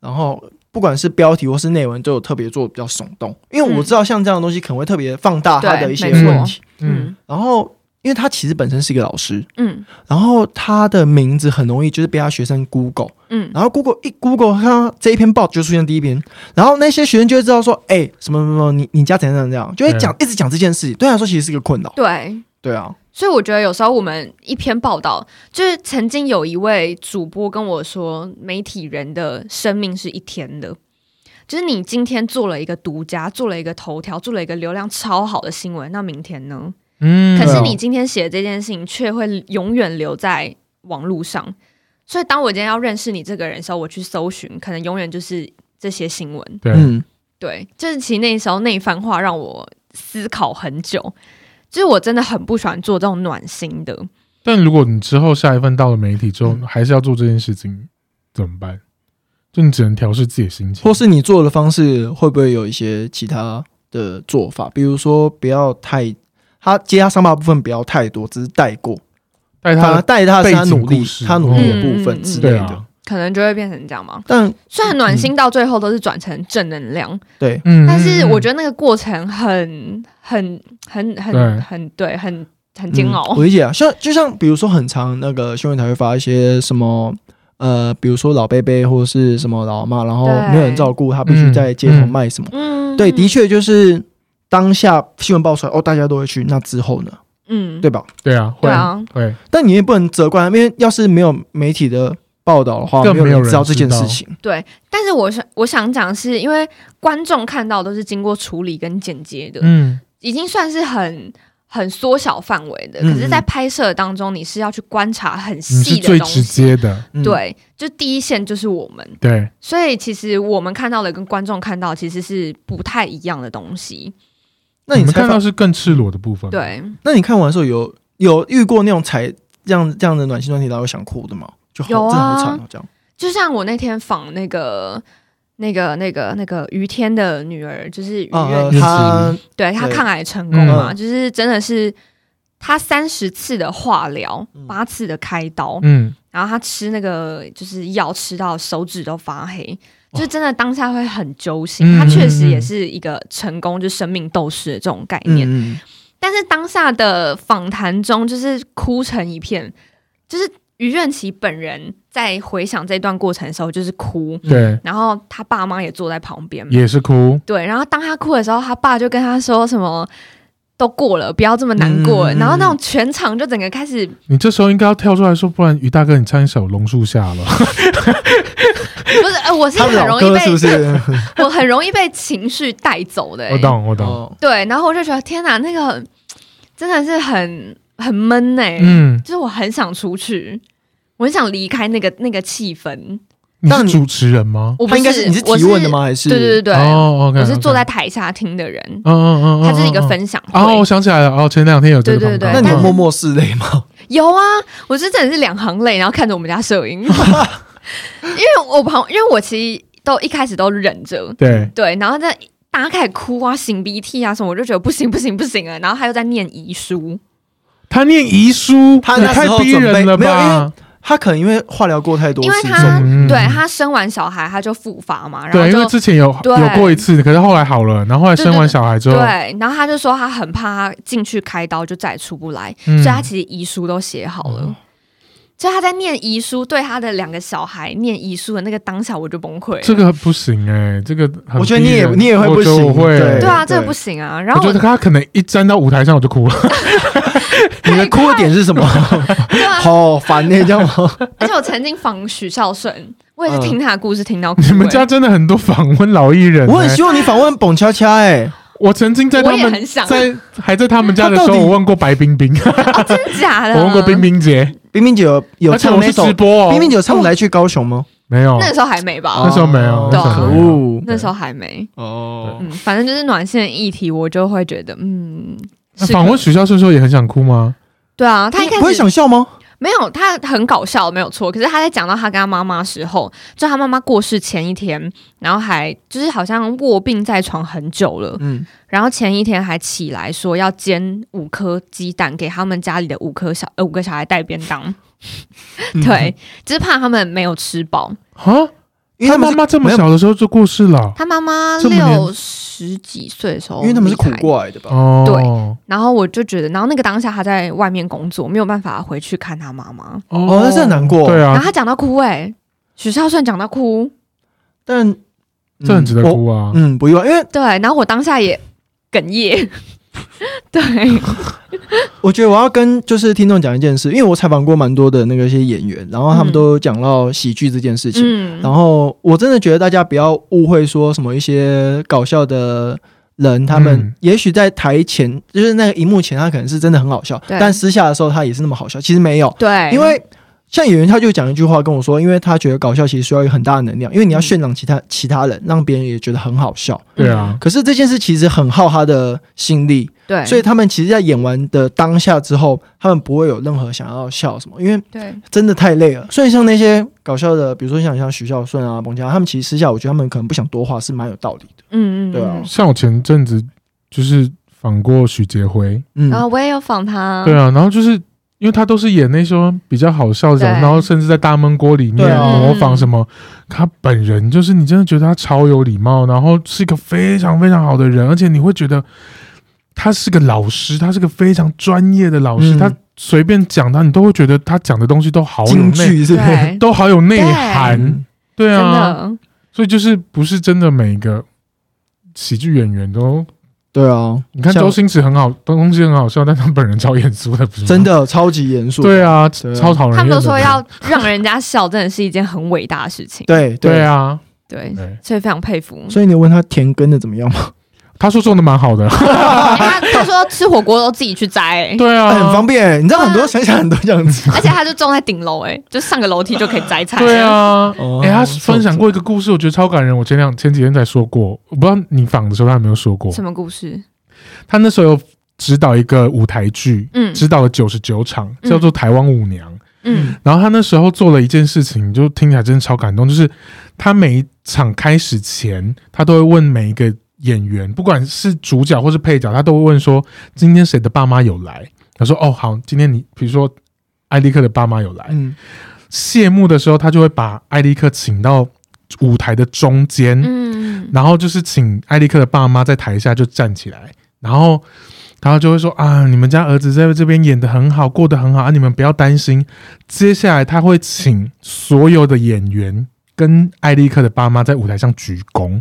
Speaker 3: 然后不管是标题或是内文，都有特别做比较耸动，因为我知道像这样的东西可能会特别放大他的一些
Speaker 2: 对
Speaker 1: 没
Speaker 3: 问题。
Speaker 1: 嗯
Speaker 2: 嗯
Speaker 3: 然后，因为他其实本身是一个老师，
Speaker 2: 嗯
Speaker 3: 然后他的名字很容易就是被他学生 Google。
Speaker 2: 嗯，
Speaker 3: 然后 Google 一 Google 看到这一篇报就出现第一篇，然后那些学生就会知道说，哎、什么什么什么，你你家怎样怎样怎样，就会讲一直讲这件事情，对他来说其实是一个困扰。
Speaker 2: 对。
Speaker 3: 对啊，
Speaker 2: 所以我觉得有时候我们一篇报道，就是曾经有一位主播跟我说，媒体人的生命是一天的，就是你今天做了一个独家，做了一个头条，做了一个流量超好的新闻，那明天呢？
Speaker 1: 嗯
Speaker 2: 可是
Speaker 3: 对
Speaker 2: 你
Speaker 3: 啊
Speaker 2: 今天写的这件事情，却会永远留在网络上。所以当我今天要认识你这个人的时候，我去搜寻，可能永远就是这些新闻。
Speaker 1: 对，
Speaker 3: 嗯，
Speaker 2: 对，就是其实那时候那一番话让我思考很久，就是我真的很不喜欢做这种暖心的，
Speaker 1: 但如果你之后下一份到了媒体之后，
Speaker 2: 嗯
Speaker 1: 还是要做这件事情，怎么办？就你只能调试自己的心情，
Speaker 3: 或是你做的方式会不会有一些其他的做法？比如说，不要太他接他伤疤的部分不要太多，只是带过，
Speaker 1: 带
Speaker 3: 反
Speaker 1: 他
Speaker 3: 而带他的是他
Speaker 1: 背景
Speaker 3: 努力
Speaker 1: 故事，
Speaker 3: 他努力的部
Speaker 2: 嗯嗯
Speaker 3: 分
Speaker 2: 嗯
Speaker 3: 之
Speaker 1: 对
Speaker 3: 类的
Speaker 1: 啊。，
Speaker 2: 可能就会变成这样嘛。
Speaker 3: 但
Speaker 2: 虽然暖心到最后都是转成正能量，
Speaker 3: 对，
Speaker 1: 嗯
Speaker 2: 但是我觉
Speaker 1: 得
Speaker 2: 得那个过程很、很、很、
Speaker 1: 对
Speaker 2: 很、很对，很很煎熬
Speaker 3: 嗯。我理解啊，像就像比如说，很长那个新闻台会发一些什么。呃，比如说老贝贝或者是什么老阿妈，然后
Speaker 2: 对
Speaker 3: 没有人照顾，他必须在街头卖什么？
Speaker 2: 嗯，
Speaker 3: 对，的，确就是当下新闻爆出来，哦，大家都会去。那之后呢？
Speaker 2: 嗯，
Speaker 3: 对吧？
Speaker 1: 对啊，会
Speaker 2: 对啊，
Speaker 1: 会，
Speaker 3: 但你也不能责怪他们，因为要是没有媒体的报道的话，
Speaker 1: 更
Speaker 3: 没
Speaker 1: 没有
Speaker 3: 知
Speaker 1: 人
Speaker 3: 道这件
Speaker 1: 知道
Speaker 3: 事情。
Speaker 2: 对。但是我想，我想讲是因为观众看到都是经过处理跟剪接的，
Speaker 1: 嗯，
Speaker 2: 已经算是很很缩小范围的。
Speaker 3: 嗯
Speaker 2: 可是，在拍摄当中，你是要去观察很
Speaker 1: 你是
Speaker 2: 细的
Speaker 1: 最
Speaker 2: 东
Speaker 1: 直
Speaker 2: 西。
Speaker 1: 接的，
Speaker 3: 嗯，
Speaker 2: 对，就第一线就是我们，
Speaker 1: 对，
Speaker 2: 所以其实我们看到的跟观众看到其实是不太一样的东西。
Speaker 3: 那你
Speaker 1: 嗯们
Speaker 3: 采
Speaker 1: 看到
Speaker 3: 访，
Speaker 1: 是更赤裸的部分，，
Speaker 2: 对，
Speaker 3: 那你看完的时候有有遇过那种采这样这样的暖心专题，然后想哭的吗？就好，
Speaker 2: 有啊
Speaker 3: 真的好惨哦，这样。
Speaker 2: 就像我那天访那个。那个、那个、那个于天的女儿，就是于
Speaker 3: 呃，
Speaker 2: 愿
Speaker 1: 愿
Speaker 2: 意，
Speaker 3: 他
Speaker 2: 对她
Speaker 3: 对
Speaker 2: 抗癌成功嘛，
Speaker 3: 嗯
Speaker 2: 就是真的是她三十次的化疗
Speaker 3: 嗯，
Speaker 2: 八次的开刀，
Speaker 1: 嗯，
Speaker 2: 然后她吃那个就是药吃到手指都发黑，就真的当下会很揪心。
Speaker 1: 嗯
Speaker 2: 她确实
Speaker 1: 嗯嗯
Speaker 2: 也是一个成功，就生命斗士的这种概念。
Speaker 3: 嗯，嗯
Speaker 2: 但是当下的访谈中，就是哭成一片，就是于愿琪本人在回想这段过程的时候，就是哭，
Speaker 1: 对，
Speaker 2: 然后他爸妈也坐在旁边，
Speaker 1: 也是哭，
Speaker 2: 对，然后当他哭的时候，他爸就跟他说什么。都过了，不要这么难过。
Speaker 3: 嗯
Speaker 2: 然后那种全场就整个开始， [laughs]
Speaker 1: 你这时候应该要跳出来说，不然于大哥你唱一首《榕树下》了，
Speaker 2: 不是，呃，我是一
Speaker 3: 他
Speaker 2: 个
Speaker 3: 的
Speaker 2: 很
Speaker 3: 老
Speaker 2: 容易
Speaker 3: 歌
Speaker 2: 被，
Speaker 3: 是 [laughs] 不是？
Speaker 2: [laughs] 我很容易被情绪带走的、欸
Speaker 1: 我懂，我懂，
Speaker 3: 哦，
Speaker 2: 对，然后我就觉得天哪，那个真的是很很闷呢、欸
Speaker 1: 嗯，
Speaker 2: 就是我很想出去，我很想离开那个那个气氛。
Speaker 1: 你
Speaker 3: 但
Speaker 1: 是
Speaker 3: 你
Speaker 1: 主持人吗？
Speaker 2: 我不
Speaker 3: 他应该是你是提问的吗？？还
Speaker 2: 我
Speaker 3: 是
Speaker 2: 对对对对，
Speaker 1: 哦，OK，
Speaker 2: 我是坐在，台下听的人，
Speaker 1: 嗯嗯嗯，
Speaker 2: 它是一
Speaker 1: 嗯
Speaker 2: 个
Speaker 1: 嗯
Speaker 2: 分享
Speaker 1: 哦，我
Speaker 2: 会。
Speaker 1: 想起来了，哦，前两天有这个
Speaker 2: 对对
Speaker 1: 广
Speaker 2: 对
Speaker 1: 告
Speaker 3: 那你有
Speaker 2: 但是
Speaker 3: 默默拭泪吗？
Speaker 2: 有啊，我是真的是两行泪，然后看着我们家
Speaker 1: [laughs]
Speaker 2: 摄影，因为我旁，因为我其实都一开始都忍
Speaker 1: [laughs]
Speaker 2: 着，
Speaker 1: 对，
Speaker 2: 对，然后在。大家开始哭啊，擤鼻涕啊什么，我就觉得不行不行不行了。然后他又在念遗书，
Speaker 1: 他念遗书，
Speaker 3: 他
Speaker 1: 你
Speaker 3: 那
Speaker 1: 太
Speaker 3: 时候
Speaker 1: 逼人了
Speaker 3: 准备没有因
Speaker 1: 吧
Speaker 3: 为？他可能因为化疗过太多
Speaker 2: 因为
Speaker 3: 次，
Speaker 2: 他、
Speaker 1: 所以
Speaker 2: 啊对他生完小孩他就复发嘛，然后
Speaker 1: 嗯对，因为
Speaker 2: 就
Speaker 1: 之前有
Speaker 2: 对
Speaker 1: 有过一次，可是后来好了，然后后来生完小孩之后，
Speaker 2: 对，然后他就说他很怕他进去开刀就再也出不来，
Speaker 1: 嗯
Speaker 2: 所以他其实遗书都写好了。所以他在念遗书，对他的两个小孩念遗书的那个当下，我就崩溃了。
Speaker 1: 这个不行哎，这个很
Speaker 3: 我觉得你也
Speaker 1: 逼人
Speaker 3: 你也会不行
Speaker 1: 我觉得我会，
Speaker 3: 对
Speaker 2: 对啊，
Speaker 3: 对
Speaker 2: 这个不行啊。然
Speaker 1: 我
Speaker 2: 后
Speaker 1: 觉
Speaker 2: 我
Speaker 1: 得他可能一站到舞台上我就哭了，
Speaker 2: [laughs]
Speaker 3: 你的哭的点是什么？
Speaker 2: 啊对啊，
Speaker 3: 好烦欸呢，这样
Speaker 1: [laughs]
Speaker 3: 吗？
Speaker 2: [laughs] 而且我曾经访许孝顺，我也是
Speaker 3: 嗯
Speaker 2: 听他的故事听到哭、
Speaker 1: 你们家
Speaker 2: 欸
Speaker 1: 真的很多访问老艺人欸，
Speaker 3: 我很希望你访问蹦恰恰，哎，
Speaker 1: 我曾经在他
Speaker 2: 我也
Speaker 1: 们
Speaker 2: 很想
Speaker 1: 在还在他们家的时
Speaker 3: 他
Speaker 1: 候，
Speaker 3: 到底
Speaker 1: 我问过白冰
Speaker 2: [laughs]
Speaker 1: 冰，
Speaker 2: 哦，真的假
Speaker 1: [laughs]
Speaker 2: 的？
Speaker 1: 我问过冰，冰姐，
Speaker 3: 冰冰姐有有
Speaker 1: 而且
Speaker 3: 唱
Speaker 1: 我
Speaker 3: 那
Speaker 1: 是
Speaker 3: 首
Speaker 1: 直，播哦，
Speaker 3: 冰冰姐有唱来去高雄吗？
Speaker 1: 没有，
Speaker 2: 那时候还没吧？
Speaker 1: 哦那时候没有
Speaker 2: 那时候
Speaker 3: 可
Speaker 1: 没有
Speaker 3: 恶。
Speaker 2: 那时候还没。
Speaker 3: 哦
Speaker 2: 嗯，反正就是暖线议题，我就会觉得，嗯，
Speaker 1: 那
Speaker 2: 是
Speaker 1: 访问
Speaker 2: 可
Speaker 1: 许孝顺说也很想哭吗？
Speaker 2: 对啊，他一开
Speaker 3: 不会
Speaker 2: 始
Speaker 3: 想笑吗？
Speaker 2: 没有，他很搞笑，没有错。可是他在讲到他跟他妈妈的时候，就他妈妈过世前一天，然后还就是好像卧病在床很久了，
Speaker 3: 嗯，
Speaker 2: 然后前一天还起来说要煎五颗鸡蛋给他们家里的五颗小呃五个小孩带便当，
Speaker 3: 嗯
Speaker 2: 对，就是怕他们没有吃饱。
Speaker 1: 啊，
Speaker 3: 因为
Speaker 1: 他
Speaker 3: 他们
Speaker 1: 妈
Speaker 3: 是
Speaker 1: 妈这么
Speaker 3: 没有
Speaker 1: 小的时候就过世了
Speaker 2: 他妈妈
Speaker 1: 这么年
Speaker 2: 六十几岁的时候，
Speaker 3: 因为他们是苦。过来的吧？
Speaker 1: 哦，
Speaker 2: 对然后我就觉得，然后那个当下他在外面工作，没有办法回去看他妈妈。
Speaker 1: 哦
Speaker 3: 哦，那是很难过。
Speaker 1: 对
Speaker 2: 然
Speaker 1: 啊
Speaker 2: 后，他讲到哭、欸，哎，许孝顺讲到哭，
Speaker 3: 但嗯
Speaker 1: 这很值得
Speaker 3: 我
Speaker 1: 哭啊。
Speaker 3: 嗯，不意外，因为
Speaker 2: 对，然后我当下也哽咽， [laughs]
Speaker 3: [laughs]
Speaker 2: 对，
Speaker 3: 我觉得我要跟就是听众讲一件事，因为我采访过蛮多的那个一些演员，然后他们
Speaker 2: 嗯
Speaker 3: 都有讲到喜剧这件事情。
Speaker 2: 嗯，
Speaker 3: 然后我真的觉得大家不要误会，说什么一些搞笑的人，他们
Speaker 1: 嗯
Speaker 3: 也许在台前，就是那个荧幕前，他可能是真的很好笑，
Speaker 2: 对
Speaker 3: 但私下的时候他也是那么好笑。其实没有，
Speaker 2: 对，
Speaker 3: 因为像演员他就讲一句话跟我说，因为他觉得搞笑其实需要有很大的能量，因为
Speaker 2: 嗯
Speaker 3: 你要渲染其他其他人，让别人也觉得很好笑。
Speaker 1: 对啊，
Speaker 3: 可是这件事其实很耗他的心力，
Speaker 2: 对，
Speaker 3: 所以他们其实，在演完的当下之后，他们不会有任何想要笑什么，因为
Speaker 2: 对
Speaker 3: 真的太累了。所以像那些搞笑的，比如说像像徐孝顺啊、彭佳，他们其实私下我觉得他们可能不想多话，是蛮有道理的。
Speaker 2: 嗯嗯，
Speaker 3: 对啊
Speaker 2: 嗯
Speaker 1: 像我前阵子就是访过许杰辉，
Speaker 3: 嗯，
Speaker 2: 然后我也有仿他，
Speaker 1: 对啊，然后就是因为他都是演那种比较好笑的角色，
Speaker 2: 对嗯
Speaker 1: 然后甚至在大闷锅里面
Speaker 3: 对啊
Speaker 1: 模仿什么，他本人就是你真的觉得他超有礼貌，然后是一个非常非常好的人，而且你会觉得他是个老师，他是个非常专业的老师，
Speaker 3: 嗯
Speaker 1: 他随便讲他，你都会觉得他讲的东西都好哦有
Speaker 3: 京
Speaker 1: 内，
Speaker 3: 剧是不是？
Speaker 2: 对
Speaker 1: 都好有内涵
Speaker 3: 嗯，
Speaker 1: 对
Speaker 2: 真
Speaker 1: 啊，
Speaker 2: 的，
Speaker 1: 所以就是不是真的每个喜剧演员都。
Speaker 3: 对啊，
Speaker 1: 你看
Speaker 3: 像
Speaker 1: 周星驰很好，东西很好笑，但他本人超严肃的，不是吗
Speaker 3: 真的超级严肃。
Speaker 1: 对啊，
Speaker 3: 对啊
Speaker 1: 超讨人
Speaker 2: 他
Speaker 1: 厌
Speaker 2: 们
Speaker 1: 的。
Speaker 2: 都说要让人家笑，真的是一件很伟大的事情。
Speaker 3: 对
Speaker 1: 对，啊，
Speaker 2: 对，
Speaker 1: 对，
Speaker 2: 所以非常
Speaker 1: [laughs]
Speaker 2: 佩服。
Speaker 3: 所以你问他田根的怎么样吗？
Speaker 1: 他说种的蛮好的，
Speaker 2: 哎他他说吃火锅都自己去摘、哎
Speaker 1: [laughs] 对啊，啊
Speaker 3: 很方便，你知道很多想想很多这样
Speaker 1: [laughs]
Speaker 3: 子。
Speaker 2: [laughs] 而且他就种在顶楼，哎，就上个楼梯就可以摘菜。
Speaker 1: 对，啊。
Speaker 3: 哦
Speaker 1: 哎、他分享过一个故事，我觉得超感人。我前两前几天才说过，我不知道你访的时候他有没有说过。
Speaker 2: 什么故事？
Speaker 1: 他那时候有指导一个舞台剧，
Speaker 2: 嗯
Speaker 1: 指导了九十九场，
Speaker 2: 嗯
Speaker 1: 叫做《台湾舞娘》。
Speaker 2: 嗯
Speaker 1: 然后他那时候做了一件事情，就听起来真的超感动，就是他每一场开始前，他都会问每一个演员，不管是主角或是配角，他都会问说今天谁的爸妈有来？他说哦好，今天你比如说艾利克的爸妈有来。
Speaker 3: 嗯，
Speaker 1: 谢幕的时候，他就会把艾利克请到舞台的中间，
Speaker 2: 嗯，
Speaker 1: 然后就是请艾利克的爸妈在台下就站起来，然后他就会说啊，你们家儿子在这边演的很好，过得很好啊，你们不要担心。接下来他会请所有的演员跟艾利克的爸妈在舞台上鞠躬，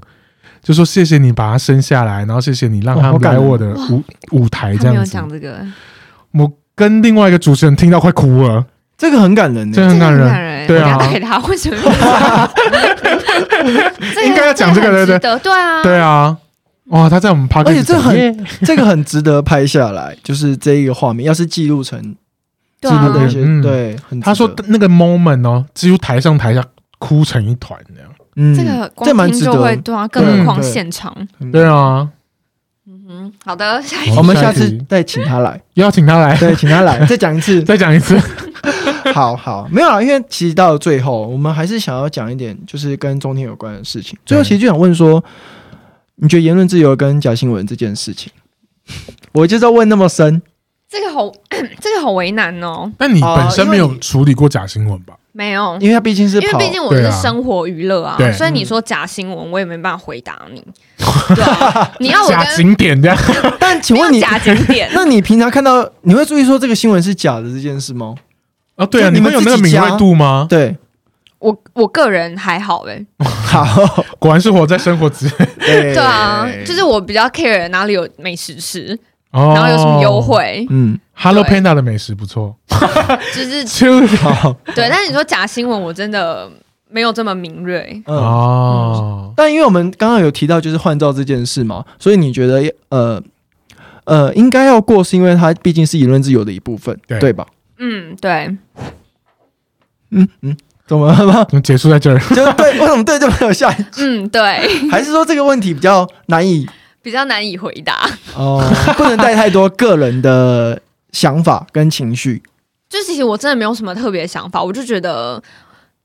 Speaker 1: 就说谢谢你把他生下来，然后谢谢你让
Speaker 3: 哇
Speaker 1: 他
Speaker 3: 好
Speaker 1: 们
Speaker 3: 感
Speaker 1: 来
Speaker 3: 人
Speaker 1: 我的舞舞台
Speaker 2: 他
Speaker 1: 这
Speaker 2: 哦没有
Speaker 1: 样子。
Speaker 2: 讲这个，
Speaker 1: 我跟另外一个主持人听到快哭了，
Speaker 3: 这个很感人欸
Speaker 1: 真的
Speaker 3: 呢。
Speaker 1: 很感
Speaker 2: 这个
Speaker 1: 人。
Speaker 2: 人
Speaker 1: 对
Speaker 2: 我
Speaker 1: 啊
Speaker 2: 要打给他，为什么没讲？
Speaker 1: [laughs]
Speaker 2: 这个
Speaker 1: 应该要讲这个
Speaker 2: 很
Speaker 1: 对
Speaker 2: 值得对啊，
Speaker 1: 对啊，哇，他在我们 p a r
Speaker 3: 而且这很这个很值得拍下来，就是这一个画面，要是记录成记
Speaker 2: 对
Speaker 3: 录的一
Speaker 2: 啊，
Speaker 3: 些
Speaker 1: 嗯，
Speaker 3: 对，很值得
Speaker 1: 他说那个 moment 哦，几乎台上台下哭成一团这样。
Speaker 3: 嗯，
Speaker 2: 这个
Speaker 3: 这
Speaker 2: 光
Speaker 3: 蛮
Speaker 2: 听
Speaker 3: 值
Speaker 2: 就会
Speaker 3: 得。
Speaker 2: 对啊，更
Speaker 1: 嗯
Speaker 2: 何况
Speaker 3: 对
Speaker 2: 现场。
Speaker 3: 嗯
Speaker 1: 对，啊，
Speaker 2: 嗯，好的，下一
Speaker 3: 我们下
Speaker 1: 下一
Speaker 3: 次
Speaker 1: 题
Speaker 3: 再请
Speaker 1: [laughs]
Speaker 3: 他来，
Speaker 1: 邀请他来，
Speaker 3: 对，请他来，再讲一次。
Speaker 1: 再讲一次。
Speaker 3: 好好，没有啦，因为其实到最后，我们还是想要讲一点，就是跟中天有关的事情。最后，其实就想问说，你觉得言论自由跟假新闻这件事情，我就是要问那么深，
Speaker 2: 这个好， [coughs] 这个好为难哦。
Speaker 1: 但你
Speaker 3: 哦
Speaker 1: 本身没
Speaker 3: 因为
Speaker 1: 有
Speaker 3: 你
Speaker 1: 处理过假新闻吧？
Speaker 2: 没有，
Speaker 3: 因为它毕竟是
Speaker 2: 因为
Speaker 3: 跑，
Speaker 2: 毕竟我们
Speaker 1: 对
Speaker 2: 是
Speaker 1: 啊
Speaker 2: 生活娱乐啊
Speaker 1: 对，
Speaker 2: 所以你说假新闻，我也没办法回答你。对啊，你要我
Speaker 1: 假
Speaker 2: 跟
Speaker 1: 景点这样，
Speaker 3: 但请
Speaker 2: 不要
Speaker 3: 问你，
Speaker 2: 假景点，
Speaker 3: [laughs] 那你平常看到你会注意说这个新闻是假的这件事吗？
Speaker 1: 啊，对啊，
Speaker 3: 就你
Speaker 1: 你
Speaker 3: 们
Speaker 1: 会有那个
Speaker 3: 自己
Speaker 1: 敏
Speaker 3: 加
Speaker 1: 锐度吗？
Speaker 3: 对，
Speaker 2: 我我个人还好哎，
Speaker 3: 好，
Speaker 1: 果然是活在生活之
Speaker 2: [laughs]
Speaker 3: 对
Speaker 2: 对啊，就是我比较 care 哪里有美食吃，
Speaker 1: 哦
Speaker 2: 然后有什么优。惠，
Speaker 3: 嗯，
Speaker 1: Hello
Speaker 2: 对
Speaker 1: Panda 的美食不错，
Speaker 2: 就是
Speaker 1: 就
Speaker 3: 好，
Speaker 2: 对。但是你说假新闻，我真的没有这么敏锐。
Speaker 3: 嗯。
Speaker 1: [laughs] 哦，
Speaker 3: 但因为我们刚刚有提到就是换照这件事嘛，所以你觉得呃呃应该要过，是因为它毕竟是言论自由的一部分，
Speaker 1: 对
Speaker 3: 吧？
Speaker 2: 嗯，对，
Speaker 3: 嗯嗯，怎么
Speaker 1: [laughs]
Speaker 3: 了吗？
Speaker 1: 怎么结束在这儿？
Speaker 3: 就对，为什么对就没有下一？
Speaker 2: 嗯，对， [laughs]
Speaker 3: 还是说这个问题比较难以
Speaker 2: 比较难以回答。
Speaker 3: 哦、不能带太多个人的想法跟情绪？
Speaker 2: 就其实我真的没有什么特别想法，我就觉得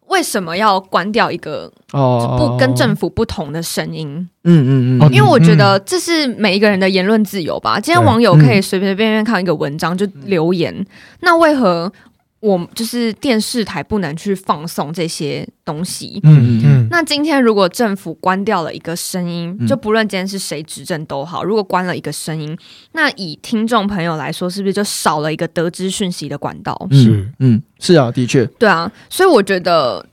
Speaker 2: 为什么要关掉一个
Speaker 3: 哦、
Speaker 2: 不跟政
Speaker 3: 府，
Speaker 2: 府不同的声音？
Speaker 3: 嗯嗯
Speaker 1: 哦
Speaker 3: 嗯，
Speaker 2: 因为我觉得这是每一个人的言论自由吧。今天
Speaker 1: 对
Speaker 2: 网友可
Speaker 3: 嗯
Speaker 2: 以随随便便看一个文章就留言，那为何我就是电视台不能去放送这些东西？
Speaker 1: 嗯嗯，
Speaker 2: 那今天如果政府关掉了一个声音
Speaker 3: 嗯，
Speaker 2: 就不论今天是谁执政都好，如果关了一个声音，那以听众朋友来说，是不是就少了一个得知讯息的管道？
Speaker 3: 嗯
Speaker 1: 是
Speaker 3: 嗯是啊，的确，
Speaker 2: 对啊，所以我觉得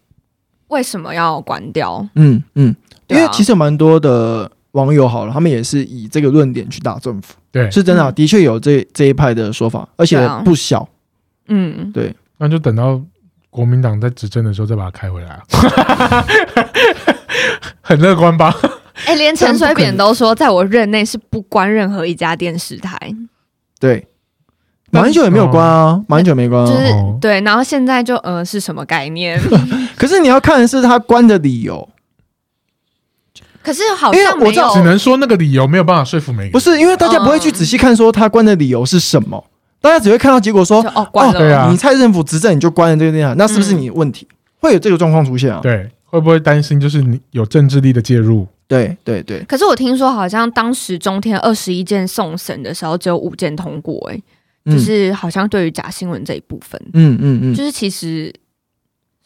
Speaker 2: 为什么要关掉？
Speaker 3: 嗯嗯，因
Speaker 2: 对啊
Speaker 3: 为其实有蛮多的网友好了，他们也是以这个论点去打政府。
Speaker 1: 对，
Speaker 3: 是真的啊、
Speaker 2: 嗯
Speaker 3: 的确有这这一派的说法，而且
Speaker 2: 对啊
Speaker 3: 不小。
Speaker 2: 嗯，
Speaker 1: 那就等到国民党在执政的时候再把它开回来啊， [laughs] 很乐观吧？
Speaker 2: [laughs] 哎、连陈水扁都说，在我任内是不关任何一家电视台。
Speaker 3: 对，马英九也没有关啊，马英九没关啊。
Speaker 2: 就是
Speaker 1: 哦
Speaker 2: 对，然后现在就嗯、呃、是什么概
Speaker 3: [laughs]
Speaker 2: 念？
Speaker 3: 可是你要看的是他关的理由，
Speaker 2: 可是好
Speaker 3: 因为
Speaker 2: 像没
Speaker 3: 我知道
Speaker 2: 有
Speaker 1: 只能说那个理由没有办法说服每个人。
Speaker 3: 不是因为大家不会去
Speaker 2: 嗯
Speaker 3: 仔细看说他关的理由是什么，大家只会看到结果说
Speaker 2: 就哦关
Speaker 1: 对
Speaker 2: 了，
Speaker 1: 啊嗯
Speaker 3: 你蔡政府执政你就关了这个电台，那是不是你问题？会有这个状况出现啊？
Speaker 1: 对，会不会担心就是你有政治力的介入？
Speaker 3: 对对对，
Speaker 2: 可是我听说好像当时中天二十一件送审的时候只有五件通过、欸，
Speaker 3: 嗯
Speaker 2: 就是好像对于假新闻这一部分，
Speaker 3: 嗯嗯嗯，
Speaker 2: 就是其实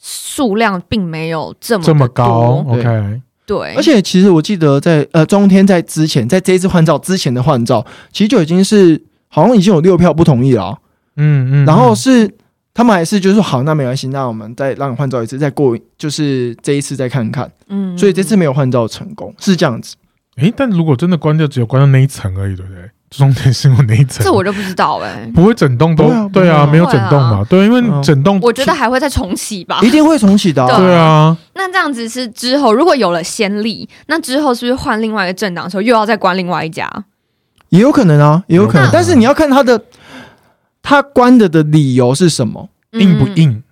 Speaker 2: 数量并没有这么
Speaker 1: 这么高
Speaker 3: 对
Speaker 1: ，OK，嗯
Speaker 2: 对，
Speaker 3: 而且其实我记得在呃中天在之前，在这一次换照之前的换照，其实就已经是好像已经有六票不同意了啊、
Speaker 1: 嗯嗯，
Speaker 3: 然后是他们还是就是说好，那没关系，那我们再让你换照一次，再过就是这一次再看看。
Speaker 2: 嗯
Speaker 3: 所以这次没有换照成功，是这样子。
Speaker 1: 诶，但如果真的关掉，只有关到那一层而已，对不对？中天新闻那一层，
Speaker 2: 这我就不知道哎、
Speaker 3: [laughs]
Speaker 2: 欸
Speaker 1: 不会整栋都
Speaker 3: 不会啊
Speaker 1: 对啊，
Speaker 3: 不会啊
Speaker 1: 没有整栋嘛，对，因为整栋
Speaker 2: 我觉得还会再重启吧。
Speaker 3: 一定会重启的、
Speaker 2: 啊对
Speaker 1: 对啊，
Speaker 2: 那这样子是之后如果有了先例，那之后是不是换另外一个政党的时候又要再关另外一家？
Speaker 3: 也有可能啊，也有可能。
Speaker 1: 那
Speaker 3: 但是你要看他的他关的的理由是什么，
Speaker 2: 嗯
Speaker 1: 硬不？
Speaker 2: [laughs]
Speaker 1: 硬，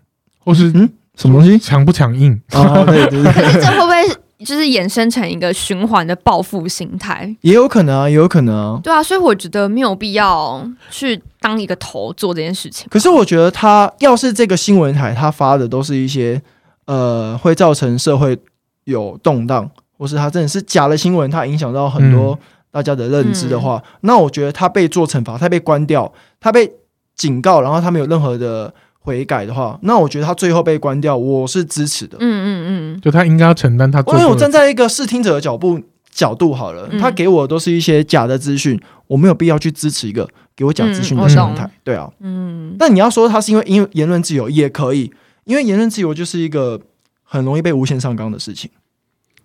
Speaker 1: 或是
Speaker 3: 嗯什么东西
Speaker 1: 强不强硬？
Speaker 3: 啊？对对对， [laughs]
Speaker 2: 可是这会不会就是衍生成一个循环的报复心态？
Speaker 3: 也有可能啊，也有可能啊。
Speaker 2: 对啊，所以我觉得没有必要去当一个头做这件事情。
Speaker 3: 可是我觉得他要是这个新闻台他发的都是一些呃会造成社会有动荡，或是他真的是假的新闻，它影响到很
Speaker 2: 嗯
Speaker 3: 多大家的认知的话，那我觉得他被做惩罚，他被关掉，他被警告，然后他没有任何的悔改的话，那我觉得他最后被关掉，我是支持的。
Speaker 2: 嗯嗯
Speaker 1: 就他应该要承担他做
Speaker 3: 因为我
Speaker 1: 过
Speaker 3: 站
Speaker 1: 的，
Speaker 3: 在一个视听者的角度角度好了，
Speaker 2: 嗯
Speaker 3: 他给我都是一些假的资讯，我没有必要去支持一个给我假资
Speaker 2: 嗯
Speaker 3: 讯的
Speaker 1: 我
Speaker 3: 新
Speaker 2: 懂
Speaker 3: 闻台，对啊。
Speaker 2: 嗯嗯，
Speaker 3: 但你要说他是因为言言论自由也可以，因为言论自由就是一个很容易被无限上纲的事情。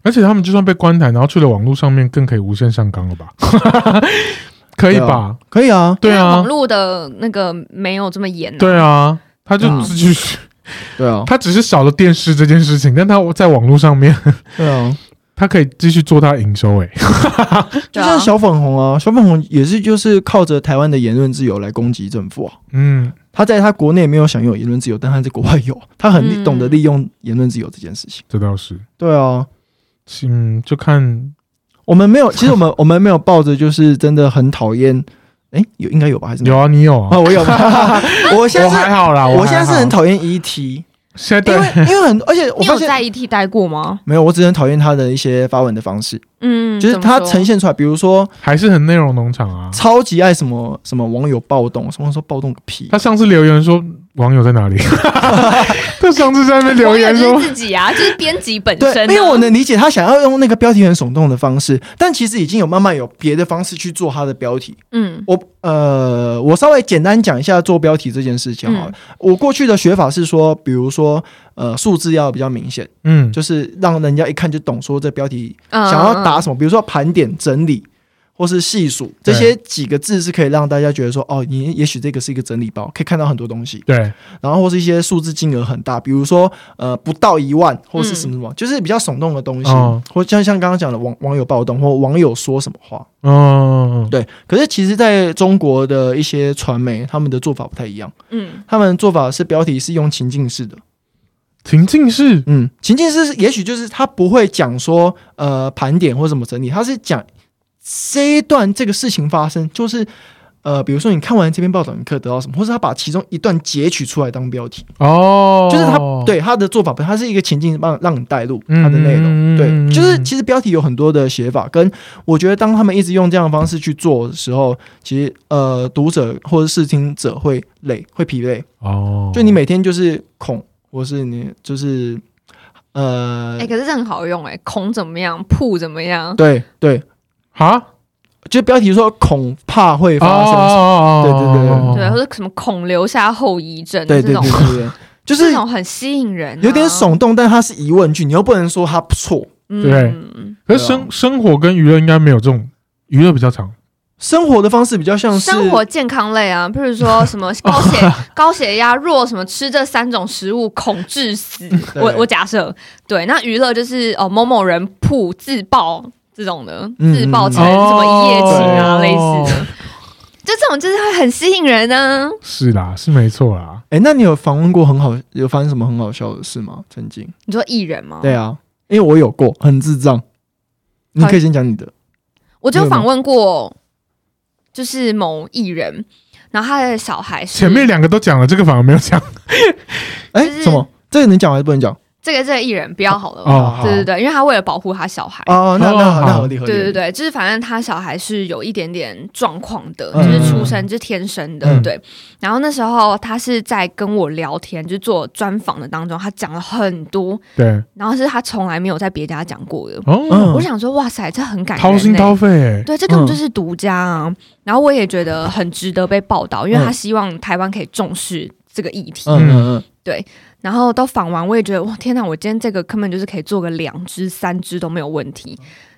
Speaker 1: 而且他们就算被关台，然后去了网络上面，更可以无限上纲了吧？可以吧？
Speaker 3: 可以啊，
Speaker 1: 对
Speaker 2: 因为
Speaker 1: 啊
Speaker 2: 网，络的那个没有这么严、啊。
Speaker 1: 对啊，他就
Speaker 2: 对
Speaker 3: 嗯
Speaker 2: 啊
Speaker 1: 自己，
Speaker 3: 对啊，
Speaker 1: 他只是少了电视这件事情，但他在网络上面， [laughs]
Speaker 3: 对啊，
Speaker 1: 他可以继续做他营收，诶，哎
Speaker 2: 对
Speaker 3: 就
Speaker 2: 啊
Speaker 3: 像小粉红啊，小粉红也是就是靠着台湾的言论自由来攻击政府啊。
Speaker 1: 嗯，
Speaker 3: 他在他国内没有享有言论自由，但他在国外有，他很利
Speaker 2: 嗯
Speaker 3: 懂得利用言论自由这件事情。
Speaker 1: 这倒是，
Speaker 3: 对啊，
Speaker 1: 嗯，就看
Speaker 3: 我们没有，其实我们 [laughs] 我们没有抱着就是真的很讨厌，哎，有应该有吧？还是没
Speaker 1: 有啊，你有啊
Speaker 3: 啊？，
Speaker 1: [laughs]
Speaker 3: 我有吧？我现在
Speaker 1: 我
Speaker 3: 是
Speaker 1: 还好啦，
Speaker 3: 我现在是很
Speaker 1: 讨，
Speaker 3: 讨厌 ET，
Speaker 1: 现在
Speaker 3: 因为
Speaker 1: 对
Speaker 3: 因为很，而且我
Speaker 2: 你
Speaker 3: 发
Speaker 2: 有
Speaker 3: 现
Speaker 2: 在 ET 待过吗？
Speaker 3: 没有，我只是很讨厌他的一些发文的方式，
Speaker 2: 嗯，
Speaker 3: 就是他
Speaker 2: 怎么说
Speaker 3: 呈现出来，比如说
Speaker 1: [laughs] 还是很内容农场啊。
Speaker 3: 超级爱什么什么网友暴动，什么时候暴动个屁
Speaker 1: 他？上次留言说网友在
Speaker 3: [laughs]
Speaker 1: 哪里？他上次在那边留言
Speaker 2: 网友
Speaker 1: 说
Speaker 2: 就是自己啊，就是编辑本
Speaker 3: 对，
Speaker 2: 身、啊。
Speaker 3: 因为我能理解他想要用那个标题很耸动的方式，但其实已经有慢慢有别的方式去做他的标题。
Speaker 2: 嗯
Speaker 3: 我呃，我稍微简单讲一下做标题这件事情好了。
Speaker 2: 嗯
Speaker 3: 我过去的学法是说，比如说呃，数字要比较明显，
Speaker 1: 嗯，
Speaker 3: 就是让人家一看就懂，说这标题
Speaker 2: 嗯
Speaker 3: 想要打什么，比如说盘点、整理或是细数这些几个字，是可以让大家觉得说，哦，你也许这个是一个整理包，可以看到很多东西，
Speaker 1: 对，
Speaker 3: 然后或是一些数字金额很大，比如说呃不到一万或是什么什么，就是比较耸动的东西，
Speaker 1: 哦
Speaker 3: 或像像刚刚讲的网网友暴动或网友说什么话，
Speaker 1: 嗯，
Speaker 3: 对。可是其实在中国的一些传媒，他们的做法不太一样，
Speaker 2: 嗯
Speaker 3: 他们做法是标题是用情境式的。
Speaker 1: 情境是
Speaker 3: 嗯，情境是也许就是他不会讲说呃盘点或什么整理，他是讲这一段这个事情发生，就是呃比如说你看完这篇报道，你可以得到什么，或是他把其中一段截取出来当标题，
Speaker 1: 哦，
Speaker 3: 就是他对他的做法，他是一个情境让让你带入
Speaker 1: 嗯
Speaker 3: 他的内容。
Speaker 1: 嗯嗯嗯
Speaker 3: 对，就是其实标题有很多的写法，跟我觉得当他们一直用这样的方式去做的时候，其实呃读者或者视听者会累，会疲累。
Speaker 1: 哦，
Speaker 3: 就你每天就是恐，或是你就是呃
Speaker 2: 哎、可是这很好用哎、孔怎么样，铺怎么样？
Speaker 3: 对对，
Speaker 1: 哈
Speaker 3: 就标题说恐怕会
Speaker 1: 哦
Speaker 3: 发生什么，
Speaker 1: 哦
Speaker 3: 对对对对
Speaker 1: 哦
Speaker 2: 对，或者什么孔留下后遗症，
Speaker 3: 对对
Speaker 2: 这
Speaker 3: 对
Speaker 2: 种
Speaker 3: 对对，就是
Speaker 2: [laughs] 这种很吸引人、啊，
Speaker 3: 有点耸动，但它是疑问句，你又不能说它错。
Speaker 2: 嗯，
Speaker 1: 可
Speaker 3: 啊
Speaker 1: 是生生活跟娱乐应该没有这种，娱乐比较长，
Speaker 3: 生活的方式比较像是
Speaker 2: 生活健康类啊，譬如说什么高血
Speaker 3: 哦
Speaker 2: 高血压弱什么，吃这三种食物恐致死。
Speaker 3: [laughs] 对
Speaker 2: 我我假设对，那娱乐就是哦某某人铺自爆这种的，
Speaker 3: 嗯
Speaker 2: 自爆成
Speaker 1: 嗯嗯
Speaker 2: 什么一夜情啊、
Speaker 1: 哦
Speaker 2: 类似的。就这种就是会很吸引人啊呢、
Speaker 1: 是啦，是没错啦。
Speaker 3: 哎、那你有访问过很好，有发生什么很好笑的事吗？曾经？
Speaker 2: 你说艺人吗？
Speaker 3: 对啊，因为我有过，很智障。你可以先讲你的，
Speaker 2: 我
Speaker 3: 你
Speaker 2: 就
Speaker 3: 有吗
Speaker 2: 访问过，就是某艺人，然后他的小孩是
Speaker 1: 前面两个都讲了，这个反而没有
Speaker 3: [laughs]
Speaker 1: 讲。
Speaker 3: 哎、
Speaker 2: 就是
Speaker 3: 什么？这个能讲还是不能讲？
Speaker 2: 这个这个艺人不要好了，
Speaker 1: 哦好
Speaker 2: 对对对，因为他为了保护他小孩。
Speaker 3: 哦，那那
Speaker 1: 哦
Speaker 3: 那合理合理。
Speaker 2: 对对对，就是反正他小孩是有一点点状况的，
Speaker 3: 嗯
Speaker 2: 就是出生就是天生的，
Speaker 1: 嗯
Speaker 2: 对。然后那时候他是在跟我聊天，就是做专访的当中，他讲了很多，
Speaker 1: 对，
Speaker 2: 然后是他从来没有在别家讲过的。
Speaker 1: 哦，
Speaker 3: 嗯
Speaker 2: 我想说，哇塞，这很感人、欸，
Speaker 1: 掏心掏肺、欸，
Speaker 2: 对，这根本就是独家啊！然后我也觉得很值得被报道，因为他希望台湾可以重视这个议题。
Speaker 3: 嗯嗯嗯，
Speaker 2: 然后到访完，我也觉得哇，天哪！我今天这个根本就是可以做个两支、三支都没有问题。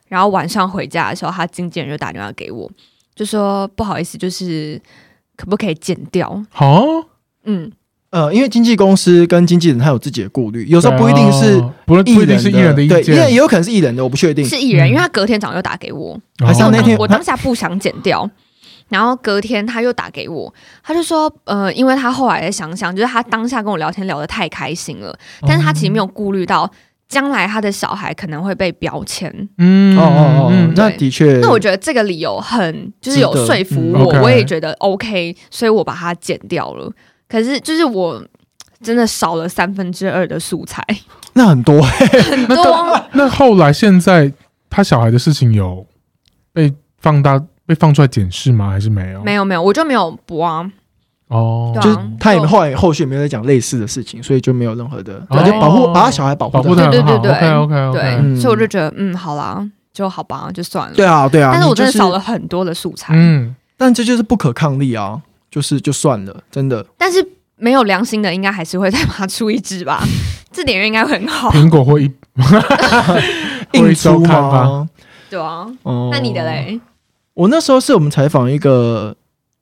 Speaker 2: 然后晚上回家的时候，他经纪人就打电话给我，就说不好意思，就是可不可以剪掉？
Speaker 1: 好、
Speaker 2: 嗯，
Speaker 3: 呃，因为经纪公司跟经纪人他有自己的顾虑，有时候不一定是
Speaker 1: 对啊不不一定是艺人的意
Speaker 3: 对，因为也
Speaker 1: 见，
Speaker 3: 有可能是艺人的，我不确定。
Speaker 2: 是艺人，
Speaker 1: 嗯
Speaker 2: 因为他隔天早上又打给我，
Speaker 1: 哦
Speaker 3: 还是
Speaker 2: 我
Speaker 3: 要那
Speaker 2: 当
Speaker 3: 天
Speaker 2: 嗯我当下不想剪掉，然后隔天他又打给我，他就说，呃，因为他后来再想想，就是他当下跟我聊天聊得太开心了，
Speaker 3: 哦
Speaker 2: 但是他其实没有顾虑到将来他的小孩可能会被标签。
Speaker 1: 嗯
Speaker 3: 哦哦哦，
Speaker 1: 嗯
Speaker 3: 那的确，
Speaker 2: 那我觉得这个理由很就是有
Speaker 3: 值得
Speaker 2: 说服
Speaker 3: 嗯
Speaker 2: 我，
Speaker 1: OK
Speaker 2: 我也觉得 OK，所以我把它剪掉了。可是就是我真的少了三分之二的素材，
Speaker 3: 那很多，啊
Speaker 2: 很多
Speaker 1: 那后来现在他小孩的事情有被放大、被放出来检视吗？还是没有？
Speaker 2: [laughs] 没有没有，我就没有播啊。
Speaker 1: 哦，
Speaker 2: 对啊
Speaker 3: 就是他也
Speaker 2: 就
Speaker 3: 后来后续也没有在讲类似的事情，所以就没有任何的，
Speaker 1: 对
Speaker 3: 他就保护把他小孩保
Speaker 1: 哦保护哦
Speaker 3: 护得
Speaker 1: 的
Speaker 3: 好
Speaker 2: 对
Speaker 1: 很好。
Speaker 2: 对对
Speaker 1: OK OK
Speaker 2: 对
Speaker 1: OK，，
Speaker 3: 嗯
Speaker 2: 所以我就觉得，嗯，好啦，就好吧，就算了。
Speaker 3: 对啊对啊，
Speaker 2: 但是我真的
Speaker 3: 你就是
Speaker 2: 少了，很多的素材，
Speaker 1: 嗯，
Speaker 3: 但这就是不可抗力啊，就是就算了，真的。
Speaker 2: 但是没有良心的应该还是会再 [laughs] 拿出一支吧，这点应该会很好，
Speaker 1: 嗯苹果或一 [laughs]
Speaker 3: 硬
Speaker 1: 会收
Speaker 3: 出
Speaker 1: 看
Speaker 3: 吗
Speaker 1: 吗？
Speaker 2: 对啊。
Speaker 3: 哦
Speaker 2: 那你的？嘞？
Speaker 3: 我那时候是我们采访一个，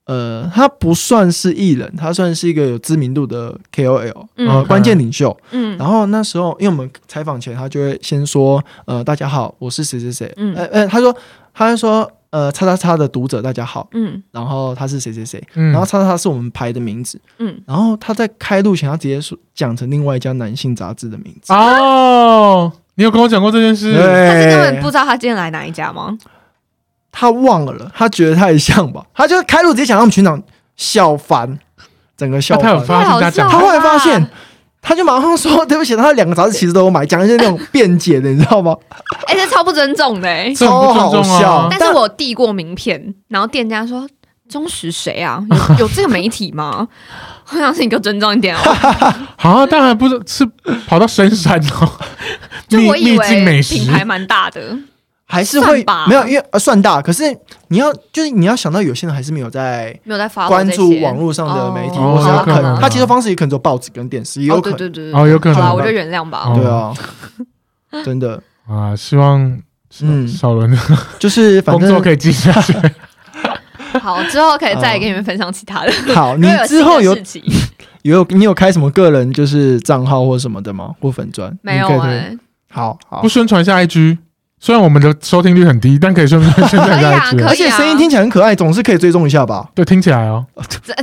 Speaker 3: 呃，他不算是艺人，他算是一个有知名度的 KOL，呃，
Speaker 2: 嗯
Speaker 1: 哦
Speaker 3: 关键领袖。
Speaker 2: 嗯
Speaker 3: 然后那时候，因为我们采访前，他就会先说，呃，大家好，我是谁谁谁，
Speaker 2: 嗯
Speaker 3: 呃呃，他说，他就说，呃，叉叉叉的读者大家好，
Speaker 2: 嗯
Speaker 3: 然后他是谁谁谁，
Speaker 1: 嗯，
Speaker 3: 然后叉叉叉是我们排的名字，
Speaker 2: 嗯，
Speaker 3: 然后他在开录前，他直接说讲成另外一家男性杂志的名
Speaker 1: [laughs]
Speaker 3: 字，
Speaker 1: 哦，你有跟我讲过这件事？
Speaker 3: 对，
Speaker 2: 但是根本不知道他今天来哪一家吗？
Speaker 3: 他忘了，他觉得太像吧，他就开录直接讲他们群长笑翻，整个笑
Speaker 1: 啊那他有
Speaker 3: 翻，
Speaker 2: 啊
Speaker 1: 发现他讲
Speaker 3: 他
Speaker 2: 太好笑了
Speaker 3: 后来发现。他就马上说：“对不起，他两个杂志其实都有买，讲一些那种辩解的，你知道吗？
Speaker 2: 哎，这超不尊重的哎！
Speaker 1: 这很不尊重
Speaker 3: 超好笑
Speaker 1: 啊
Speaker 2: 但！是我递过名片，然后店家说忠实谁啊？有有这个媒体吗？ [laughs] 我想是你给我尊重一点哦。
Speaker 1: 啊，但还不是是跑到深山哦，
Speaker 2: [laughs] 就
Speaker 1: 秘
Speaker 2: 我以
Speaker 1: 秘境
Speaker 2: 为
Speaker 1: 美食
Speaker 2: 品牌蛮大的，
Speaker 3: 还是会
Speaker 2: 算吧
Speaker 3: 没有，因为、呃、算大，可是你要就是你要想到有些人还是没有在
Speaker 2: 没有在发
Speaker 3: 关注网络上的媒体，
Speaker 1: 哦
Speaker 3: 或是他
Speaker 1: 有可能啊
Speaker 3: 他接受方式也可能只有报纸跟电视，也有
Speaker 2: 哦，对
Speaker 3: 可能，
Speaker 2: 对对，对
Speaker 1: 哦有可能
Speaker 2: 好啦，我就原谅吧。
Speaker 1: 哦
Speaker 3: 对啊，真的
Speaker 1: 啊，希望少
Speaker 3: 嗯
Speaker 1: 少伦的
Speaker 3: 就是反
Speaker 1: 工作
Speaker 3: 正
Speaker 1: 可以继续下去。
Speaker 2: 好，之后可以再给你们分享其他的。
Speaker 3: 好，嗯你
Speaker 2: 因为有
Speaker 3: 之后
Speaker 2: 新的
Speaker 3: 有
Speaker 2: 事情
Speaker 3: 有你有开什么个人就是账号或什么的吗？或粉砖
Speaker 2: 没有
Speaker 3: 你可以推
Speaker 2: 哎？
Speaker 3: 好 [laughs] 好
Speaker 1: 不，宣传一下 IG，虽然我们的收听率很低，但可以宣传
Speaker 2: [laughs]
Speaker 1: 宣传一下
Speaker 2: 可以啊
Speaker 1: IG
Speaker 2: 可
Speaker 1: 啊。
Speaker 3: 而且声音听起来很可爱，总是可以追踪一下吧。
Speaker 1: 对，听起来哦，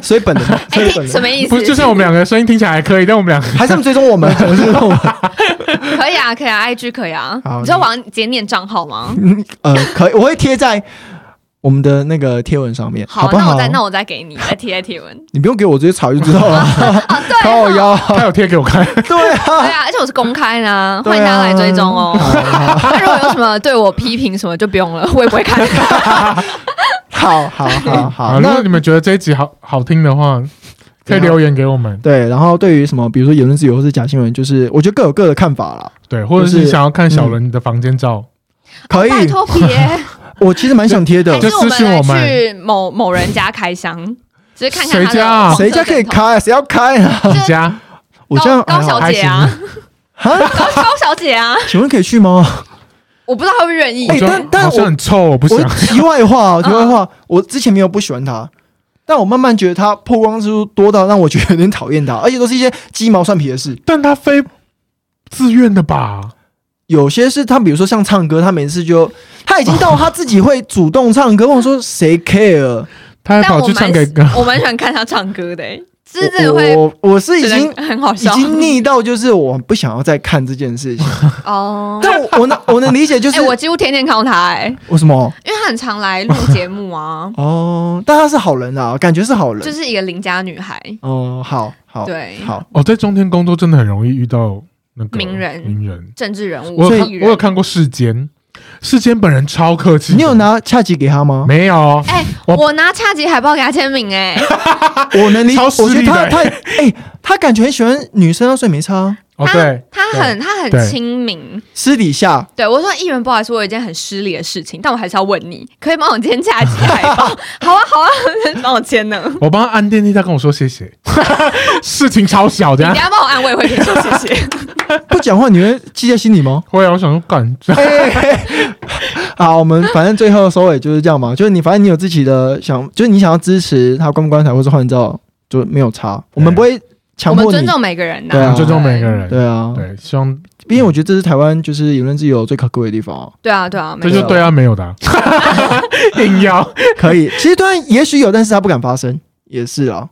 Speaker 3: 所以本人，所
Speaker 2: 哎
Speaker 3: 以本，
Speaker 2: 什
Speaker 3: 人
Speaker 2: 么意
Speaker 1: 不是
Speaker 2: 思？
Speaker 1: 就算我们两个声音听起来还可以，但我们两个
Speaker 3: 还是他们追踪我们，追踪我们
Speaker 2: 可以啊，可以啊，IG 可以啊。
Speaker 3: 好
Speaker 2: 你知道王直接念账号吗？
Speaker 3: 嗯呃，可以，我会贴在我们的那个贴文上面，好不
Speaker 2: 那
Speaker 3: 好
Speaker 2: 我？再那我再给你再贴贴文。
Speaker 3: 你不用给我直接查就知道了， [laughs] 靠
Speaker 2: [laughs] 对啊，
Speaker 3: 腰，
Speaker 1: 他有贴给我看，
Speaker 3: 对 [laughs] 啊，
Speaker 2: 对啊，而且我是公开的啊，
Speaker 3: [laughs] 对啊
Speaker 2: 欢迎大家来追踪
Speaker 3: [laughs]
Speaker 2: 哦。
Speaker 1: [laughs]
Speaker 2: 那如果有什么对我批评什么，就不用了， [laughs] 我也不会看。
Speaker 3: 好好 [laughs] 好
Speaker 1: 啊 [laughs]
Speaker 3: 好，
Speaker 1: 如果
Speaker 3: 那
Speaker 1: 你们觉得这一集好好听的话，可以留言给我们，
Speaker 3: 对，然后对于什么，比如说言论自由或是假新闻，就是我觉得各有各的看法啦，
Speaker 1: 对，或者是
Speaker 3: 就
Speaker 1: 你
Speaker 3: 是
Speaker 1: 想要看小伦的房间照，
Speaker 3: [laughs] 可以，
Speaker 2: 拜托别，
Speaker 3: [laughs] 我其实蛮想贴的
Speaker 2: 还，是我
Speaker 1: 就私讯
Speaker 2: 们
Speaker 1: 我们
Speaker 2: 来去某某人家开箱，只是看看他
Speaker 1: 谁家啊
Speaker 2: 的黄色
Speaker 3: 谁家可以
Speaker 2: 枕头
Speaker 3: 开，谁要开啊？
Speaker 1: 你家
Speaker 2: 哦
Speaker 3: 我这样
Speaker 2: 高高
Speaker 3: 还好
Speaker 2: 小姐啊，
Speaker 3: 还行
Speaker 2: [laughs] 高高小姐啊，
Speaker 3: 请问可以去吗？
Speaker 2: 我不知道她会不会愿意
Speaker 1: 我
Speaker 3: 哎。
Speaker 1: 觉
Speaker 3: 但
Speaker 1: 得
Speaker 3: 但
Speaker 1: 好
Speaker 3: 我
Speaker 1: 像很臭，我哦不啊
Speaker 3: 我
Speaker 1: 想。
Speaker 3: 题外
Speaker 2: [laughs]
Speaker 3: 话哦，题外话，我之前没有不喜欢他，但我慢慢觉得他曝光之数多到让我觉得有点讨厌他，而且都是一些鸡毛蒜皮的事。
Speaker 1: 但他非自愿的吧？
Speaker 3: 有些是他，比如说像唱歌，他每次就他已经到他自己会主动唱歌，问我说谁 care？
Speaker 1: 他还
Speaker 2: 但
Speaker 1: 跑
Speaker 2: 我
Speaker 1: 去唱
Speaker 2: 蛮
Speaker 1: 给
Speaker 2: 喜我蛮喜欢看他唱歌的、 [laughs] 欸，是真的会
Speaker 3: 我我我是已
Speaker 2: 觉
Speaker 3: 经
Speaker 2: 得很好
Speaker 3: 已
Speaker 2: 笑 [laughs]
Speaker 3: 经腻到，就是我不想要再看这件事情。
Speaker 2: 哦。
Speaker 3: 但我我能我能理解，就
Speaker 2: 哎、
Speaker 3: 是
Speaker 2: 我几乎天天看到他、欸，哎，
Speaker 3: 为什么，
Speaker 2: 因为他很常来录节目啊 [laughs]
Speaker 3: 哦，但他是好人啊，感觉是好人。
Speaker 2: 就是一个邻家女孩，
Speaker 3: 哦，好好
Speaker 2: 对
Speaker 3: 好，
Speaker 1: [laughs] 哦，在中天工作真的很容易遇到那个
Speaker 2: 名人嗯
Speaker 1: 名人，
Speaker 2: 政治人物，
Speaker 1: 我有看
Speaker 2: 艺
Speaker 1: 我
Speaker 2: 人
Speaker 1: 有。看过世间，世间本人超客气的，
Speaker 3: 你有拿恰吉给他吗？
Speaker 1: 没有？哦
Speaker 2: 哎、
Speaker 1: 我
Speaker 2: 我拿恰吉海报给他签名、 [laughs] 欸，哎，
Speaker 3: 我能理，
Speaker 1: 超
Speaker 3: 我
Speaker 1: 势
Speaker 3: 觉得
Speaker 1: 利的
Speaker 3: 他
Speaker 1: 欸
Speaker 3: 他哎，他感觉很喜欢女生啊，所以没差啊。
Speaker 1: 哦，
Speaker 2: 他
Speaker 1: 对，
Speaker 2: 他
Speaker 1: 对
Speaker 2: 很他很
Speaker 1: 对
Speaker 2: 亲民。
Speaker 3: 私底下
Speaker 2: 对我说：“议员，不好意思，我有一件很失礼的事情，但我还是要问你，可以帮我签恰吉海 [laughs] 报？好啊，好啊，帮我签呢。
Speaker 1: 我帮他按电梯，他跟我说谢谢， [laughs] 事情超小
Speaker 2: 你
Speaker 1: 的
Speaker 2: 等一。下帮我按，我也会跟你说谢谢。
Speaker 3: 不讲话，你会记在心里吗？
Speaker 1: 会啊，我想说干，
Speaker 3: 好，啊我们反正最后收尾就是这样嘛，就是你反正你有自己的想，就是你想要支持他关不关台或是换照，就没有差，我们不会强
Speaker 2: 我们
Speaker 3: 迫
Speaker 2: 尊
Speaker 3: 你。
Speaker 2: 重每个人呐、
Speaker 3: 对啊
Speaker 1: 我们尊重每个人。
Speaker 3: 对啊，
Speaker 1: 对，希望
Speaker 3: 毕竟我觉得这是台湾就是言论自由最可贵的地方
Speaker 1: [laughs]
Speaker 3: 啊、
Speaker 2: 对啊，对啊，
Speaker 1: 这
Speaker 2: 没
Speaker 1: 就
Speaker 2: 错
Speaker 1: 对他没有
Speaker 2: [laughs]
Speaker 1: 的啊，硬要
Speaker 3: 可以。其实当然也许有，但是他不敢发声，也是啊，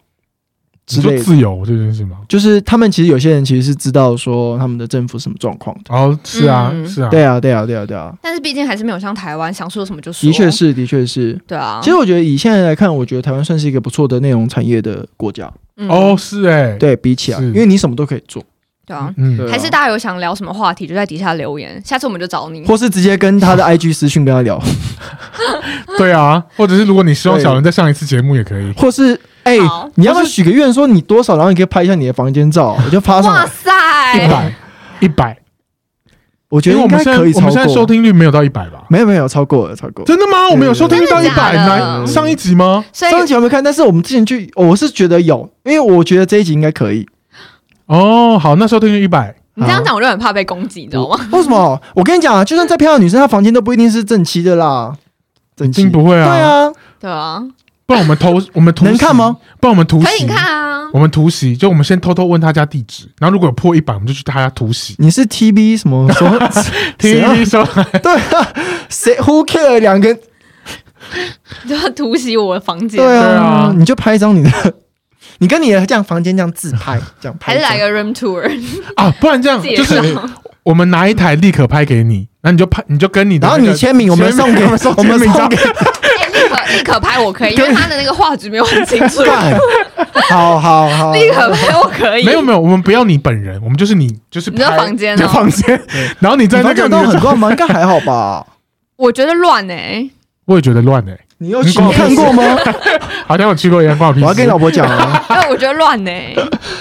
Speaker 3: 之
Speaker 1: 你说
Speaker 3: 类的。
Speaker 1: 自由这件事吗？
Speaker 3: 就是他们其实有些人其实是知道说他们的政府什么状况的。
Speaker 1: 哦，是啊，
Speaker 2: 嗯
Speaker 1: 是啊，
Speaker 3: 对啊，对啊，对啊，对啊，
Speaker 2: 但是毕竟还是没有像台湾想说什么就说，
Speaker 3: 的确，是，的确是。
Speaker 2: 对啊。
Speaker 3: 其实我觉得以现在来看，我觉得台湾算是一个不错的内容产业的国家。
Speaker 2: 嗯
Speaker 1: 哦，，是哎，，
Speaker 3: 对比起来，
Speaker 1: 是
Speaker 3: 因为你什么都可以做，
Speaker 2: 对啊。
Speaker 1: 嗯
Speaker 3: 对，啊
Speaker 2: 还是大家有想聊什么话题，就在底下留言，下次我们就找你。
Speaker 3: 或是直接跟他的 IG 私讯跟他聊，
Speaker 1: [laughs] 对啊，或者是如果你希望小人再上一次节目也可以，
Speaker 3: [laughs] 或是哎、
Speaker 2: 好
Speaker 3: 你要不要许个愿，说你多少，然后你可以拍一下你的房间照，我就发上
Speaker 2: 哇
Speaker 3: 来。
Speaker 2: 塞，
Speaker 1: 一百一百，
Speaker 3: 我觉
Speaker 1: 因为
Speaker 3: 得
Speaker 1: 我
Speaker 3: 应
Speaker 1: 们
Speaker 3: 该
Speaker 1: 现在
Speaker 3: 可以
Speaker 1: 我
Speaker 3: 超
Speaker 1: 们现在收
Speaker 3: 过。哦
Speaker 1: 听率没有到一百吧？
Speaker 3: 没有没有超过了，超过了。
Speaker 1: 真的吗？我们有收听率到一
Speaker 2: 真的假
Speaker 1: 百？
Speaker 2: 的
Speaker 1: 哪上一集吗？
Speaker 2: 所以
Speaker 3: 上一集我没看，但是我们之前去，我是觉得有，因为我觉得这一集应该可以。
Speaker 1: 哦，好，那收听率一百，
Speaker 2: 你这样讲，我就很怕被攻击，你知道吗？
Speaker 3: 为什么？我跟你讲啊，就算再漂亮的女生，她房间都不一定是整齐的啦。整
Speaker 1: 一
Speaker 3: 齐
Speaker 1: 定不会
Speaker 3: 对
Speaker 1: 啊，，
Speaker 3: 啊，
Speaker 2: 对啊，
Speaker 1: 不然我们
Speaker 3: [laughs]
Speaker 1: 偷，我们突袭
Speaker 3: 能看吗？
Speaker 1: 不然我们突
Speaker 2: 可以
Speaker 1: 袭，
Speaker 2: 你看啊，
Speaker 1: 我们突袭，就我们先偷偷问他家地址，然后如果有破一百，我们就去他家突袭。
Speaker 3: 你是 TB 什么什
Speaker 1: [laughs]
Speaker 3: 么？
Speaker 1: 听
Speaker 3: 谁啊
Speaker 1: 一说，
Speaker 3: 对啊，谁 Who care 两个？
Speaker 2: 你就要突袭我的房间，
Speaker 3: 对
Speaker 1: 对啊
Speaker 3: 啊，你就拍一张你的， [laughs] 你跟你的这样房间这样自 [laughs] 拍，这样
Speaker 2: 还
Speaker 3: 拍一
Speaker 2: 是
Speaker 3: 张。
Speaker 2: 来个 room tour [laughs]
Speaker 1: 啊，不然这样
Speaker 2: 介
Speaker 1: 就
Speaker 2: 绍
Speaker 1: 是？我们拿一台立可拍给你，然后你就拍，你就跟你的
Speaker 3: 然
Speaker 1: 那
Speaker 3: 后
Speaker 1: 个，
Speaker 3: 你签名，我们送给
Speaker 1: 我们送
Speaker 3: 我们
Speaker 1: 签名
Speaker 3: 送
Speaker 1: 照
Speaker 3: 给
Speaker 2: 哎，立刻立刻拍我
Speaker 3: [laughs]
Speaker 2: 可以，因为他的那个画质没有很清楚，
Speaker 3: 干。好好好，
Speaker 2: 立刻拍我可以。
Speaker 1: 没有没有，我们不要你本人，我们就是你，就是
Speaker 2: [laughs] 你说
Speaker 1: 拍
Speaker 2: 房间哦
Speaker 1: 你的房间，然后你在
Speaker 3: 你
Speaker 1: 那个
Speaker 3: 房间
Speaker 1: 你
Speaker 3: 都
Speaker 1: 的
Speaker 3: 很
Speaker 1: 照，
Speaker 3: 乱吗？应该还好吧。
Speaker 2: 我觉得乱 [laughs] 哎，
Speaker 1: 我也觉得乱哎，
Speaker 3: 你有
Speaker 1: 你
Speaker 3: 你
Speaker 1: 管我屁
Speaker 3: 看
Speaker 1: 事
Speaker 3: 过吗？
Speaker 1: 好像我去过一样
Speaker 3: [laughs]
Speaker 1: 挂皮
Speaker 3: 我。要跟你老婆讲 [laughs] 啊。
Speaker 2: 哎，我觉得乱哎，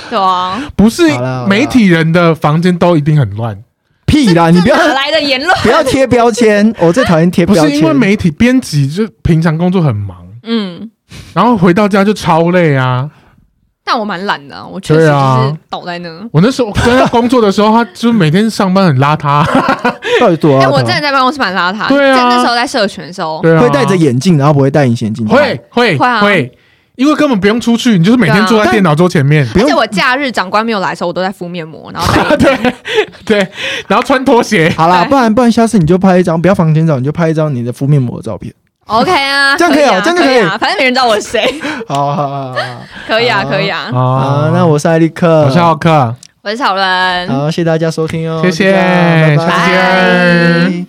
Speaker 2: 对啊，
Speaker 1: 不是
Speaker 3: 好啦好啦
Speaker 1: 媒体人的房间都一定很乱，
Speaker 3: 屁啦， [laughs] 你不
Speaker 2: 这
Speaker 3: 要
Speaker 2: 哪来的言论？
Speaker 3: 不要贴标签，我最讨厌贴
Speaker 1: 不
Speaker 3: 标签。
Speaker 1: 是因为媒体编辑就平常工作很忙，
Speaker 2: 嗯，
Speaker 1: 然后回到家就超累啊。
Speaker 2: 但我蛮懒的啊，我确实
Speaker 1: 对
Speaker 2: 就
Speaker 1: 啊
Speaker 2: 是倒在那。
Speaker 1: 我那时候跟他工作的时候，他就是每天上班很邋
Speaker 3: [laughs]
Speaker 1: 遢，
Speaker 3: 到底多啊
Speaker 2: 哎、
Speaker 3: 邋遢
Speaker 2: 我真的在办公室蛮邋遢的。
Speaker 1: 对啊
Speaker 2: 在那时候在社群的时候，
Speaker 1: 对啊，
Speaker 3: 会戴着眼镜，然后不会戴隐形眼镜。
Speaker 1: 会会
Speaker 2: 会啊
Speaker 1: 会，因为根本不用出去，你就是每天坐在电脑桌前面，
Speaker 3: 不
Speaker 2: 而
Speaker 3: 用
Speaker 2: 且我假日长官没有来的时候，我都在敷面膜，
Speaker 3: [laughs]
Speaker 2: 然后戴
Speaker 1: 对对，然后穿拖鞋，
Speaker 3: 好啦，
Speaker 2: 对
Speaker 3: 不然不然，下次你就拍一张，不要房间照，你就拍一张你的敷面膜的照片。
Speaker 2: OK 啊，
Speaker 3: 这样可以啊
Speaker 2: 啊，
Speaker 3: 这样就
Speaker 2: 可
Speaker 3: 可以
Speaker 2: 啊，反正没人知道我是
Speaker 3: [laughs]
Speaker 2: 谁，
Speaker 3: 好好好好
Speaker 2: 可以啊，
Speaker 3: 好
Speaker 2: 可以啊。
Speaker 1: 啊
Speaker 3: 好，那我是呃艾利克，
Speaker 1: 我是浩克。
Speaker 2: 我是小伦，
Speaker 3: 好，谢谢大家收听哦，
Speaker 1: 谢谢
Speaker 3: 就这样拜
Speaker 1: 下
Speaker 2: 次见
Speaker 3: 拜。